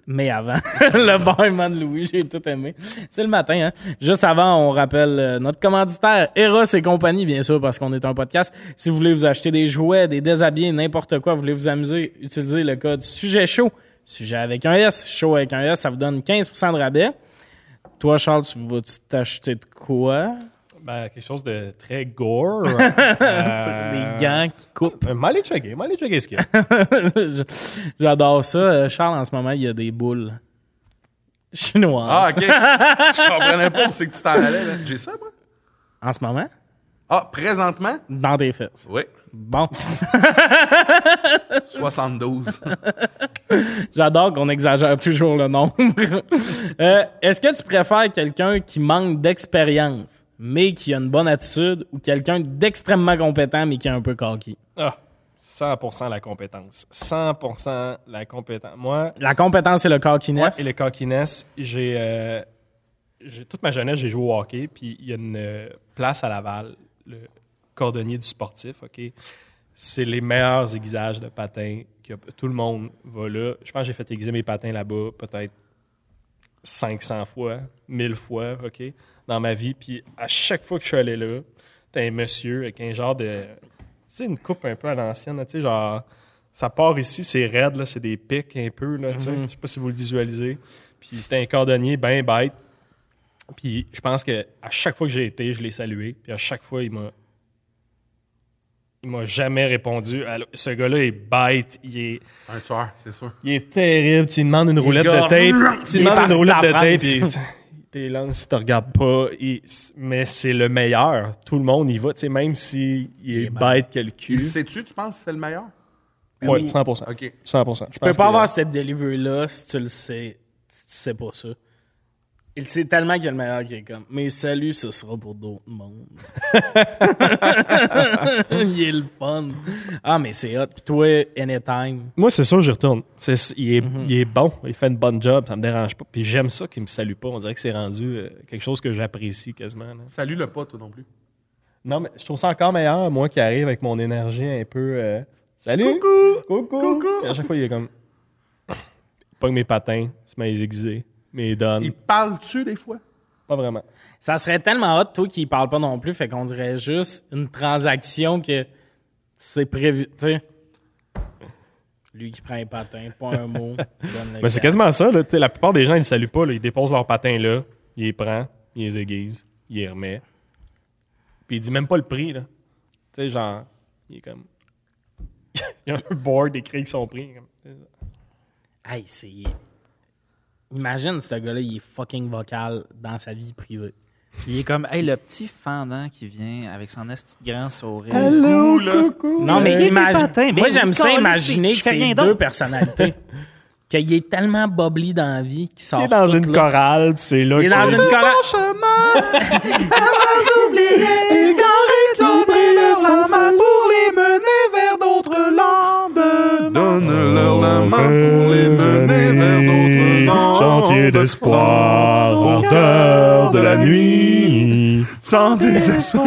Speaker 1: Mais avant, <laughs> le barman Louis, j'ai tout aimé. C'est le matin, hein. Juste avant, on rappelle euh, notre commanditaire, Eros et compagnie, bien sûr, parce qu'on est un podcast. Si vous voulez vous acheter des jouets, des déshabillés, n'importe quoi, vous voulez vous amuser, utilisez le code sujet chaud. Sujet avec un S, chaud avec un S, ça vous donne 15% de rabais. Toi, Charles, tu vas-tu t'acheter de quoi?
Speaker 5: <laughs> Ben, quelque chose de
Speaker 1: <laughs>
Speaker 5: très gore.
Speaker 1: Des
Speaker 5: Euh,
Speaker 1: gants qui coupent.
Speaker 5: Euh, M'aller checker, m'aller checker ce qu'il
Speaker 1: <laughs>
Speaker 5: y a.
Speaker 1: Je- <laughs> J'adore ça. Euh, Charles, en ce moment, il y a des boules chinoises.
Speaker 3: Ah, OK. Je comprenais pas où c'est que tu t'en allais. là. J'ai ça, moi?
Speaker 1: En ce moment,
Speaker 3: Ah, présentement?
Speaker 1: dans tes fesses.
Speaker 3: Oui.
Speaker 1: Bon,
Speaker 3: 72.
Speaker 1: j'adore qu'on exagère toujours le nombre. <laughs> Euh, Est-ce que tu préfères quelqu'un qui manque d'expérience, mais qui a une bonne attitude, ou quelqu'un d'extrêmement compétent, mais qui est un peu coquille?
Speaker 5: Ah, 100% la compétence. 100% la compétence. Moi,
Speaker 1: La compétence et le
Speaker 5: moi
Speaker 1: coquiness.
Speaker 5: et le coquiness, j'ai... euh, j'ai- toute ma jeunesse, j'ai joué au hockey, puis il y a une euh, place à Laval, le cordonnier du sportif, OK? C'est les meilleurs aiguisages de patins. qu'il y a. tout le monde va là. Je pense que j'ai fait aiguiser mes patins là-bas, peut-être 500 fois, 1000 fois, OK, dans ma vie. Puis à chaque fois que je suis allé là, t'as un monsieur avec un genre de. Tu sais, une coupe un peu à l'ancienne, là, tu sais, genre. Ça part ici, c'est raide, là, c'est des pics un peu, là, tu sais. Je sais pas si vous le visualisez. Puis c'était un cordonnier bien bête. Puis je pense que à chaque fois que j'ai été, je l'ai salué. Puis à chaque fois, il m'a. Il m'a jamais répondu. Allô, ce gars-là est bête, il est.
Speaker 3: <laughs> Un tueur, c'est sûr.
Speaker 5: Il est terrible. Tu lui demandes une roulette
Speaker 3: gars,
Speaker 5: de tape. Tu
Speaker 1: il
Speaker 5: lui
Speaker 1: est
Speaker 5: demandes
Speaker 1: parti
Speaker 5: une roulette
Speaker 1: de
Speaker 5: de
Speaker 1: la
Speaker 5: tape.
Speaker 1: France.
Speaker 5: Il
Speaker 1: <laughs>
Speaker 5: il te lance, il te regarde pas. Il- mais c'est le meilleur. Tout le monde y va. Tu sais, même s'il est bête que le
Speaker 3: Il
Speaker 5: cul.
Speaker 3: sais-tu, tu penses que c'est le meilleur?
Speaker 5: Oui, 100%.
Speaker 3: OK.
Speaker 5: 100%.
Speaker 1: Tu peux pas avoir cette delivery-là si tu le sais. Si tu sais pas ça. Il sait tellement qu'il y a le meilleur qui est comme. Mais salut, ce sera pour d'autres mondes. <laughs> il est le fun. Ah, mais c'est hot. Puis toi, anytime.
Speaker 5: Moi, c'est sûr, j'y retourne. C'est- il, est,
Speaker 1: Mhm.
Speaker 5: il est bon. Il fait une bonne job. Ça me dérange pas. Puis j'aime ça qu'il me salue pas. On dirait que c'est rendu euh, quelque chose que j'apprécie quasiment. là.
Speaker 3: Salut le pas, toi non plus.
Speaker 5: Non, mais je trouve ça encore meilleur, moi qui arrive avec mon énergie un peu. euh, Salut! Coucou! Coucou! Puis À chaque fois, il est comme. <clears throat> Il Pogne mes patins, se met à les aiguiser, mes donne.
Speaker 3: Il parle-tu des fois?
Speaker 5: Pas vraiment.
Speaker 1: Ça serait tellement hot, toi, qu'il parle pas non plus. Fait qu'on dirait juste une transaction que c'est prévu. Tu sais. Lui qui prend un patin, pas un mot. donne le
Speaker 5: <laughs> Mais c'est
Speaker 1: gars.
Speaker 5: quasiment ça, là. Tu sais, La plupart des gens, ils le saluent pas, là. Ils déposent leurs patins là, ils les prennent, ils les aiguisent, ils les remettent. Puis il dit même pas le prix, là. Tu sais, genre, il est comme. <laughs> il y a un board écrit qui sont pris. il est comme-
Speaker 1: Hey, c'est. Imagine, ce gars-là, il est fucking vocal dans sa vie privée.
Speaker 4: Puis il est comme, hey, le petit fendant qui vient avec son esti de grand sourire.
Speaker 1: Non, mais
Speaker 5: euh,
Speaker 4: c'est
Speaker 1: imagine.
Speaker 4: des patins, mais
Speaker 1: Moi,
Speaker 4: oui,
Speaker 1: j'aime ça
Speaker 4: câlisse,
Speaker 1: imaginer
Speaker 4: je
Speaker 1: que
Speaker 4: fais
Speaker 1: c'est
Speaker 4: rien
Speaker 1: deux
Speaker 5: <laughs>
Speaker 4: d'autre.
Speaker 1: personnalités. Qu'il est tellement bobli dans la vie qu'il sort.
Speaker 5: Il est dans
Speaker 1: tout,
Speaker 5: une
Speaker 1: là.
Speaker 5: chorale, puis c'est là
Speaker 1: Il est dans
Speaker 5: que-
Speaker 1: une chorale. <laughs>
Speaker 3: Donne-leur la main pour les mener vers d'autres mondes.
Speaker 5: Chantier d'espoir, ardeur de la nuit.
Speaker 3: Sans désespoir.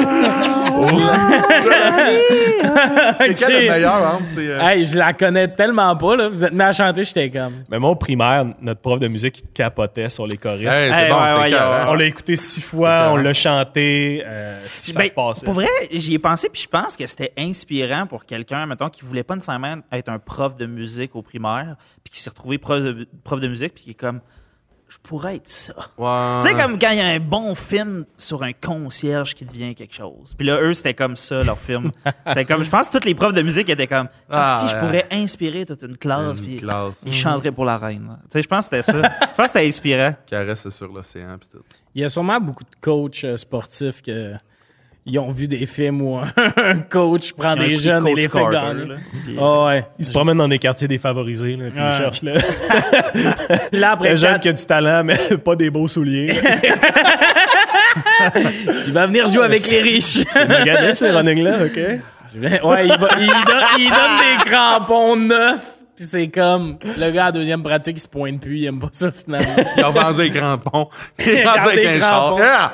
Speaker 3: C'est quel le meilleur, hein? C'est, euh,
Speaker 1: Hey, je la connais tellement pas, là. Vous êtes mis à chanter, j'étais comme.
Speaker 5: Mais moi, au primaire, notre prof de musique il capotait sur les choristes.
Speaker 3: hey,
Speaker 4: Hey,
Speaker 3: c'est bon,
Speaker 4: ouais,
Speaker 3: c'est
Speaker 4: ouais,
Speaker 3: cœur, hein?
Speaker 5: On l'a écouté six fois,
Speaker 3: clair.
Speaker 5: on l'a chanté, euh, ça
Speaker 4: Ben,
Speaker 5: se passait.
Speaker 4: Pour vrai, j'y ai pensé, puis je pense que c'était inspirant pour quelqu'un, mettons, qui voulait pas nécessairement être un prof de musique au primaire, puis qui s'est retrouvé prof de, prof de musique, puis qui est comme, je pourrais être ça.
Speaker 3: Ouais.
Speaker 4: Tu sais, comme quand il y a un bon film sur un concierge qui devient quelque chose. Puis là, eux, c'était comme ça, leur film. c'était comme, je pense que tous les profs de musique étaient comme,
Speaker 3: Ah,
Speaker 4: si je
Speaker 3: ouais.
Speaker 4: pourrais inspirer toute une classe,
Speaker 3: Une
Speaker 4: puis
Speaker 3: classe.
Speaker 4: ils chanteraient pour la reine. Tu sais, je pense que c'était ça. je pense que c'était inspirant.
Speaker 3: Caresse sur l'océan, pis tout.
Speaker 1: Il y a sûrement beaucoup de coachs euh, sportifs que, ils ont vu des films où un <laughs> coach prend des jeunes et les fait gagner. Ah ouais.
Speaker 5: Ils se promènent dans des quartiers défavorisés, là, puis
Speaker 1: Ouais.
Speaker 5: ils cherchent <laughs> le,
Speaker 1: Puis là, après
Speaker 5: le jeune
Speaker 1: quatre,
Speaker 5: qui a du talent, mais <laughs> pas des beaux <laughs> souliers.
Speaker 1: tu vas venir
Speaker 5: <laughs>
Speaker 1: jouer avec les riches.
Speaker 5: Regardez ce running-là, OK?
Speaker 1: ouais, il, va- il donne, il donne des crampons neufs. Puis c'est comme, le gars à deuxième pratique, il se pointe plus, il aime pas ça finalement. <laughs>
Speaker 3: Il a vendu un crampon. Il
Speaker 1: Il
Speaker 3: a
Speaker 1: a
Speaker 3: vendu
Speaker 1: gardé
Speaker 3: avec un
Speaker 1: les
Speaker 3: char.
Speaker 1: crampons.
Speaker 3: Ah!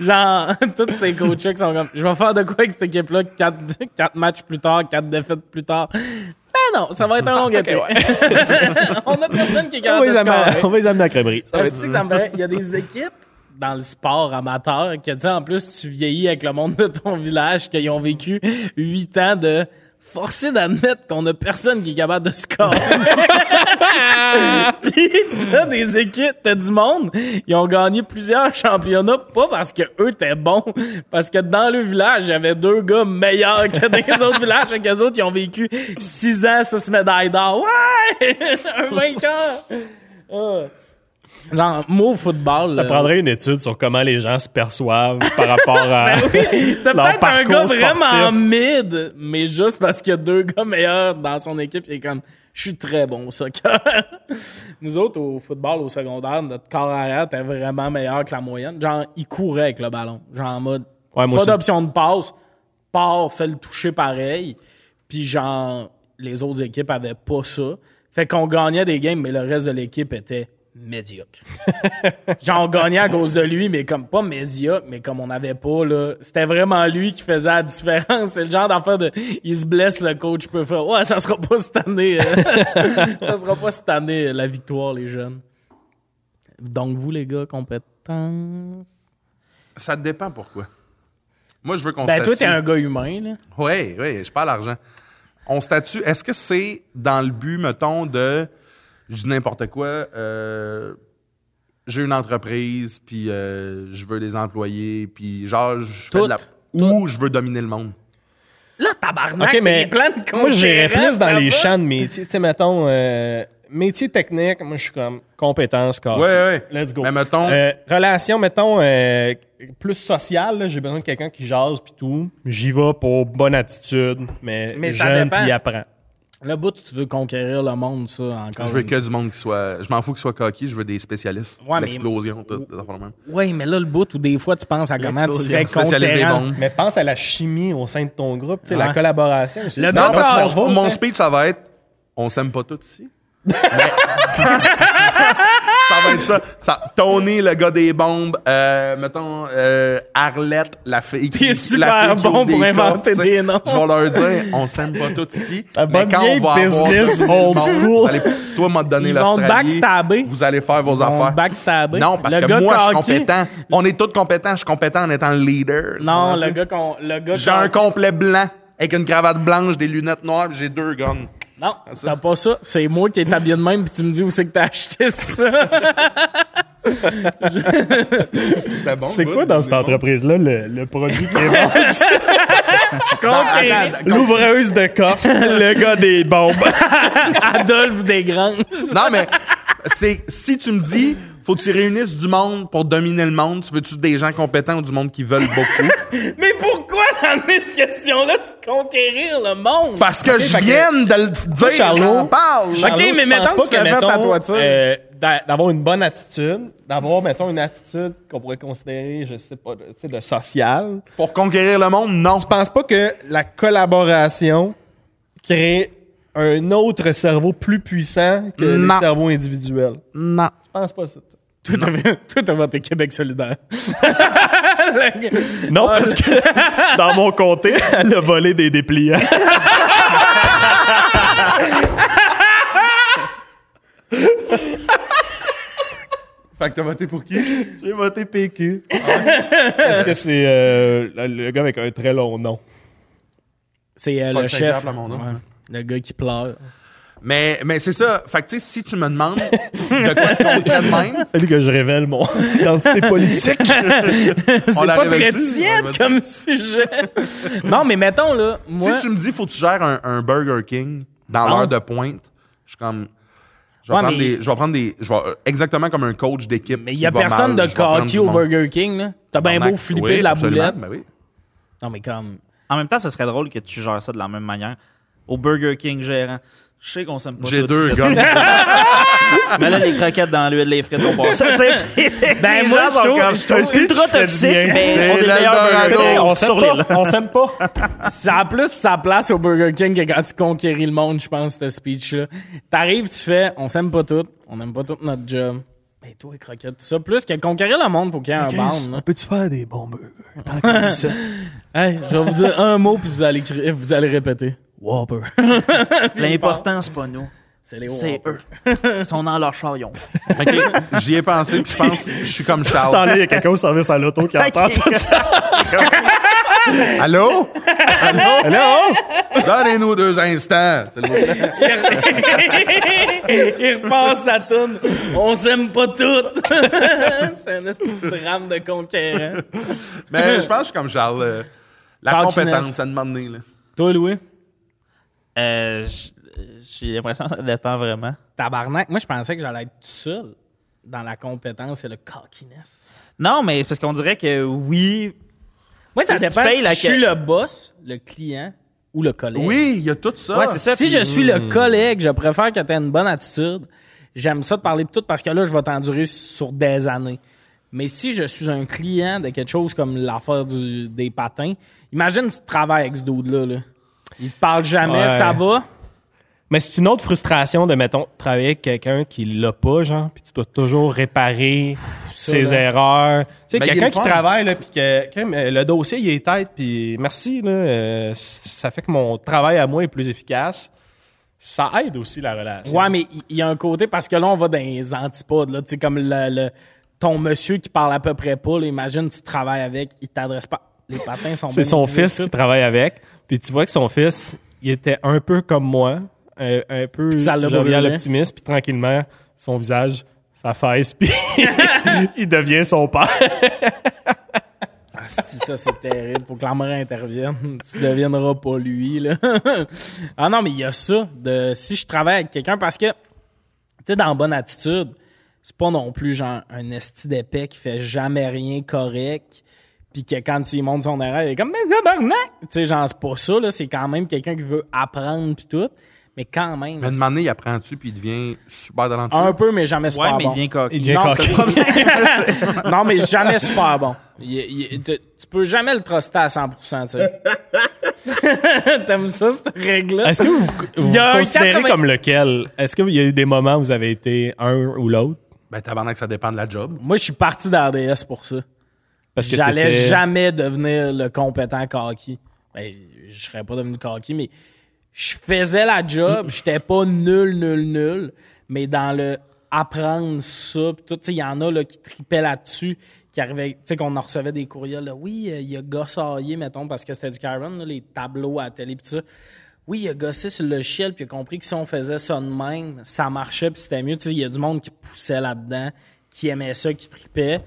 Speaker 1: Genre, <laughs> tous ces coachs qui sont comme, je vais faire de quoi avec cette équipe-là quatre, <laughs> quatre matchs plus tard, quatre défaites plus tard. Ben non, ça va être un long été. <laughs> On a personne qui est
Speaker 5: On
Speaker 1: capable
Speaker 5: va
Speaker 1: de
Speaker 5: les amener-
Speaker 1: scorer.
Speaker 5: on hein. va les amener à Crèmerie.
Speaker 1: Parce que ça me fait- Il y a des équipes dans le sport amateur qui, tu sais, en plus, tu vieillis avec le monde de ton village, qu'ils ont vécu huit ans de forcer d'admettre qu'on a personne qui est capable de scorer. <laughs> Puis t'as des équipes, t'as du monde, ils ont gagné plusieurs championnats, pas parce que eux étaient bons, parce que dans le village, il y avait deux gars meilleurs que dans les autres villages, fait que les autres, ils ont vécu six ans, six médailles d'or. Ouais! <laughs> Un vainqueur! Ah. Genre, mot football. euh,
Speaker 5: Ça
Speaker 1: là.
Speaker 5: prendrait une étude sur comment les gens se perçoivent par
Speaker 1: <laughs>
Speaker 5: rapport à
Speaker 1: Ben T'as
Speaker 5: leur
Speaker 1: peut-être un
Speaker 5: parcours
Speaker 1: gars
Speaker 5: sportif.
Speaker 1: vraiment mid, mais juste parce qu'il y a deux gars meilleurs dans son équipe, il est comme je suis très bon au soccer. <laughs> Nous autres, au football, au secondaire, notre corps arrière était vraiment meilleur que la moyenne. Genre, il courait avec le ballon. Genre, en mode,
Speaker 5: Ouais, moi
Speaker 1: pas
Speaker 5: aussi.
Speaker 1: d'option de passe, part, fait le toucher pareil. Puis genre, les autres équipes avaient pas ça. Fait qu'on gagnait des games, mais le reste de l'équipe était médiocre. Genre, on gagnait à cause de lui, mais comme pas médiocre, mais comme on n'avait pas, là. C'était vraiment lui qui faisait la différence. C'est le genre d'affaire de. Il se blesse, le coach peut faire. Ouais, ça sera pas cette année. euh. <laughs> ça sera pas cette année, euh, la victoire, les jeunes. Donc, vous, les gars, compétence.
Speaker 3: Ça te dépend pourquoi. Moi, je veux qu'on
Speaker 1: Ben, toi,
Speaker 3: statue.
Speaker 1: t'es un gars humain, là.
Speaker 3: Oui, oui, je parle argent. On statue. Est-ce que c'est dans le but, mettons, de. Je dis n'importe quoi. euh, j'ai une entreprise, puis euh, je veux des employés, puis genre, je fais de la.
Speaker 1: Tout.
Speaker 3: Ou je veux dominer le monde.
Speaker 1: Là, tabarnak,
Speaker 5: OK, mais
Speaker 1: les plans de
Speaker 5: moi, j'irais
Speaker 1: conférence,
Speaker 5: plus dans
Speaker 1: ça
Speaker 5: les
Speaker 1: va?
Speaker 5: champs de métiers. Tu sais, mettons, euh, métier technique, moi, je suis comme compétence, corps.
Speaker 3: Ouais, ouais.
Speaker 5: Let's go.
Speaker 3: Mais mettons-
Speaker 5: Euh, relation, mettons, euh, plus sociale, là, j'ai besoin de quelqu'un qui jase puis tout. J'y vais pour bonne attitude, mais,
Speaker 1: Mais ça
Speaker 5: j'aime
Speaker 1: dépend.
Speaker 5: puis apprends.
Speaker 1: Le bout, tu veux conquérir le monde, ça, encore.
Speaker 3: Je veux
Speaker 1: une
Speaker 3: que du monde qui soit. Je m'en fous qu'il soit coquille, je veux des spécialistes.
Speaker 1: Ouais, mais-
Speaker 3: L'explosion, tout, des affaires de même.
Speaker 1: Oui, mais là, le bout où des fois, tu penses à comment tu serais
Speaker 3: Spécialiste des
Speaker 1: conquérant.
Speaker 3: bombes.
Speaker 5: Mais pense à la chimie au sein de ton groupe, tu sais, la
Speaker 1: Ouais.
Speaker 5: collaboration aussi.
Speaker 1: Le
Speaker 5: C'est
Speaker 3: Non,
Speaker 5: dans
Speaker 3: parce que mon-
Speaker 5: cerveau,
Speaker 3: mon,
Speaker 5: tu sais.
Speaker 3: speech, ça va être on s'aime pas tous
Speaker 1: <laughs>
Speaker 3: ici. Mais- <laughs> ça va être ça. ça. Tony, le gars des bombes. euh, mettons, euh, Arlette, la fille qui.
Speaker 1: T'es
Speaker 3: la
Speaker 1: super
Speaker 3: fille qui
Speaker 1: bon
Speaker 3: ouvre des
Speaker 1: pour
Speaker 3: coffres,
Speaker 1: inventer
Speaker 3: tu sais.
Speaker 1: des noms.
Speaker 3: Je vais leur dire on s'aime pas
Speaker 1: <laughs>
Speaker 3: tous ici.
Speaker 5: La
Speaker 3: mais
Speaker 5: bonne
Speaker 3: quand
Speaker 5: vieille
Speaker 3: on va avoir
Speaker 5: business
Speaker 3: dominer le
Speaker 5: old
Speaker 3: monde,
Speaker 5: school.
Speaker 3: vous allez- Toi, m'a donné
Speaker 1: Ils vont te
Speaker 3: l'Australie.
Speaker 1: backstabber.
Speaker 3: Vous allez faire vos
Speaker 1: vont
Speaker 3: affaires.
Speaker 1: te backstabber.
Speaker 3: Non, parce
Speaker 1: Le
Speaker 3: que
Speaker 1: gars
Speaker 3: moi, je suis
Speaker 1: cocky-
Speaker 3: compétent. On est tous compétents. Je suis compétent en étant le leader. Tu
Speaker 1: Non,
Speaker 3: comprends
Speaker 1: le
Speaker 3: ça?
Speaker 1: gars qu'on. Le gars
Speaker 3: J'ai
Speaker 1: qu'on-
Speaker 3: un complet blanc avec une cravate blanche, des lunettes noires, puis j'ai deux guns.
Speaker 1: Non,
Speaker 3: Ah,
Speaker 1: t'as pas ça. C'est moi qui est habillé de même, puis tu me dis où c'est que t'as acheté ça.
Speaker 5: C'est quoi dans cette entreprise-là le, le produit qui est vendu?
Speaker 1: Conquérir
Speaker 5: L'ouvreuse de <laughs> coffre, le gars des bombes.
Speaker 1: Adolphe Desgranges.
Speaker 3: Non, mais c'est si tu me dis, faut que tu réunisses du monde pour dominer le monde, tu veux-tu des gens compétents ou du monde qui veulent
Speaker 5: <laughs>
Speaker 3: beaucoup?
Speaker 1: Mais pourquoi t'amener cette question-là, c'est conquérir le monde?
Speaker 3: Parce que je
Speaker 5: fait que-
Speaker 3: viens de le dire,
Speaker 5: Charlot-
Speaker 3: j'en parle.
Speaker 1: Charlot- Ok, mais mettons que tu
Speaker 5: vas
Speaker 1: veux faire ta toiture.
Speaker 5: euh, d'avoir une bonne attitude, d'avoir, mettons, une attitude qu'on pourrait considérer, je sais pas, de- tu sais, de sociale.
Speaker 3: Pour conquérir le monde, non.
Speaker 5: Je pense pas que la collaboration crée un autre cerveau plus puissant que
Speaker 3: Non.
Speaker 5: le cerveau individuel.
Speaker 3: Non.
Speaker 5: Je pense pas ça.
Speaker 1: Toi, t'as vu- toi, t'as voté Québec solidaire. <laughs> Le gars-
Speaker 5: Non, parce que <laughs> dans mon comté, elle a volé des dépliants.
Speaker 3: Fait que t'as voté pour qui?
Speaker 5: J'ai voté PQ. Est-ce que c'est euh, le- le gars avec un très long nom?
Speaker 1: C'est euh,
Speaker 3: Pas
Speaker 1: le
Speaker 3: de
Speaker 1: chef.
Speaker 3: Saint-Pierre, Plamondon.
Speaker 1: Ouais. Le gars qui pleure.
Speaker 3: Mais, mais c'est ça. Fait que, tu sais, si tu me demandes de quoi de concret
Speaker 5: <laughs>
Speaker 3: de même,
Speaker 5: Fallu que je révèle mon <laughs> identité politique.
Speaker 1: C'est pas
Speaker 3: la
Speaker 1: très
Speaker 3: révèle-tu? On la
Speaker 1: tiède
Speaker 3: révèle-tu?
Speaker 1: comme sujet. non, mais mettons, là, moi...
Speaker 3: Si tu me dis, faut que tu gères un, un Burger King dans
Speaker 1: Ah.
Speaker 3: l'heure de pointe, je suis comme. Je vais,
Speaker 1: Ouais,
Speaker 3: prendre
Speaker 1: mais-
Speaker 3: des, je vais prendre des. Je vais, euh, exactement comme un coach d'équipe.
Speaker 1: Mais il
Speaker 3: qui
Speaker 1: n'y a
Speaker 3: va
Speaker 1: personne
Speaker 3: mal,
Speaker 1: de
Speaker 3: je vais prendre
Speaker 1: cocky
Speaker 3: du
Speaker 1: au
Speaker 3: monde.
Speaker 1: Burger King. là. T'as bien beau
Speaker 3: Tabarnak.
Speaker 1: flipper
Speaker 3: Oui,
Speaker 1: de la
Speaker 3: absolument,
Speaker 1: boulette.
Speaker 3: ben oui.
Speaker 1: Non, mais comme.
Speaker 4: En même temps, ce serait drôle que tu gères ça de la même manière. Au Burger King gérant. Je sais qu'on s'aime pas
Speaker 3: J'ai
Speaker 4: tous
Speaker 3: deux
Speaker 4: ici.
Speaker 3: gars.
Speaker 4: Mais là, les croquettes dans l'huile, les frites, on passe ça, tu sais.
Speaker 1: Ben,
Speaker 4: Les
Speaker 1: moi,
Speaker 4: gens
Speaker 1: je
Speaker 4: sont
Speaker 1: trouve- je
Speaker 4: comme, c'est
Speaker 1: trouve
Speaker 4: ultra
Speaker 1: que tu
Speaker 4: toxique,
Speaker 1: fais du bien.
Speaker 4: mais on est
Speaker 3: C'est
Speaker 4: meilleur
Speaker 3: l'Eldorado.
Speaker 4: Burger King
Speaker 5: Ah On
Speaker 4: sur
Speaker 5: s'aime
Speaker 4: l'île.
Speaker 5: pas. On s'aime pas.
Speaker 1: Ça a plus sa place au Burger King que quand tu conquéris le monde, je pense, ce speech-là. T'arrives, tu fais, on s'aime pas toutes, on n'aime pas toutes notre job. Ben, toi, les croquettes, tout ça. Plus que conquérir le monde, faut qu'il y ait un band. là.
Speaker 5: Peux-tu faire des euh, bons burgers? Tant <laughs> qu'on dit ça.
Speaker 1: Hey, je vais vous dire un mot, puis vous allez, crier- vous allez répéter. Whopper.
Speaker 4: L'important, c'est pas nous.
Speaker 1: <laughs> C'est les
Speaker 4: C'est
Speaker 1: <laughs> Whopper.
Speaker 4: eux. Ils sont dans leur <laughs> charion.
Speaker 3: J'y ai pensé, puis je pense que je
Speaker 1: <laughs>
Speaker 3: suis comme
Speaker 5: Ce temps-là,
Speaker 3: Charles.
Speaker 5: il y a quelqu'un au service à <laughs> l'auto qui entend tout ça.
Speaker 3: Allô?
Speaker 5: Là,
Speaker 3: Donnez-nous deux instants. s'il vous plaît.
Speaker 1: Il repasse sa toune. On s'aime pas toutes. <laughs> c'est un esti de drame de conquérant.
Speaker 3: Mais je pense que je suis comme Charles. euh, la
Speaker 1: Parkiness.
Speaker 3: compétence à demander. Là.
Speaker 1: Toi, Louis?
Speaker 4: <laughs> Euh, j- J'ai l'impression que ça dépend vraiment.
Speaker 1: Tabarnak, moi, je pensais que j'allais être tout seul dans la compétence et le cockiness.
Speaker 4: Non, mais c'est parce qu'on dirait que oui.
Speaker 1: Moi, ça
Speaker 4: Si tu
Speaker 1: dépend
Speaker 4: payes
Speaker 1: si
Speaker 4: la
Speaker 1: je suis le boss, le client ou le collègue.
Speaker 3: Oui, il y a tout ça.
Speaker 4: Ouais, c'est ça.
Speaker 1: Si
Speaker 4: puis-
Speaker 1: je suis le collègue, je préfère que tu aies une bonne attitude. J'aime ça de parler de tout parce que là, je vais t'endurer sur des années. Mais si je suis un client de quelque chose comme l'affaire du- des patins, imagine tu travailles avec ce dude-là. Là. Il te parle jamais,
Speaker 5: Ouais.
Speaker 1: ça va.
Speaker 5: Mais c'est une autre frustration de, mettons, travailler avec quelqu'un qui l'a pas, genre, puis tu dois toujours réparer ses
Speaker 1: là.
Speaker 5: erreurs. Tu sais,
Speaker 3: Ben, il
Speaker 5: quelqu'un
Speaker 3: est
Speaker 5: qui
Speaker 3: le fun.
Speaker 5: travaille, là, puis que crime, euh, le dossier, il est tête, puis merci, là, euh, c- ça fait que mon travail à moi est plus efficace. Ça aide aussi la relation.
Speaker 1: Ouais, mais il- il y a un côté parce que là, on va dans les antipodes. Là. Tu sais, comme le, le- ton monsieur qui parle à peu près pas, là, imagine tu travailles avec, il t'adresse pas. Les patins sont
Speaker 5: C'est
Speaker 1: bien
Speaker 5: son
Speaker 1: motivés.
Speaker 5: fils qui travaille avec. Puis tu vois que son fils, il était un peu comme moi, un, un peu
Speaker 1: ça l'a
Speaker 5: jovial,
Speaker 1: brûlé.
Speaker 5: optimiste. Puis tranquillement, son visage, sa fesse, <laughs> puis il devient son père.
Speaker 1: Asti, ça, c'est terrible. Faut que la mère intervienne. Tu deviendras pas lui, là. <laughs> ah non, mais il y a ça. De, si je travaille avec quelqu'un, parce que, tu sais, dans bonne attitude, c'est pas non plus genre un esti d'épais qui fait jamais rien correct. Puis que quand tu lui montres son erreur, il est comme, mais tabarnak! Tu sais, genre, c'est pas ça, là. C'est quand même quelqu'un qui veut apprendre puis tout. Mais quand même,
Speaker 3: Mais demander, il apprend-tu, puis il devient super talentueux.
Speaker 1: un peu, mais jamais super
Speaker 4: Ouais, mais
Speaker 1: bon.
Speaker 4: il vient coquille.
Speaker 5: Il devient
Speaker 1: Non,
Speaker 5: coquille.
Speaker 1: c'est le
Speaker 4: <laughs>
Speaker 5: <laughs>
Speaker 1: premier- non, mais jamais super bon. Il- il- te- tu peux jamais le truster à 100%, tu sais.
Speaker 5: <laughs>
Speaker 1: T'aimes ça, cette règle-là?
Speaker 5: Est-ce que vous vous,
Speaker 1: Il y a un
Speaker 5: considérez
Speaker 1: 80
Speaker 5: comme lequel? Est-ce qu'il y a eu des moments où vous avez été un ou l'autre?
Speaker 3: Ben, tabarnak, ça dépend de la job.
Speaker 1: Moi, je suis parti dans DS pour ça.
Speaker 5: Parce que
Speaker 1: J'allais
Speaker 5: t'étais-
Speaker 1: jamais devenir le compétent cocky. Ben, je serais pas devenu cocky, mais je faisais la
Speaker 5: Mm.
Speaker 1: job, j'étais pas nul, nul, nul, mais dans le apprendre ça, pis tout, tu sais, il y en a là, qui tripaient là-dessus, qui arrivaient, tu sais, qu'on en recevait des courriels, là, oui, euh, il a gossaillé, mettons, parce que c'était du Karen, là, les tableaux à la télé, pis tout ça. Oui, il a gossé sur le logiciel, puis il a compris que si on faisait ça de même, ça marchait, puis c'était mieux. Tu sais, il y a du monde qui poussait là-dedans, qui aimait ça, qui tripait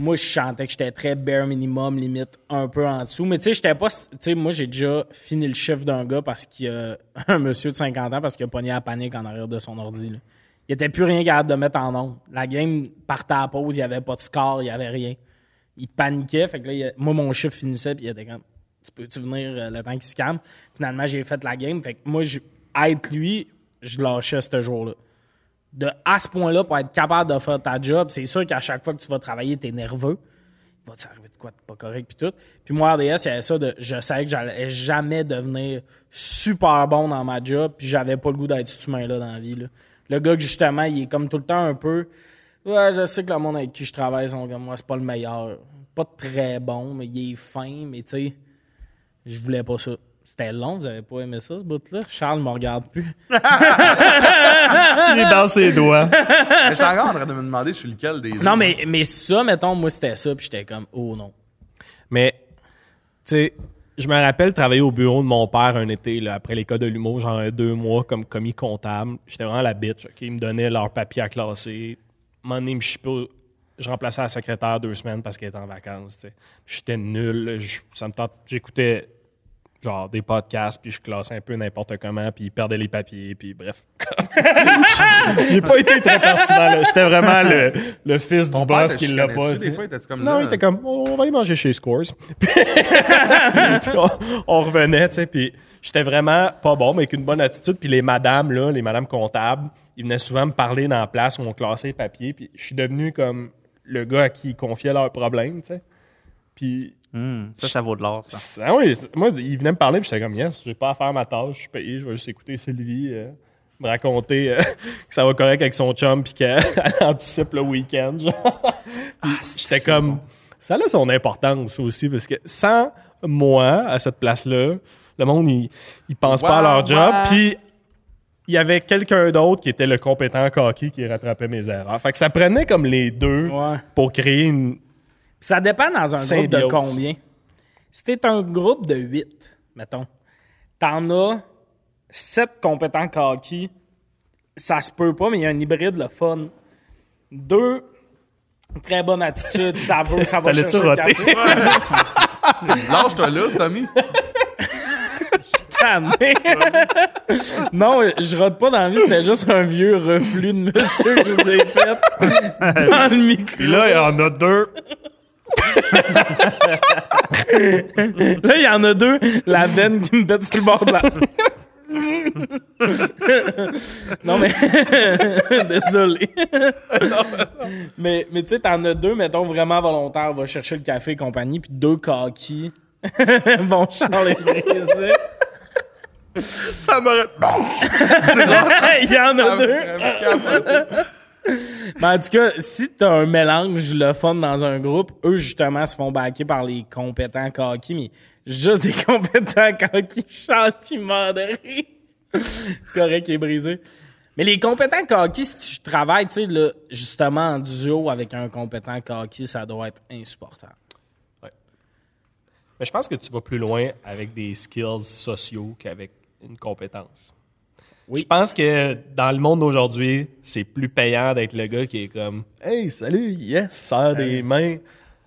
Speaker 1: moi, je chantais que j'étais très bare minimum, limite un peu en dessous. Mais tu sais, j'étais pas. Tu sais, moi, j'ai déjà fini le chiffre d'un gars parce qu'il y a <laughs> un monsieur de 50 ans parce qu'il a pogné la panique en arrière de son ordi. là. Il était plus rien capable de mettre en onde. La game partait à la pause, il n'y avait pas de score, il n'y avait rien. Il paniquait. Fait que là, il- moi, mon chiffre finissait, puis il était comme Tu peux-tu venir euh, le temps qu'il se calme Finalement, j'ai fait la game. Fait que moi, je, à être lui, je lâchais ce jour-là de à ce point-là pour être capable de faire ta job, c'est sûr qu'à chaque fois que tu vas travailler, t'es nerveux. Il va t'arriver de quoi de pas correct puis tout. Puis moi, RDS, il y avait ça de je savais que j'allais jamais devenir super bon dans ma job, puis j'avais pas le goût d'être cet humain-là dans la vie. là. Le gars que justement, il est comme tout le temps un peu Ouais, je sais que le monde avec qui je travaille sont comme moi, c'est pas le meilleur. Pas très bon, mais il est fin, mais tu sais, je voulais pas ça. C'était long, vous avez pas aimé ça, ce bout-là? Charles me regarde plus.
Speaker 5: Il est dans ses doigts.
Speaker 3: Mais je suis encore en train de me demander, je suis lequel des.
Speaker 1: Non, mais, mais ça, mettons, moi, c'était ça, puis j'étais comme, oh non.
Speaker 5: Mais, tu sais, je me rappelle travailler au bureau de mon père un été, là, après l'école de l'humour, genre euh, deux mois comme commis comptable. J'étais vraiment la bitch. ok? Ils me donnaient leur papier à classer. À un moment donné, ils me chippaient. Je remplaçais la secrétaire deux semaines parce qu'elle était en vacances. tu sais. J'étais nul. là. Je- ça me tente- J'écoutais genre des podcasts, puis je classais un peu n'importe comment, puis ils perdaient les papiers, puis bref. <laughs> J'ai pas été très pertinent, là. J'étais vraiment le, le fils du
Speaker 3: Ton père,
Speaker 5: boss
Speaker 3: t'as
Speaker 5: qui l'a
Speaker 3: chicané-tu
Speaker 5: pas.
Speaker 3: des
Speaker 5: tu sais.
Speaker 3: fois? T'as-tu comme
Speaker 5: non,
Speaker 3: ça?
Speaker 5: il était comme, on va y manger chez Scores. <laughs> Puis on, on revenait, tu sais, puis j'étais vraiment pas bon, mais avec une bonne attitude. Puis les madames, là, les madames comptables, ils venaient souvent me parler dans la place où on classait les papiers, puis je suis devenu comme le gars à qui ils confiaient leurs problèmes, tu sais. Puis
Speaker 4: Hum, ça, ça vaut de l'or, ça.
Speaker 5: ah oui, c'est- moi, il venait me parler, puis j'étais comme, yes, j'ai pas à faire ma tâche, je suis payé, je vais juste écouter Sylvie euh, me raconter euh, <laughs> que ça va correct avec son chum, puis qu'elle <laughs> elle anticipe le week-end. <laughs> genre.
Speaker 4: Ah,
Speaker 5: Puis j'étais comme, ça a son importance aussi, parce que sans moi, à cette place-là, le monde, il, il pense pas à leur
Speaker 3: Ouah,
Speaker 5: job,
Speaker 3: ouah.
Speaker 5: puis il y avait quelqu'un d'autre qui était le compétent coquille qui rattrapait mes erreurs. Fait que ça prenait comme les deux
Speaker 1: Ouais.
Speaker 5: pour créer une.
Speaker 1: Ça dépend dans un
Speaker 5: Symbiose.
Speaker 1: groupe de combien. Si t'es un groupe de 8, mettons, t'en as 7 compétents kaki, ça se peut pas, mais il y a un hybride le fun. Deux, très bonne attitude,
Speaker 5: <laughs>
Speaker 1: ça veut, ça va
Speaker 5: T'allais-tu
Speaker 1: chercher le
Speaker 5: roter? <laughs>
Speaker 1: café. <laughs>
Speaker 3: Lâche-toi là, Tommy.
Speaker 1: Tanné. non, je rote pas dans la vie, c'était juste un vieux reflux de monsieur que je vous ai fait
Speaker 5: <laughs>
Speaker 1: dans le micro.
Speaker 5: Puis là, il y en a deux.
Speaker 1: Là, il y en a deux, la veine qui me pète sur le bord de la. non, mais. <laughs> Désolé. mais mais tu sais, t'en as deux, mettons, vraiment volontaires, va chercher le café et compagnie, puis deux coquilles. <laughs> bon, Charles et Brésil.
Speaker 3: <laughs> Ça m'aurait.
Speaker 1: <laughs> Il y en a deux.
Speaker 3: deux.
Speaker 1: Ben, en tout cas, si t'as un mélange le fun dans un groupe, eux justement se font baquer par les compétents coquilles, mais juste des <laughs> compétents coquilles chantiments de rire. C'est correct, il est brisé. Mais les compétents coquilles, si tu travailles, tu sais, là, justement en duo avec un compétent coquille, ça doit être insupportable.
Speaker 5: Mais je pense que tu vas plus loin avec des skills sociaux qu'avec une compétence.
Speaker 1: Oui.
Speaker 5: Je pense que dans le monde d'aujourd'hui, c'est plus payant d'être le gars qui est comme Hey, salut, yes, serre des mains.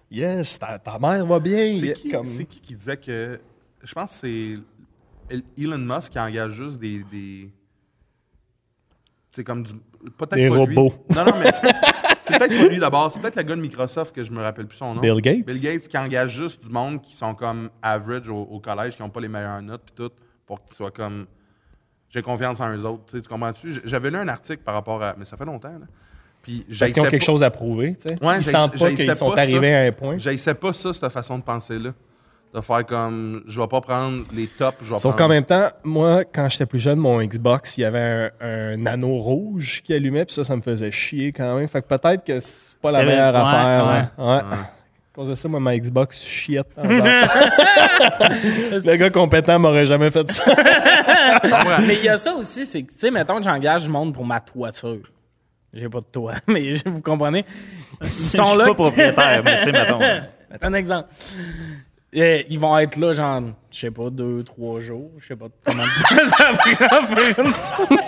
Speaker 5: Yes, ta, ta mère va bien.
Speaker 3: C'est
Speaker 5: Yeah,
Speaker 3: qui,
Speaker 5: comme-
Speaker 3: c'est qui qui disait que. Je pense que c'est El- Elon Musk qui engage juste des. des c'est comme du. Peut-être
Speaker 5: Des
Speaker 3: pas lui.
Speaker 5: robots.
Speaker 3: Non, non, mais. <laughs> C'est peut-être pas lui d'abord. C'est peut-être le gars de Microsoft que je me rappelle plus son nom.
Speaker 5: Bill Gates?
Speaker 3: Bill Gates qui engage juste du monde qui sont comme average au, au collège, qui n'ont pas les meilleures notes, puis tout, pour qu'ils soient comme. J'ai confiance en eux autres. Tu sais, tu comprends-tu? J- J'avais lu un article par rapport à. Mais ça fait longtemps, là. Puis
Speaker 5: Parce qu'ils ont
Speaker 3: j'haïssais
Speaker 5: quelque
Speaker 3: pas-
Speaker 5: chose à prouver. tu sais.
Speaker 3: Ouais,
Speaker 5: ils
Speaker 3: j'haïs-
Speaker 5: sentent pas
Speaker 3: j'haïssais
Speaker 5: qu'ils sont
Speaker 3: pas ça.
Speaker 5: arrivés à un point.
Speaker 3: J'haïssais pas ça, cette façon de penser-là. De faire comme, je vais pas prendre les tops, je vais
Speaker 5: Sauf
Speaker 3: prendre-
Speaker 5: qu'en même temps, moi, quand j'étais plus jeune, mon Xbox, il y avait un, un anneau rouge qui allumait, puis ça, ça me faisait chier quand même. Fait que peut-être que c'est pas la
Speaker 4: C'est vrai.
Speaker 5: meilleure
Speaker 4: Ouais,
Speaker 5: affaire. Ouais. ouais. À cause de ça, moi, ma Xbox chiette.
Speaker 4: <laughs>
Speaker 5: en temps. Le gars compétent m'aurait jamais fait ça.
Speaker 3: Ouais.
Speaker 1: Mais il y a ça aussi, c'est que, tu sais, mettons que j'engage du monde pour ma toiture. J'ai pas de toit, <laughs> mais vous comprenez? Ils
Speaker 4: Je
Speaker 1: sont
Speaker 4: suis
Speaker 1: là.
Speaker 4: pas propriétaire, mais tu sais, mettons.
Speaker 1: Un exemple. Euh, ils vont être là, genre, je sais pas, deux, trois jours. Je sais pas comment <laughs> ça prend pour une tour.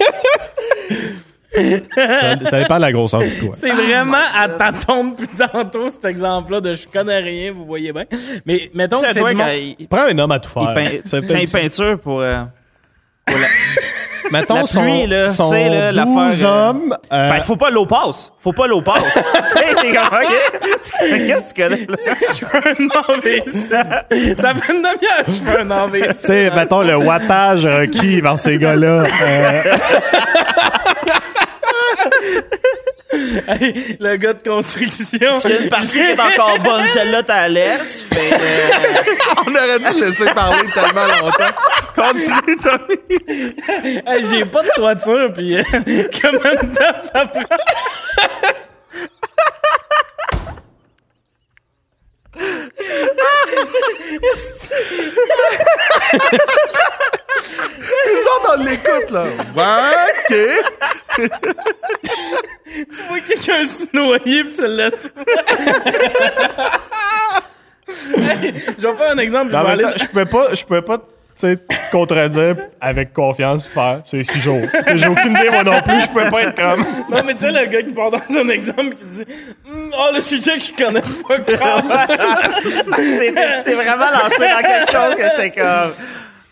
Speaker 5: ça. Ça dépend de la grosseur du toit.
Speaker 1: C'est vraiment à ta tombe plus tantôt, cet exemple-là de je connais rien, vous voyez bien. Mais mettons que
Speaker 4: <laughs> C'est
Speaker 1: c'est
Speaker 4: toi
Speaker 1: du
Speaker 4: quand
Speaker 1: monde...
Speaker 4: il
Speaker 5: Prends un homme à tout
Speaker 4: il
Speaker 5: faire.
Speaker 4: peint
Speaker 5: Ça peut
Speaker 4: quand il
Speaker 5: être-
Speaker 4: peinture pour. euh,
Speaker 5: Mettons,
Speaker 4: la pluie, là, tu sais, là, l'affaire,
Speaker 5: 12
Speaker 4: euh,
Speaker 5: hommes, euh,
Speaker 4: Ben, faut pas l'eau passe. Faut pas l'eau passe. <laughs> tu sais, t'es comme, <laughs> OK. Tu- Qu'est-ce que tu connais, là?
Speaker 1: Je fais un AVC. Ça fait une demi-heure que je fais un
Speaker 5: tu
Speaker 1: AVC.
Speaker 5: sais, mettons, le wattage requis par ces
Speaker 4: <laughs>
Speaker 5: gars-là. euh,
Speaker 1: Hey, le gars de construction.
Speaker 4: Il y a une partie qui est encore bonne, celle-là, t'as laisse. Fait, euh,
Speaker 3: <laughs> On aurait dû le laisser parler tellement longtemps. Continue, Tommy.
Speaker 1: Hey, J'ai pas de toiture, puis euh, <laughs> combien de temps ça prend?
Speaker 3: Nous autres, on l'écoute, là. Ouais, OK.
Speaker 1: Tu vois quelqu'un se noyer pis tu le laisses. Hey, je vais faire un exemple. Je
Speaker 5: En
Speaker 1: vais
Speaker 5: même
Speaker 1: aller...
Speaker 5: temps, je pouvais pas, je pouvais pas, tu sais, te contredire avec confiance pour faire c'est six jours. Tu sais, J'ai aucune idée moi non plus, je pouvais pas être comme.
Speaker 1: Non, mais tu sais, le gars qui part dans un exemple qui dit Hum, Oh, le sujet que je connais pas grave.
Speaker 4: C'était c'était vraiment lancé dans quelque chose que j'étais comme.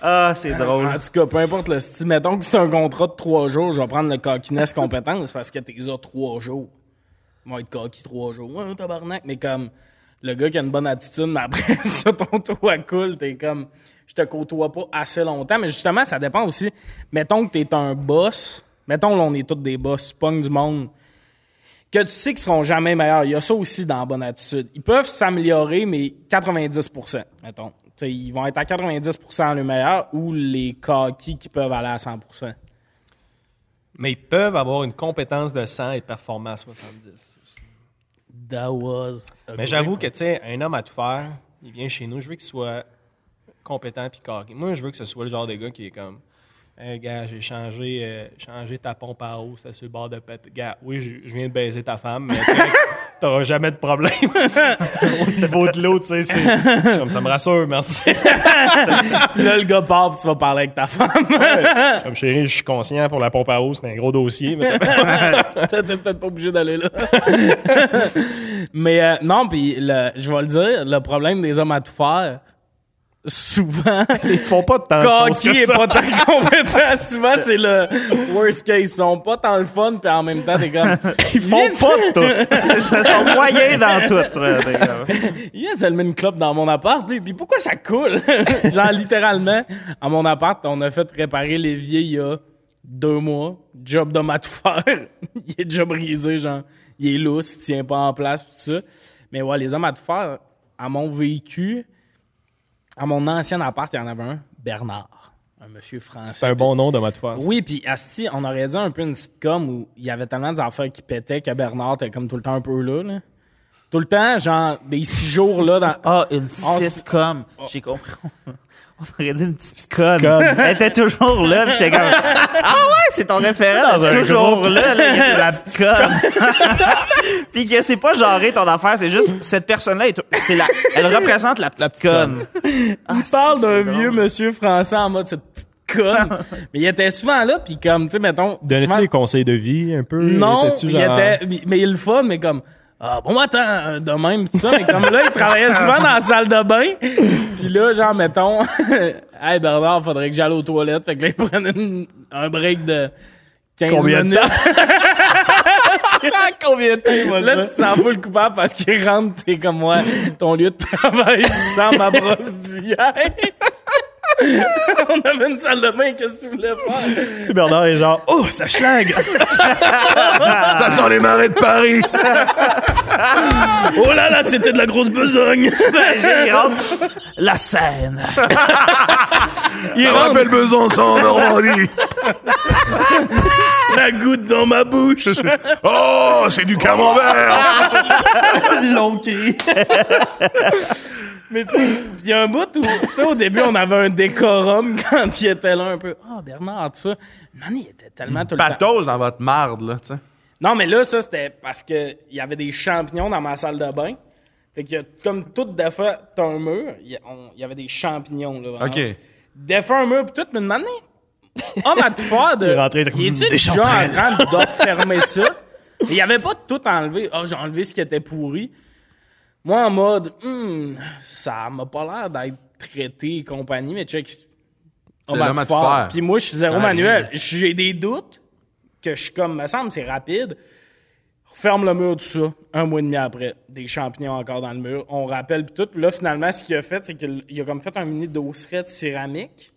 Speaker 4: Ah, c'est drôle.
Speaker 1: En tout cas, peu importe le style. Mettons que c'est un contrat de trois jours, je vais prendre le coquinesse compétence parce que t'es là trois jours. Ils vont être coquille trois jours. Ouais, tabarnak. Mais comme, le gars qui a une bonne attitude, mais après <laughs> ça, ton toit coule, t'es comme, je te côtoie pas assez longtemps. Mais justement, ça dépend aussi. Mettons que t'es un boss. Mettons, là, on est tous des boss. Tu pognes du monde que tu sais qu'ils seront jamais meilleurs. Il y a ça aussi dans la bonne attitude. Ils peuvent s'améliorer, mais 90 mettons. Tu sais, ils vont être à 90 le meilleur ou les coquilles qui peuvent aller à 100
Speaker 5: Mais ils peuvent avoir une compétence de 100 et performer à 70.
Speaker 1: That was a
Speaker 5: Mais j'avoue que, tu sais, un homme à tout faire, il vient chez nous, je veux qu'il soit compétent puis carré. Moi, je veux que ce soit le genre de gars qui est comme. Hey, gars, j'ai changé, euh, changé ta pompe à eau, c'est sur le bord de pète. Gars, oui, je- je viens de baiser ta femme, mais
Speaker 1: <laughs>
Speaker 5: tu sais, t'auras jamais de problème <laughs> au niveau de l'eau, tu sais. c'est- je suis comme, Ça me rassure, merci.
Speaker 1: <laughs> Puis là, le gars part, puis tu vas parler avec ta femme. <laughs>
Speaker 5: Comme chérie, je suis conscient pour la pompe à eau, c'est un gros dossier. mais t'as-
Speaker 1: T'es t'es peut-être pas obligé d'aller là. <laughs> Mais euh, non, puis le- je vais le dire, le problème des hommes à tout faire,
Speaker 5: <laughs>
Speaker 1: souvent,
Speaker 5: Ils font pas tant de choses
Speaker 1: Cocky
Speaker 5: Euh, que
Speaker 1: est
Speaker 5: ça.
Speaker 1: pas tant
Speaker 5: <laughs>
Speaker 1: compétent. Souvent, c'est le worst case. Ils sont pas tant le fun, puis en même temps, t'es comme.
Speaker 5: Ils font pas de tout.
Speaker 4: C'est ça, son moyen dans tout. là, t'es comme.
Speaker 1: Yes, elle met une clope dans mon appart, lui. Puis pourquoi ça coule? <laughs> Genre, littéralement, à mon appart, on a fait réparer l'évier il y a deux mois. Job de mat faire. <laughs> il est déjà brisé, genre. Il est lousse, il tient pas en place, tout ça. Mais ouais, les hommes à tout faire, à mon vécu, à mon ancien appart, il y en avait un, Bernard. Un monsieur français.
Speaker 5: <laughs> C'est un bon nom de ma foi.
Speaker 1: Oui, puis Asti, on aurait dit un peu une sitcom où il y avait tellement d'affaires qui pétaient que Bernard était comme tout le temps un peu là. là. Tout le temps, genre, des six jours là dans.
Speaker 4: Ah, une
Speaker 1: On s-
Speaker 4: sitcom. J'ai compris. <laughs> On aurait dit une petite conne. Elle était toujours là, puis j'étais comme. Ah ouais, c'est ton référent,
Speaker 5: Dans un
Speaker 4: toujours
Speaker 5: groupe.
Speaker 4: là, là, il était la petite conne. <laughs> puis que c'est pas genré ton affaire, c'est juste cette personne-là, est- c'est la, elle représente la petite, conne.
Speaker 1: Il parle
Speaker 4: c'est
Speaker 1: d'un
Speaker 4: drôle.
Speaker 1: vieux monsieur français en mode cette petite
Speaker 4: <laughs>
Speaker 1: conne. Mais il était souvent là, puis comme, tu sais, mettons. souvent-
Speaker 5: Donnais-tu des conseils de vie un peu?
Speaker 1: Non,
Speaker 5: Étais-tu
Speaker 1: il
Speaker 5: genre-
Speaker 1: était. mais- Mais il est le fun, mais comme. Ah, bon matin, euh, de même, tout ça. Mais comme là, il travaillait souvent dans la salle de bain. Puis là, genre, mettons. <laughs> hey, Bernard, faudrait que j'aille aux toilettes. Fait que là, il prenait une- un break de 15
Speaker 5: Combien de
Speaker 1: minutes.
Speaker 4: Ah,
Speaker 5: Combien de temps, il va
Speaker 1: Là,
Speaker 5: dire?
Speaker 1: tu te sens pas le coupable parce qu'il rentre, t'es comme moi, ton lieu de travail sans ma brosse d'hier. <laughs> On avait une salle de bain, qu'est-ce que tu voulais faire?
Speaker 5: Puis Bernard est genre, oh, ça schlag! <laughs>
Speaker 3: Ça sent les marais de Paris!
Speaker 1: Oh là là, c'était de la grosse besogne! <laughs>
Speaker 4: J'ai rentre la scène.
Speaker 1: Il
Speaker 3: Ça
Speaker 1: rentre,
Speaker 3: rappelle Besançon en Normandie!
Speaker 1: ça goutte dans ma bouche!
Speaker 3: Oh, c'est du camembert!
Speaker 5: Long cri.
Speaker 1: <laughs> Mais tu sais, il y a un bout où, tu sais, au début, on avait un décorum <laughs> quand il était là un peu. Ah, Bernard, tout ça. Man, il était tellement tout le temps.
Speaker 3: Patauge dans votre marde, là, tu sais.
Speaker 1: Non, mais là, ça, c'était parce que il y avait des champignons dans ma salle de bain. Fait qu'il y a comme tout défait t'as un mur, il y, a- on- il y avait des champignons, là. vraiment.
Speaker 3: OK.
Speaker 1: Défait un mur, pis tout, mais une année, homme à tout faire de.
Speaker 5: est rentré, il était comme,
Speaker 1: est-tu
Speaker 5: Des
Speaker 1: déjà en
Speaker 5: chanterelles.
Speaker 1: train de fermer ça? Mais Il y avait pas tout enlevé. Ah, j'ai enlevé ce qui était pourri. Moi, en mode, Hmm, ça m'a pas l'air d'être traité et compagnie, mais check. homme à
Speaker 3: l'homme
Speaker 1: tout
Speaker 3: à tout faire.
Speaker 1: Puis moi, je suis zéro
Speaker 3: Ah,
Speaker 1: manuel. J'ai des doutes que je suis comme, me semble, c'est rapide. Ferme le mur, tout ça. Un mois et demi après, des champignons encore dans le mur. On rappelle pis tout. Puis là, finalement, ce qu'il a fait, c'est qu'il il a comme fait un mini dosseret de céramique.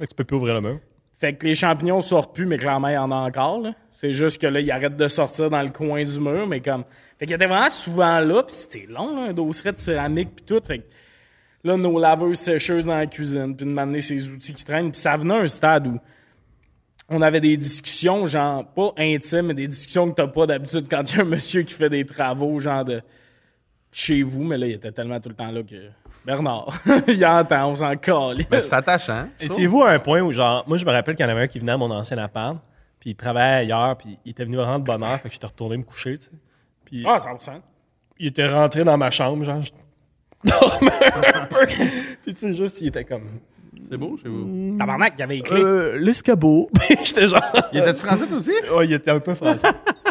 Speaker 5: Tu peux plus ouvrir le mur.
Speaker 1: Fait que les champignons sortent plus, mais clairement, il y en a encore. là. C'est juste que là, ils arrêtent de sortir dans le coin du mur, mais comme. Fait qu'il était vraiment souvent là, puis c'était long, là, un dosseret de céramique puis tout. Fait que là, nos laveuses sécheuses dans la cuisine, puis de m'amener ces outils qui traînent. Puis ça venait à un stade où on avait des discussions, genre, pas intimes, mais des discussions que t'as pas d'habitude quand il y a un monsieur qui fait des travaux, genre de chez vous, mais là, il était tellement tout le temps là que. Bernard, <laughs> il entend, on s'en calisse.
Speaker 3: Mais c'est attachant. hein. je trouve.
Speaker 5: Étiez-vous à un point où, genre, moi, je me rappelle qu'il y en avait un qui venait à mon ancien appart, puis il travaillait ailleurs, puis il était venu vraiment de bonne heure, fait que j'étais retourné me coucher, tu sais. Puis
Speaker 1: Ah, 100%.
Speaker 5: il était rentré dans ma chambre, genre, je <laughs> dormais un peu. Puis tu sais, juste, il était comme,
Speaker 3: C'est beau chez vous.
Speaker 1: Tabarnak, il avait les clés.
Speaker 5: euh, l'escabeau. Puis <laughs> j'étais genre,
Speaker 1: <laughs>
Speaker 3: Il était français, toi aussi?
Speaker 5: ouais, il était un peu français.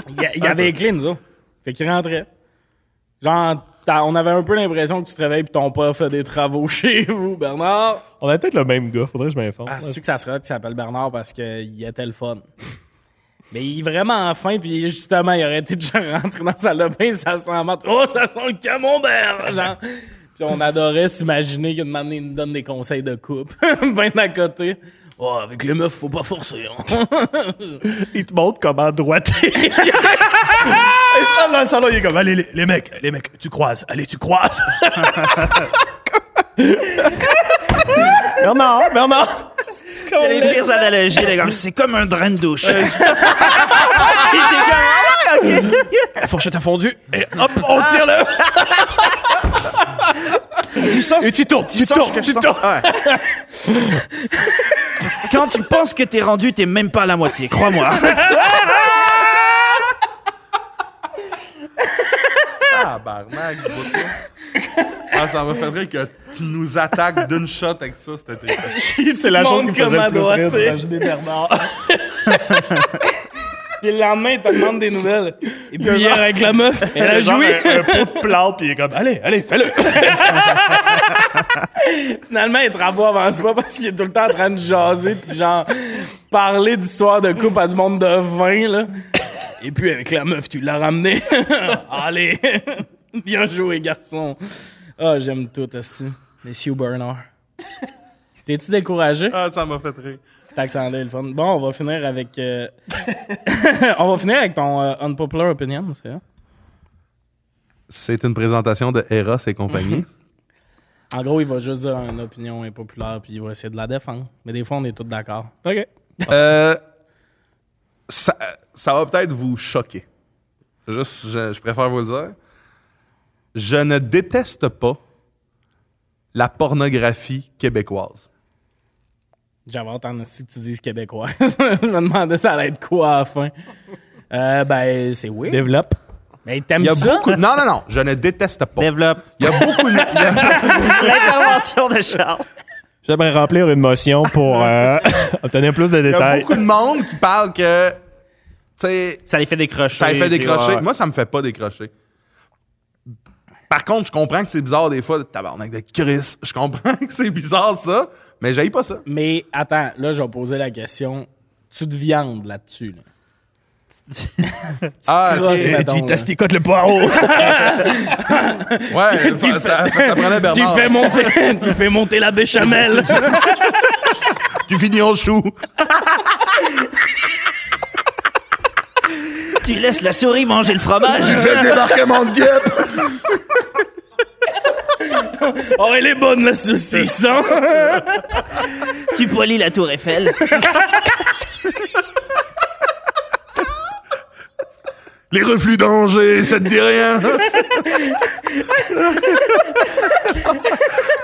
Speaker 1: Il y, a- il y avait les clés, nous autres. Fait qu'il rentrait. Genre, t'as- on avait un peu l'impression que tu te réveilles puis ton père fait des travaux <laughs> chez vous, Bernard.
Speaker 5: On a peut-être le même gars, faudrait que je m'informe.
Speaker 1: Ah, c'est-tu que ça serait qu'il s'appelle Bernard parce qu'il était le fun? Mais il est vraiment fin, puis justement, il aurait été de genre rentrer dans la salle de bain, ça sent mat. Oh, ça sent le camembert! Genre. Puis on adorait s'imaginer qu'une maman nous donne des conseils de coupe, <laughs> ben à côté. Oh, avec les meufs, faut pas forcer. <laughs> hein.
Speaker 5: Il te montre comment droiter. <laughs> il s'installe dans le salon, il est comme, allez, les, les mecs, les mecs, tu croises, allez, tu croises. <laughs> Bernard, hein, Bernard.
Speaker 4: Il y a les pires analogies, les gars. C'est comme un drain de douche. <laughs> Il était comme, ah,
Speaker 5: La fourchette a fondu, et hop, on tire le...
Speaker 4: tu sens,
Speaker 5: Et tu tournes, tu
Speaker 4: sens
Speaker 5: tournes,
Speaker 4: que je
Speaker 5: tu
Speaker 4: sens-
Speaker 5: tournes.
Speaker 4: quand tu penses que t'es rendu, t'es même pas à la moitié, crois-moi.
Speaker 3: Tabarnak, du bout de toi. Ah, ça me fait rire que tu nous attaques d'une shot avec ça, c'était triste.
Speaker 5: C'est la chose qui me faisait
Speaker 1: Montre
Speaker 5: le plus
Speaker 1: comment
Speaker 5: rire,
Speaker 1: droiter.
Speaker 5: d'imaginer Bernard. <laughs>
Speaker 1: Puis le lendemain, il te demande des nouvelles. Et puis hier, avec la meuf, elle a
Speaker 5: Genre ben, euh,
Speaker 1: joué.
Speaker 5: Un, un pot de plante, puis il est comme, allez, allez, fais-le.
Speaker 1: Finalement, il te renvoie avant ce pas parce qu'il est tout le temps en train de jaser puis genre parler d'histoire de couple à du monde de vin là. Et puis avec la meuf, tu l'as ramené. <laughs> Allez, <laughs> bien joué garçon. Ah, j'aime tout aussi. Messieurs Bernard. T'es-tu découragé?
Speaker 3: Ah, ça m'a fait rire.
Speaker 1: Cet accent-là est le fun. Bon, on va finir avec... euh, <laughs> on va finir avec ton euh, unpopular opinion, c'est vrai?
Speaker 3: C'est une présentation de Eros et compagnie.
Speaker 1: En gros, il va juste dire une opinion impopulaire puis il va essayer de la défendre. Mais des fois, on est tous d'accord.
Speaker 5: OK.
Speaker 3: Euh, ça, ça va peut-être vous choquer. Juste, je, je préfère vous le dire. Je ne déteste pas la pornographie québécoise.
Speaker 1: J'avais entendu aussi que tu dises québécois. <laughs> je me demandais ça allait être quoi à la fin. Euh, ben, c'est oui.
Speaker 5: Développe.
Speaker 1: Mais t'aimes
Speaker 3: Il y a
Speaker 1: ça?
Speaker 3: beaucoup. Non, non, non. Je ne déteste pas.
Speaker 4: Développe
Speaker 3: Il y a beaucoup. De, il y a-
Speaker 4: l'intervention <laughs> de Charles.
Speaker 5: J'aimerais remplir une motion pour euh, <laughs> obtenir plus de
Speaker 3: il y a
Speaker 5: détails.
Speaker 3: beaucoup de monde qui parle que, tu sais,
Speaker 4: Ça les fait décrocher.
Speaker 3: ça les fait
Speaker 4: puis
Speaker 3: décrocher.
Speaker 4: ouais.
Speaker 3: Moi, ça me fait pas décrocher. Par contre, je comprends que c'est bizarre des fois. Tabarnak de Chris. Je comprends <laughs> que c'est bizarre ça, mais j'aille pas ça.
Speaker 1: Mais attends, là, je vais poser la question. Tu te viandes là-dessus. là.
Speaker 3: Ah, ok.
Speaker 1: crosses,
Speaker 5: Et
Speaker 1: mettons,
Speaker 5: tu
Speaker 1: là.
Speaker 5: testicotes le poireau.
Speaker 1: <laughs>
Speaker 3: Ouais, ça, ça- ça
Speaker 1: Tu
Speaker 3: prenait Bernard. hein.
Speaker 1: fais, monter, <laughs> tu fais monter la béchamel.
Speaker 3: <laughs> Tu finis en chou.
Speaker 4: <laughs> Tu laisses la souris manger le fromage. <laughs>
Speaker 3: fais le débarquement de guêpe.
Speaker 1: oh, elle est bonne, la saucisse. hein?
Speaker 4: tu polis la tour Eiffel.
Speaker 3: Les reflux d'Angers, ça te dit rien. hein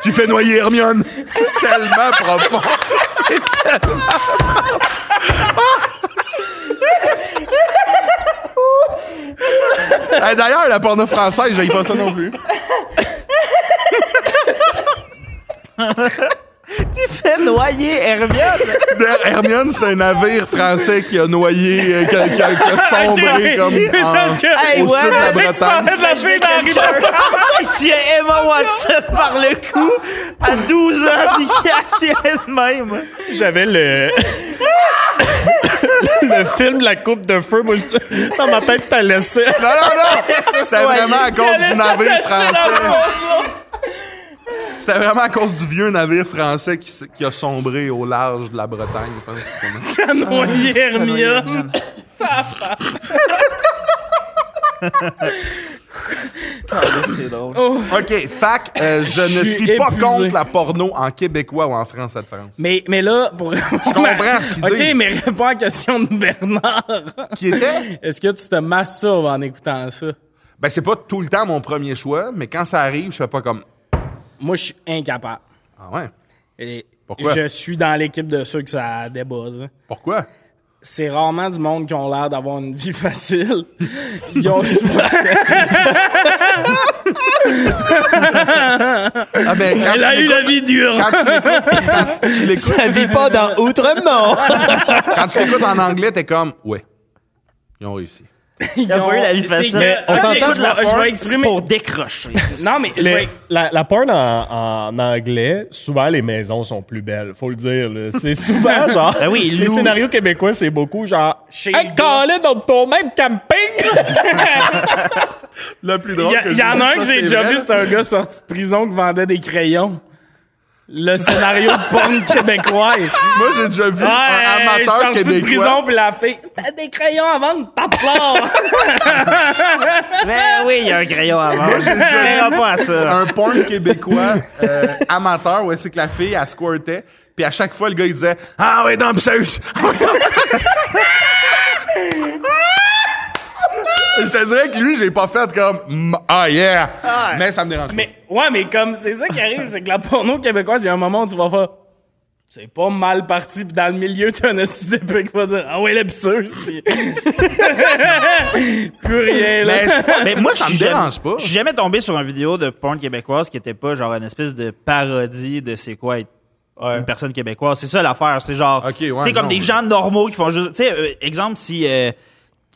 Speaker 3: tu fais noyer Hermione. C'est tellement profond. C'est tellement... Hey, D'ailleurs, la porno française, j'aille pas ça non plus.
Speaker 4: tu fais noyer Hermione.
Speaker 3: D'ailleurs, Hermione, c'est un navire français qui a noyé, euh, qui a, qui a-
Speaker 1: <laughs>
Speaker 3: qui a sombré comme
Speaker 1: C'est ça ce
Speaker 3: en-
Speaker 1: que...
Speaker 4: Hey,
Speaker 3: au
Speaker 4: ouais,
Speaker 3: sud de la
Speaker 4: c'est que
Speaker 3: Bretagne.
Speaker 1: de la fille dans la rue.
Speaker 4: <laughs> Il tient Emma Watson par le cou à 12 ans, puis qui assierait de même.
Speaker 5: J'avais le. <laughs> le film La Coupe de Feu. Moi, je- dans ma tête, t'as laissé.
Speaker 3: Non,
Speaker 1: <laughs>
Speaker 3: non, non! C'était
Speaker 4: noyé.
Speaker 3: vraiment à cause du navire français.
Speaker 1: Dans le fond, là.
Speaker 3: <laughs> C'était vraiment à cause du vieux navire français qui, s- qui a sombré au large de la Bretagne, je pense.
Speaker 1: T'as noyé Hermione.
Speaker 4: c'est drôle.
Speaker 3: OK, fac, euh, je
Speaker 1: <laughs>
Speaker 3: ne
Speaker 1: Je suis
Speaker 3: suis pas
Speaker 1: épuisé.
Speaker 3: contre la porno en québécois ou en français de France.
Speaker 1: Mais, mais là, pour... Je
Speaker 3: comprends ce
Speaker 1: <laughs>
Speaker 3: qu'ils
Speaker 1: OK,
Speaker 3: disent.
Speaker 1: mais réponds à la question de Bernard. <laughs>
Speaker 3: Qui était?
Speaker 1: Est-ce que tu te masturbes en écoutant ça?
Speaker 3: Ben, c'est pas tout le temps mon premier choix, mais quand ça arrive, je fais pas comme...
Speaker 1: Moi, je suis incapable.
Speaker 3: Ah ouais?
Speaker 1: Et
Speaker 3: Pourquoi?
Speaker 1: Je suis dans l'équipe de ceux que ça hein. débose.
Speaker 3: Pourquoi?
Speaker 1: C'est rarement du monde qui ont l'air d'avoir une vie <laughs> facile. Ils ont souvent...
Speaker 4: <laughs>
Speaker 3: Ah ben, quand,
Speaker 1: Elle a eu la vie dure.
Speaker 3: quand tu l'écoutes- quand
Speaker 1: <laughs>
Speaker 3: tu l'écoutes...
Speaker 5: Ça vit pas
Speaker 3: <laughs>
Speaker 5: dans Outremont.
Speaker 3: Quand tu l'écoutes en anglais, t'es comme... Ouais, ils ont réussi.
Speaker 4: Il a
Speaker 1: ont-
Speaker 4: pas eu la vie
Speaker 1: c'est
Speaker 4: facile.
Speaker 1: que-
Speaker 4: on
Speaker 1: Ok,
Speaker 4: s'entend
Speaker 1: je
Speaker 4: de la
Speaker 1: vais- je
Speaker 4: porn,
Speaker 1: vais exprimer-
Speaker 4: c'est pour décrocher.
Speaker 1: Non, mais je
Speaker 5: Les-
Speaker 1: vais-
Speaker 5: la, la porn en, en anglais, souvent les maisons sont plus belles, faut le dire. là. C'est souvent genre.
Speaker 4: Ben oui,
Speaker 5: les
Speaker 4: Lou.
Speaker 5: scénarios québécois, c'est beaucoup genre.
Speaker 1: Chez
Speaker 5: Hey,
Speaker 1: le
Speaker 5: Colin, dans ton même camping!
Speaker 3: Le plus
Speaker 1: Il
Speaker 3: drôle que
Speaker 1: y,
Speaker 3: j'ai
Speaker 1: en
Speaker 3: vu,
Speaker 1: a un
Speaker 3: ça,
Speaker 1: que j'ai
Speaker 3: c'est
Speaker 1: déjà
Speaker 3: vrai,
Speaker 1: vu, c'est un gars sorti de prison qui vendait des crayons. Le scénario de porn <laughs> québécoise.
Speaker 3: Moi, j'ai déjà vu
Speaker 1: Ouais,
Speaker 3: un amateur
Speaker 1: sorti de
Speaker 3: québécois. <laughs>
Speaker 1: prison, puis la fille, t'as des crayons à vendre, t'as peur.
Speaker 4: Ben oui, il y a un crayon avant. Je
Speaker 3: j'ai-
Speaker 4: ne pas à ça.
Speaker 3: un porn québécois euh, amateur où c'est que la fille, elle squirtait. Puis à chaque fois, le gars, il disait « Ah oui, dans Pseus! <laughs> Ah oui, dans Pseus! Je te dirais que lui, j'ai pas fait comme Mm, Ah yeah! Mais ça me dérange
Speaker 1: Mais ouais, mais comme c'est ça qui arrive, c'est que la porno québécoise, il y a un moment où tu vas faire c'est pas mal parti, puis dans le milieu, t'as un hostie d'épée qui va dire Ah ouais, la pisseuse, puis. <laughs> Plus rien, là. <laughs>
Speaker 3: pas. Mais je suis pas-
Speaker 4: Mais moi, ça
Speaker 3: Je
Speaker 4: me
Speaker 3: suis
Speaker 4: dérange
Speaker 3: jamais-
Speaker 4: Je suis jamais tombé sur une vidéo de porn québécoise qui était pas genre une espèce de parodie de c'est quoi être une personne québécoise. C'est ça l'affaire. C'est genre,
Speaker 3: Ok, ouais,
Speaker 4: tu sais, comme
Speaker 3: non,
Speaker 4: des
Speaker 3: mais-
Speaker 4: gens normaux qui font juste, tu sais, euh, exemple si, euh,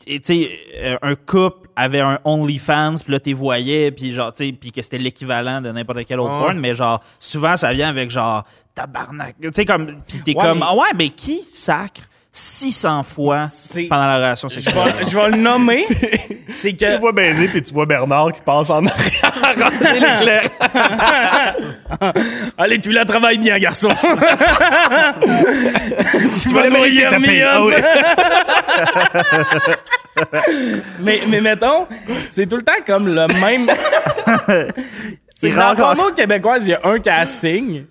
Speaker 4: tu sais, euh, un couple avait un OnlyFans, puis là t'es voyais, puis genre, tu sais, puis que c'était l'équivalent de n'importe quel autre
Speaker 3: Ouais.
Speaker 4: porn, mais genre souvent ça vient avec genre tabarnak, tu sais comme, puis t'es
Speaker 1: Ouais,
Speaker 4: comme,
Speaker 1: mais-
Speaker 4: ah ouais, mais qui sacre 600 fois
Speaker 1: C'est-
Speaker 4: pendant la relation
Speaker 1: Je
Speaker 4: sexuelle?
Speaker 1: vais- je vais le nommer. C'est que.
Speaker 5: tu vois baiser, puis tu vois Bernard qui passe en arrière.
Speaker 1: <laughs> Allez, tu la travailles bien, garçon. tu vas
Speaker 5: le mériter,
Speaker 1: nourrir
Speaker 5: ta paye.
Speaker 1: Miam.
Speaker 5: Ah
Speaker 1: <laughs>
Speaker 5: oui.
Speaker 1: mais, mais mettons, c'est tout le temps comme le même. c'est
Speaker 4: Il
Speaker 1: que dans la
Speaker 4: rencontre-
Speaker 1: porno québécoise, il y a un casting.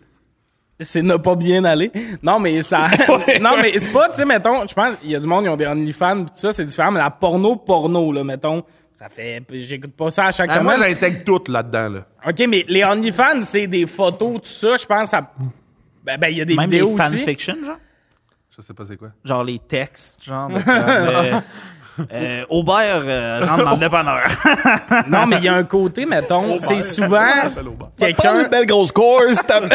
Speaker 1: C'est ne pas bien aller. Non, mais ça. <laughs> non, mais c'est pas, tu sais, mettons, je pense, il y a du monde, ils ont des OnlyFans, pis tout ça, c'est différent, mais la porno-porno, là, mettons, ça fait. J'écoute pas ça à chaque
Speaker 3: Ah,
Speaker 1: semaine.
Speaker 3: Moi, j'intègre tout là-dedans. Là.
Speaker 1: OK, mais les OnlyFans, c'est des photos, tout ça, je pense à... Ben, ben, il y a des
Speaker 4: Même les
Speaker 1: vidéos aussi.
Speaker 4: fanfictions, genre?
Speaker 3: Je sais pas c'est quoi.
Speaker 4: genre les textes, genre de, comme, euh, euh, Aubert euh, rentre dans le dépanneur.
Speaker 1: Non, mais il y a un côté, mettons, c'est souvent
Speaker 5: Prends
Speaker 1: quelqu'un...
Speaker 5: une belle grosse course, t'as-
Speaker 4: <laughs>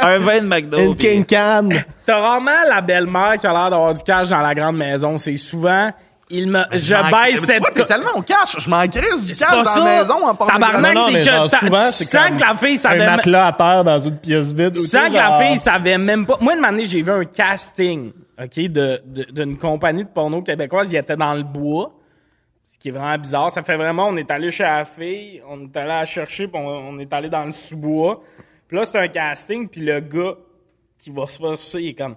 Speaker 4: un vin de McDo.
Speaker 5: une
Speaker 4: puis-
Speaker 5: king can.
Speaker 1: T'as rarement la belle-mère qui a l'air d'avoir du cash dans la grande maison. C'est souvent... Il me... Je baisse
Speaker 3: Mais tu
Speaker 1: cette...
Speaker 3: vois, T'es tellement au cash. Je m'en crisse du
Speaker 1: C'est
Speaker 3: cash dans
Speaker 1: pas ça.
Speaker 3: la maison en portant
Speaker 1: Tabarnak,
Speaker 5: Non, non,
Speaker 1: c'est
Speaker 5: mais
Speaker 1: que
Speaker 5: genre,
Speaker 1: t'as-
Speaker 5: souvent,
Speaker 1: tu
Speaker 5: c'est
Speaker 1: sens
Speaker 5: comme
Speaker 1: que la fille, ça
Speaker 5: un
Speaker 1: donne-
Speaker 5: matelas à terre dans une pièce vide. ou
Speaker 1: Tu
Speaker 5: tu
Speaker 1: sens
Speaker 5: sais,
Speaker 1: que la
Speaker 5: genre-
Speaker 1: fille savait même pas. Moi, une année, j'ai vu un casting, OK, de- de- d'une compagnie de porno québécoise. Il était dans le bois. Ce qui est vraiment bizarre. Ça fait vraiment, on est allé chez la fille, on est allé la chercher, puis on, on est allé dans le sous-bois. Puis là, c'est un casting, puis le gars qui va se faire ça, il est comme.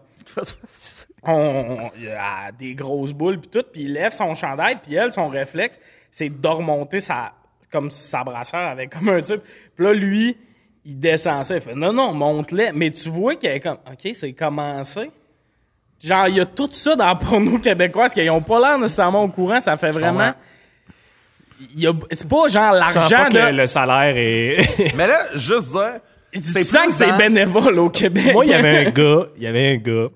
Speaker 1: On, on- il a des grosses boules, puis tout, puis il lève son chandail, puis elle, son réflexe, c'est de remonter sa, comme sa brassière avec comme un tube. Puis là, lui, il descend ça, il fait non, non, monte-les. Mais tu vois qu'elle est comme, OK, c'est commencé. Genre, il y a tout ça dans la porno québécoise qu'ils ont pas l'air nécessairement au courant, ça fait vraiment. il y a- C'est pas genre
Speaker 5: Tu sens
Speaker 1: l'argent
Speaker 5: pas que
Speaker 1: de.
Speaker 5: le salaire est.
Speaker 3: Mais là, juste dire.
Speaker 1: Tu
Speaker 3: c'est
Speaker 1: sens que
Speaker 3: plus
Speaker 1: c'est Ben-
Speaker 3: dans-
Speaker 1: bénévole au Québec.
Speaker 5: <laughs> Moi, il y avait <laughs> un gars, il y avait un gars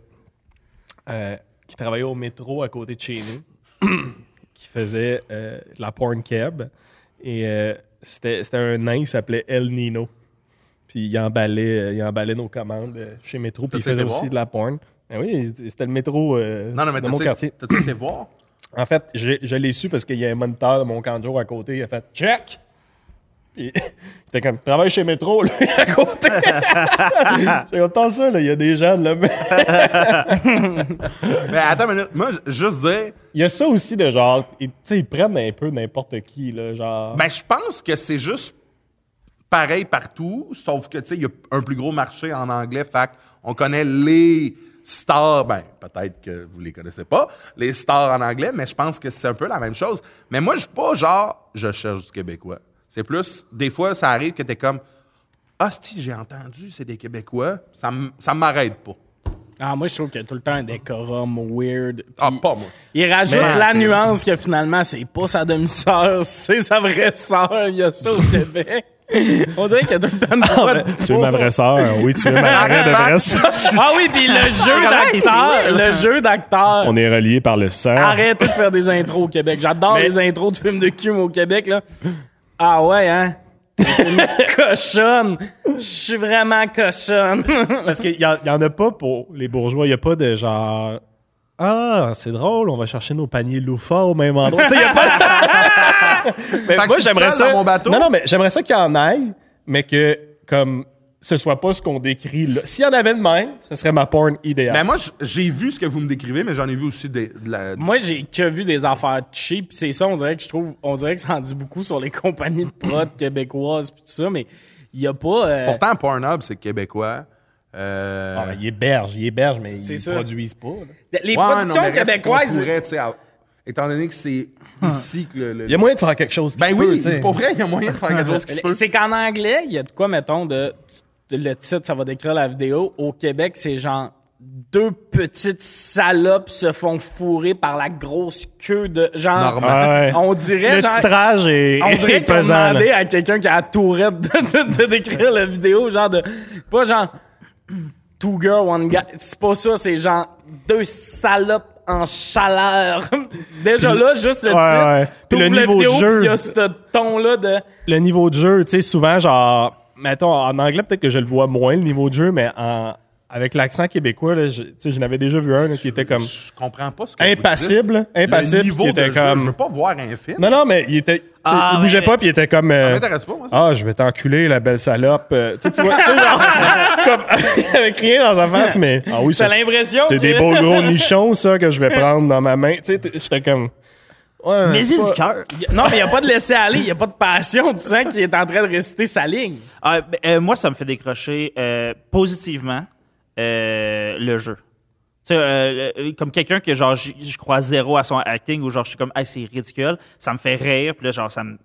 Speaker 5: euh, qui travaillait au métro à côté de chez nous, <clears throat> qui faisait euh, de la porn cab. Et euh, c'était c'était un nain qui s'appelait El Nino. Puis il emballait, euh, il emballait nos commandes euh, chez Métro, puis il
Speaker 3: T'as-tu
Speaker 5: faisait
Speaker 3: été
Speaker 5: aussi
Speaker 3: voir?
Speaker 5: de la porn. Ben oui, c'était le métro euh,
Speaker 3: Non, non, mais
Speaker 5: de mon
Speaker 3: t'as-tu
Speaker 5: quartier.
Speaker 3: t'as-tu été voir?
Speaker 5: En fait, je, je l'ai su parce qu'il y a un moniteur de mon camp de jour à côté. Il a fait check. Puis, il était comme travaille chez Métro là, <laughs> à côté. J'ai comme tant ça là, il y a des gens là.
Speaker 3: Mais attends une minute. Moi, juste dire.
Speaker 5: Il y a ça aussi de genre, ils- tu sais, ils prennent un peu n'importe qui là, genre.
Speaker 3: Ben, je pense que c'est juste pareil partout, sauf que, tu sais, il y a un plus gros marché en anglais, fait on connaît les stars, ben, peut-être que vous les connaissez pas, les stars en anglais, mais je pense que c'est un peu la même chose. Mais moi, je suis pas genre, je cherche du québécois. C'est plus, des fois, ça arrive que t'es comme, ah, si, j'ai entendu, c'est des Québécois, ça m- ça m'arrête pas.
Speaker 1: <laughs> Ah, moi, je trouve qu'il y a tout le temps un décorum weird.
Speaker 3: Ah,
Speaker 1: puis-
Speaker 3: pas moi.
Speaker 1: Il rajoute
Speaker 3: Mais-
Speaker 1: la nuance que finalement, c'est pas sa demi-sœur, c'est sa vraie sœur. Il y a ça au Québec. On dirait qu'il y a tout le temps de quoi de
Speaker 5: Ah, ben, tu es ma
Speaker 1: pas.
Speaker 5: vraie sœur, oui, tu es ma <laughs> vraie de vraie sœur.
Speaker 1: Ah oui, puis le jeu d'acteur, le jeu d'acteur.
Speaker 5: On est reliés par le sang.
Speaker 1: Arrêtez de faire des intros au Québec. J'adore les intros de films de cum au Québec, là. Ah ouais, hein? Une cochonne. Je suis vraiment cochonne.
Speaker 5: Parce qu'il y, en- il y en a pas pour les bourgeois, il y a pas de genre. Ah, c'est drôle, on va chercher nos paniers loufa au même endroit. Tu sais, y a pas- <laughs> Mais
Speaker 3: Fait que
Speaker 5: moi,
Speaker 3: je suis
Speaker 5: j'aimerais
Speaker 3: seul
Speaker 5: ça.
Speaker 3: dans mon bateau?
Speaker 5: Non, non, mais j'aimerais ça qu'il y en aille, mais que, comme, ce soit pas ce qu'on décrit là. S'il y en avait de même, ce serait ma porn idéale.
Speaker 3: <laughs> Ben moi, j- j'ai vu ce que vous me décrivez, mais j'en ai vu aussi des- de la...
Speaker 1: Moi, j'ai que vu des affaires cheap, pis c'est ça, on dirait que je trouve, on dirait que ça en dit beaucoup sur les compagnies de prod québécoises pis tout ça, mais il y a pas. euh,
Speaker 3: Pourtant, Pornhub, c'est québécois. Euh...
Speaker 5: Ah, ben, il héberge, il héberge, mais
Speaker 1: C'est
Speaker 5: ils
Speaker 1: ça.
Speaker 5: produisent pas. là.
Speaker 1: les
Speaker 3: ouais,
Speaker 1: productions
Speaker 3: non, mais reste qu'on
Speaker 1: québécoises.
Speaker 3: pourrait, tu sais, à- étant donné que c'est ici que le... le-
Speaker 5: Ah. Il y a moyen de faire quelque chose. qui
Speaker 3: Ben
Speaker 5: se peut,
Speaker 3: oui,
Speaker 5: tu sais.
Speaker 3: pour vrai, il y a moyen de faire quelque chose qui se peut.
Speaker 1: C'est qu'en anglais, il y a de quoi, mettons, de, de- le titre, ça va décrire la vidéo. Au Québec, c'est genre deux petites salopes se font fourrer par la grosse queue de genre.
Speaker 3: Normal.
Speaker 5: Ouais.
Speaker 1: On dirait
Speaker 5: Le
Speaker 1: genre.
Speaker 5: titrage est, <laughs>
Speaker 1: On
Speaker 5: est
Speaker 1: dirait qu'on
Speaker 5: pesant. là.
Speaker 1: demandait à quelqu'un qui a la tourette de, de- de décrire la vidéo, genre de. Pas genre. Two girl, one guy. C'est pas ça, c'est genre deux salopes en chaleur. <laughs> Déjà là, juste le
Speaker 5: Ouais,
Speaker 1: titre.
Speaker 5: ouais. Puis le
Speaker 1: t'ouvres la
Speaker 5: niveau de
Speaker 1: vidéo,
Speaker 5: jeu.
Speaker 1: Il y a ce ton-là de.
Speaker 5: le niveau de jeu, tu sais, souvent, genre, mettons, en anglais, peut-être que je le vois moins, le niveau de jeu, mais en- avec l'accent québécois, là, je- tu sais, je n'avais déjà vu un là, qui était comme
Speaker 3: Je comprends pas ce que
Speaker 5: impassible, là,
Speaker 3: vous dites.
Speaker 5: impassible,
Speaker 3: Le niveau
Speaker 5: qui
Speaker 3: de
Speaker 5: était
Speaker 3: jeu, je
Speaker 5: comme...
Speaker 3: veux pas voir un film.
Speaker 5: Non, non, mais il était... tu sais,
Speaker 4: Ah,
Speaker 5: il bougeait
Speaker 4: ouais.
Speaker 5: pas, puis il était comme... euh,
Speaker 3: Ça m'intéresse pas, moi, ça.
Speaker 5: ah, je vais t'enculer, la belle salope. Euh, tu sais, tu vois, tu sais, genre, <laughs> comme, avec rien dans sa face, mais. Ah oui,
Speaker 1: T'as
Speaker 5: ça,
Speaker 1: l'impression
Speaker 5: C'est
Speaker 1: que-
Speaker 5: des beaux gros nichons, ça, que je vais prendre dans ma main. Tu sais, t- j'étais comme. Ouais,
Speaker 4: Mais
Speaker 5: c'est
Speaker 4: c'est
Speaker 5: pas-
Speaker 4: du cœur.
Speaker 1: Y a- Non, mais il n'y a pas de laisser aller, il n'y a pas de passion. Tu sens qu'il est en train de réciter sa ligne.
Speaker 4: Ah, ben, euh, moi, ça me fait décrocher euh, positivement euh, le jeu. Tu sais, euh, euh, comme quelqu'un que genre j- je crois zéro à son acting ou genre je suis comme hey, c'est ridicule, ça me fait rire puis là genre ça me tu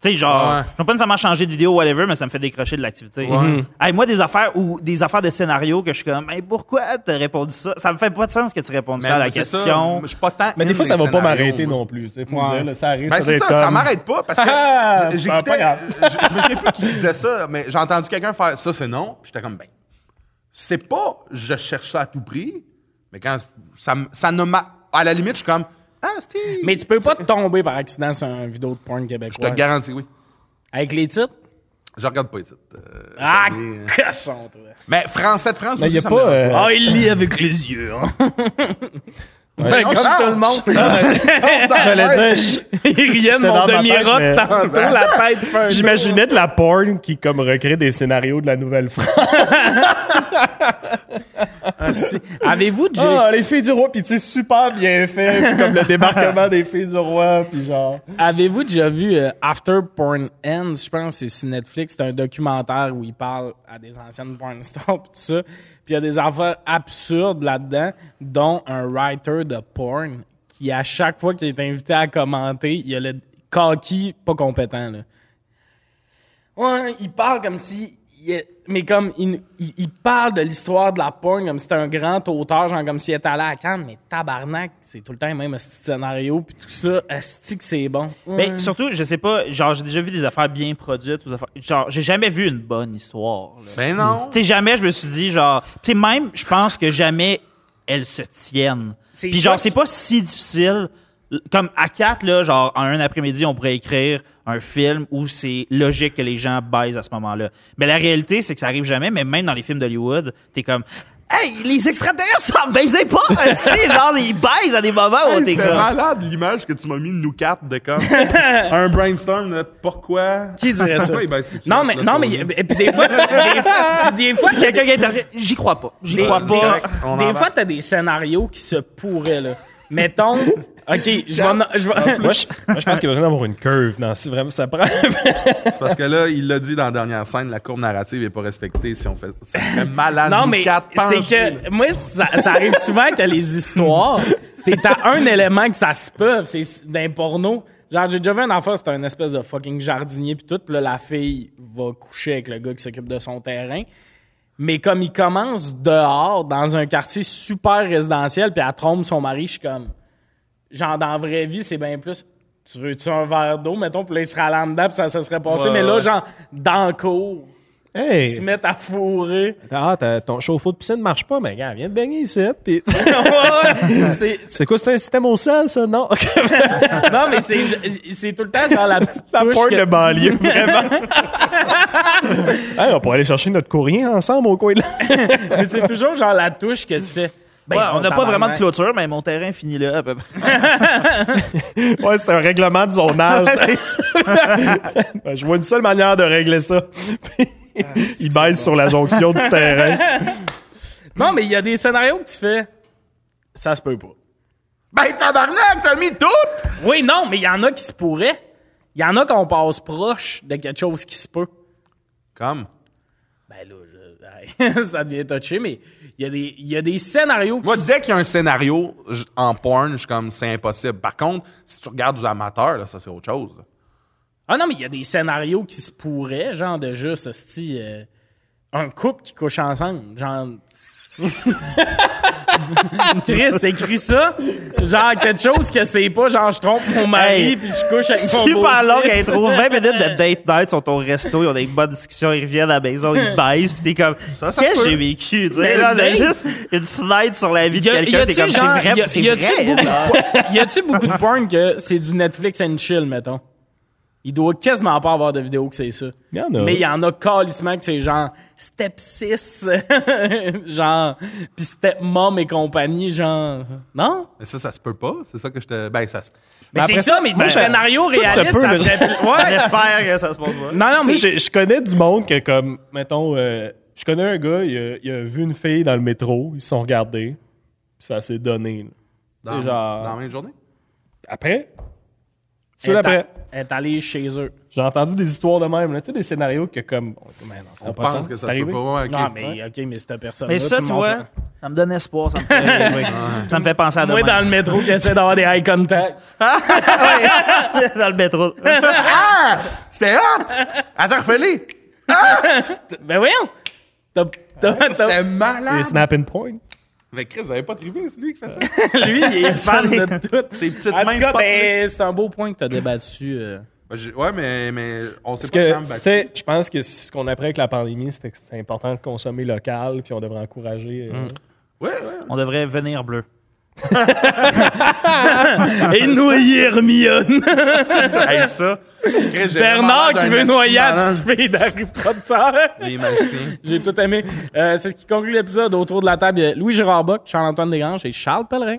Speaker 4: sais genre
Speaker 3: Ouais.
Speaker 4: je vais pas nécessairement changer de vidéo whatever mais ça me fait décrocher de l'activité.
Speaker 3: Mm-hmm.
Speaker 4: Hey, moi des affaires ou des affaires de scénario que je suis comme mais pourquoi t'as répondu ça Ça me fait pas de sens que tu répondes ça à la
Speaker 3: c'est ça,
Speaker 4: question.
Speaker 3: je suis pas tant
Speaker 5: Hmm, Mais des
Speaker 3: in
Speaker 5: fois, ça
Speaker 3: les
Speaker 5: va pas
Speaker 3: scénarios,
Speaker 5: m'arrêter
Speaker 3: moi.
Speaker 5: non plus. tu sais, Faut
Speaker 1: Ouais.
Speaker 5: me dire, là, ça arrive.
Speaker 3: Ben, c'est
Speaker 5: doit
Speaker 3: ça,
Speaker 5: être
Speaker 3: ça
Speaker 5: comme-
Speaker 3: m'arrête pas parce
Speaker 5: <laughs> Ah!
Speaker 3: que j-
Speaker 5: Ah, pas
Speaker 3: j'écoutais.
Speaker 5: grave.
Speaker 3: je- Je me souviens plus qui disait ça, mais j'ai entendu quelqu'un faire ça, c'est non. Puis j'étais comme, ben, c'est pas je cherche ça à tout prix, mais quand ça, me- ça ne m'a. À la limite, je suis comme, ah, c'était.
Speaker 1: Mais tu peux pas tomber par accident sur une vidéo de porn
Speaker 3: Je te
Speaker 1: québécois.
Speaker 3: garantis, oui.
Speaker 1: Avec les titres?
Speaker 3: Je regarde pas les titres. Euh,
Speaker 1: Ah,
Speaker 3: attendez.
Speaker 1: cochon, toi.
Speaker 3: Mais Français de France,
Speaker 5: Mais
Speaker 3: aussi,
Speaker 5: y a
Speaker 3: ça
Speaker 5: pas,
Speaker 3: me dérange
Speaker 5: euh,
Speaker 1: Ah, il lit avec les yeux. hein.
Speaker 3: pas.
Speaker 5: comme
Speaker 3: <laughs> Non, Charles,
Speaker 5: tout le monde. J'allais dire, j-
Speaker 1: Il riait de
Speaker 5: J'étais
Speaker 1: mon
Speaker 5: dans ma
Speaker 1: demi-rock
Speaker 5: tête, mais-
Speaker 1: tantôt, <laughs> la tête fait un
Speaker 5: j'imaginais de la porn qui comme recrée des scénarios de la Nouvelle-France.
Speaker 1: tour. Avez-vous déjà...
Speaker 5: Ah, les filles du roi, puis tu sais, super bien fait, puis comme le débarquement des filles du roi, puis genre.
Speaker 1: Avez-vous déjà vu euh, After Porn Ends? Je pense que c'est sur Netflix. C'est un documentaire où il parle à des anciennes porn stars <laughs> pis tout ça. Puis il y a des affaires absurdes là-dedans, dont un writer de porn qui, à chaque fois qu'il est invité à commenter, il y a le coquille pas compétent. Là. Ouais, il parle comme si. il est- mais comme, il, il- il parle de l'histoire de la porn comme si c'était un grand auteur, genre comme s'il était allé à Cannes, mais tabarnak, c'est tout le temps le même esti de scénario, puis tout ça, esti que c'est bon.
Speaker 4: Mais
Speaker 3: euh,
Speaker 1: Ouais.
Speaker 4: Ben, surtout, je sais pas, genre j'ai déjà vu des affaires bien produites ou des affaires- genre j'ai jamais vu une bonne histoire. là.
Speaker 3: Ben non.
Speaker 4: Tu sais, jamais je me suis dit, genre, tu sais, même, je pense que jamais elles se tiennent.
Speaker 1: C'est
Speaker 4: Puis,
Speaker 1: ça
Speaker 4: genre,
Speaker 1: qui-
Speaker 4: c'est pas si difficile. Comme à quatre, là, genre, en un après-midi, on pourrait écrire un film où c'est logique que les gens baisent à ce moment-là. Mais la réalité, c'est que ça arrive jamais, mais même dans les films d'Hollywood, t'es comme. Hey, les extraterrestres, ça baisait pas, <laughs> hostie! genre, ils baisent à des moments où
Speaker 3: Hey,
Speaker 4: t'es
Speaker 3: C'était
Speaker 4: comme.
Speaker 3: malade l'image que tu m'as mis de nous quatre de <laughs> comme un brainstorm de pourquoi.
Speaker 1: Qui dirait ça?
Speaker 3: <laughs> Oui, ben, c'est qui,
Speaker 1: non, mais,
Speaker 3: notre
Speaker 1: non, mais,
Speaker 3: Tony?
Speaker 1: et puis des
Speaker 3: <laughs>
Speaker 1: fois, des fois, des fois, t'as-
Speaker 4: Quelqu'un qui intervient, j'y crois pas. J'y
Speaker 1: Des-
Speaker 4: crois
Speaker 1: des-
Speaker 4: pas.
Speaker 3: Euh, correct, on en
Speaker 1: des
Speaker 3: va.
Speaker 1: fois, t'as des scénarios qui se pourraient, là. Mettons, ok, je vais, en- je vais-
Speaker 5: Moi, je, moi, je pense qu'il y a besoin d'avoir une curve. Non, si vraiment ça prend.
Speaker 3: C'est parce que là, il l'a dit dans la dernière scène, la courbe narrative est pas respectée si on fait. Ça serait malade.
Speaker 1: Non,
Speaker 3: nous
Speaker 1: mais
Speaker 3: quatre
Speaker 1: c'est
Speaker 3: penchés,
Speaker 1: que moi, ça, ça arrive souvent que les histoires, t'es à un élément que ça se peut, c'est d'un porno. Genre, j'ai déjà vu un enfant, c'était un espèce de fucking jardinier puis tout, puis là, la fille va coucher avec le gars qui s'occupe de son terrain. Mais comme il commence dehors, dans un quartier super résidentiel, puis elle trompe son mari, je suis comme... Genre, dans la vraie vie, c'est bien plus... Tu veux-tu un verre d'eau, mettons, puis là, il serait en dedans, puis ça, ça serait passé.
Speaker 4: Ouais,
Speaker 1: mais là,
Speaker 4: ouais.
Speaker 1: genre, dans le cours, ils se
Speaker 5: Hey!
Speaker 1: mettent à fourrer.
Speaker 5: Ah, t'as- ton chauffe-eau de piscine marche pas, mais gars, viens te baigner ici. Puis...
Speaker 1: Ouais, ouais,
Speaker 5: <laughs>
Speaker 1: c'est-
Speaker 5: C'est quoi, c'est un système au sol, ça? Non?
Speaker 1: non, mais c'est c'est tout le temps genre la petite
Speaker 5: La
Speaker 1: touche
Speaker 5: porte
Speaker 1: que-
Speaker 5: de banlieue, <laughs> vraiment. Hey, on pourrait aller chercher notre courrier ensemble au coin de la...
Speaker 1: mais c'est toujours genre la touche que tu fais. Ben,
Speaker 4: Ouais, on n'a pas
Speaker 1: tabarnak.
Speaker 4: vraiment de clôture, mais mon terrain finit là. à peu près. <laughs>
Speaker 5: Ouais, c'est un règlement de <laughs> zonage.
Speaker 4: C'est ça.
Speaker 5: Ben, Je vois une seule manière de régler ça.
Speaker 1: Ah,
Speaker 5: <laughs> Il baisse sur la jonction du terrain.
Speaker 1: Non, mais il y a des scénarios que tu fais. Ça se peut pas.
Speaker 3: Ben, tabarnak, t'as mis tout!
Speaker 1: Oui, non, mais il y en a qui se pourraient. Il y en a qu'on passe proche de quelque chose qui se peut.
Speaker 3: Comme.
Speaker 1: Ben là, je- <laughs> ça devient touché, mais il y, a des- il y a des scénarios qui
Speaker 3: Moi,
Speaker 1: se-
Speaker 3: dès qu'il y a un scénario je- en porn, je suis comme, c'est impossible. Par contre, si tu regardes du amateur, là, ça, c'est autre chose.
Speaker 1: Ah non, mais il y a des scénarios qui se pourraient, genre de juste, hostie, euh, un couple qui couche ensemble, genre... <laughs> Chris, écrit ça, genre quelque chose que c'est pas, genre je trompe mon mari
Speaker 4: Hey,
Speaker 1: puis je couche avec mon
Speaker 4: Super longue
Speaker 1: beau-fils.
Speaker 4: intro. 20 minutes de date night sont au resto, ils ont des bonnes discussions, ils reviennent à la maison, ils baissent, puis t'es comme,
Speaker 3: Ça, ça
Speaker 4: qu'est-ce
Speaker 3: se
Speaker 4: que
Speaker 3: peut.
Speaker 4: j'ai vécu? Tu
Speaker 1: Mais
Speaker 4: sais, là, on a
Speaker 1: le date-
Speaker 4: juste une fenêtre sur la vie
Speaker 1: <laughs>
Speaker 4: de
Speaker 1: Y a- y
Speaker 4: quelqu'un,
Speaker 1: a-tu
Speaker 4: t'es comme, c'est
Speaker 1: genre-
Speaker 4: vrai,
Speaker 1: y a-
Speaker 4: c'est
Speaker 1: y a-tu
Speaker 4: vrai.
Speaker 1: beaucoup
Speaker 4: <laughs>
Speaker 1: de porn- Y a-tu beaucoup de porn que c'est du Netflix and chill, mettons? Il doit quasiment pas avoir de vidéo que c'est ça.
Speaker 5: Il y en a.
Speaker 1: Mais il y en a calissement que c'est genre Step 6, <laughs> genre, pis Step Mom et compagnie, genre. Non?
Speaker 3: Mais ça, ça se peut pas. C'est ça que je te. Ben, ça se.
Speaker 1: Mais
Speaker 5: après
Speaker 1: c'est
Speaker 5: ça,
Speaker 1: ça, mais
Speaker 5: moi,
Speaker 1: des
Speaker 5: je-
Speaker 1: scénarios
Speaker 5: se
Speaker 1: réalistes,
Speaker 5: peut,
Speaker 1: ça
Speaker 5: mais-
Speaker 1: serait
Speaker 5: <laughs>
Speaker 1: plus- Ouais!
Speaker 4: J'espère que ça se passe pas.
Speaker 1: Non, non, mais.
Speaker 5: Tu sais, je, je connais du monde que, comme, mettons, euh, je connais un gars, il a, il a vu une fille dans le métro, ils se sont regardés, puis ça s'est donné. là.
Speaker 3: Dans,
Speaker 5: genre-
Speaker 3: dans la même journée?
Speaker 5: Après? Tu
Speaker 1: Elle
Speaker 5: veux
Speaker 1: est
Speaker 5: après?
Speaker 1: à- elle est allée chez eux.
Speaker 5: J'ai entendu des histoires de même, là. tu sais, des scénarios que, comme, on, man,
Speaker 3: On pense que ça se peut pas. Ouais, ok.
Speaker 1: Non, Ah, mais ok, mais cette personne.
Speaker 4: Mais ça, tu vois, ça me donne espoir, ça
Speaker 1: <laughs>
Speaker 4: me fait, oui. ça me fait penser à
Speaker 1: Moi,
Speaker 5: Ah,
Speaker 4: demain.
Speaker 1: dans le métro, qui essaie d'avoir des eye contact.
Speaker 4: <laughs> dans le
Speaker 1: <laughs>
Speaker 4: métro.
Speaker 3: <laughs> Ah! C'était hot! Attends, refais-les!
Speaker 1: Ben voyons! T'as.
Speaker 4: Ah,
Speaker 1: t'as- t'as-
Speaker 3: C'était
Speaker 5: Des
Speaker 3: malade!
Speaker 5: snap and point.
Speaker 3: Mais Chris, vous avez pas trippé, c'est lui qui
Speaker 1: <laughs>
Speaker 3: fait ça?
Speaker 1: Lui, il
Speaker 4: <laughs>
Speaker 1: est fan de tout.
Speaker 3: Ses petites
Speaker 1: en tout
Speaker 3: mains
Speaker 1: cas,
Speaker 3: potelées.
Speaker 1: ben, c'est un beau point que t'as débattu. euh.
Speaker 3: Ben, j'ai- ouais, mais, mais on sait
Speaker 5: Parce
Speaker 3: pas quand
Speaker 5: que,
Speaker 3: me
Speaker 5: tu
Speaker 3: battre.
Speaker 5: sais, je pense que ce qu'on apprend avec la pandémie, c'était que c'était important de consommer local, puis on devrait encourager.
Speaker 1: Mm.
Speaker 5: euh,
Speaker 3: Ouais, ouais.
Speaker 4: On devrait venir bleu.
Speaker 1: Et noyer Hermione!
Speaker 3: Hey, ça. Chris, j'ai
Speaker 1: Bernard
Speaker 3: vraiment
Speaker 1: qui
Speaker 3: l'air
Speaker 1: veut
Speaker 3: d'un
Speaker 1: noyer
Speaker 3: esti
Speaker 1: la
Speaker 3: malade.
Speaker 1: petite fille d'Harry Potter. <laughs>
Speaker 3: Les magiciens.
Speaker 1: J'ai tout aimé. Euh, c'est ce qui conclut l'épisode. Autour de la table, il y a Louis Gérard Bock, Charles-Antoine Desgranges et Charles Pellerin.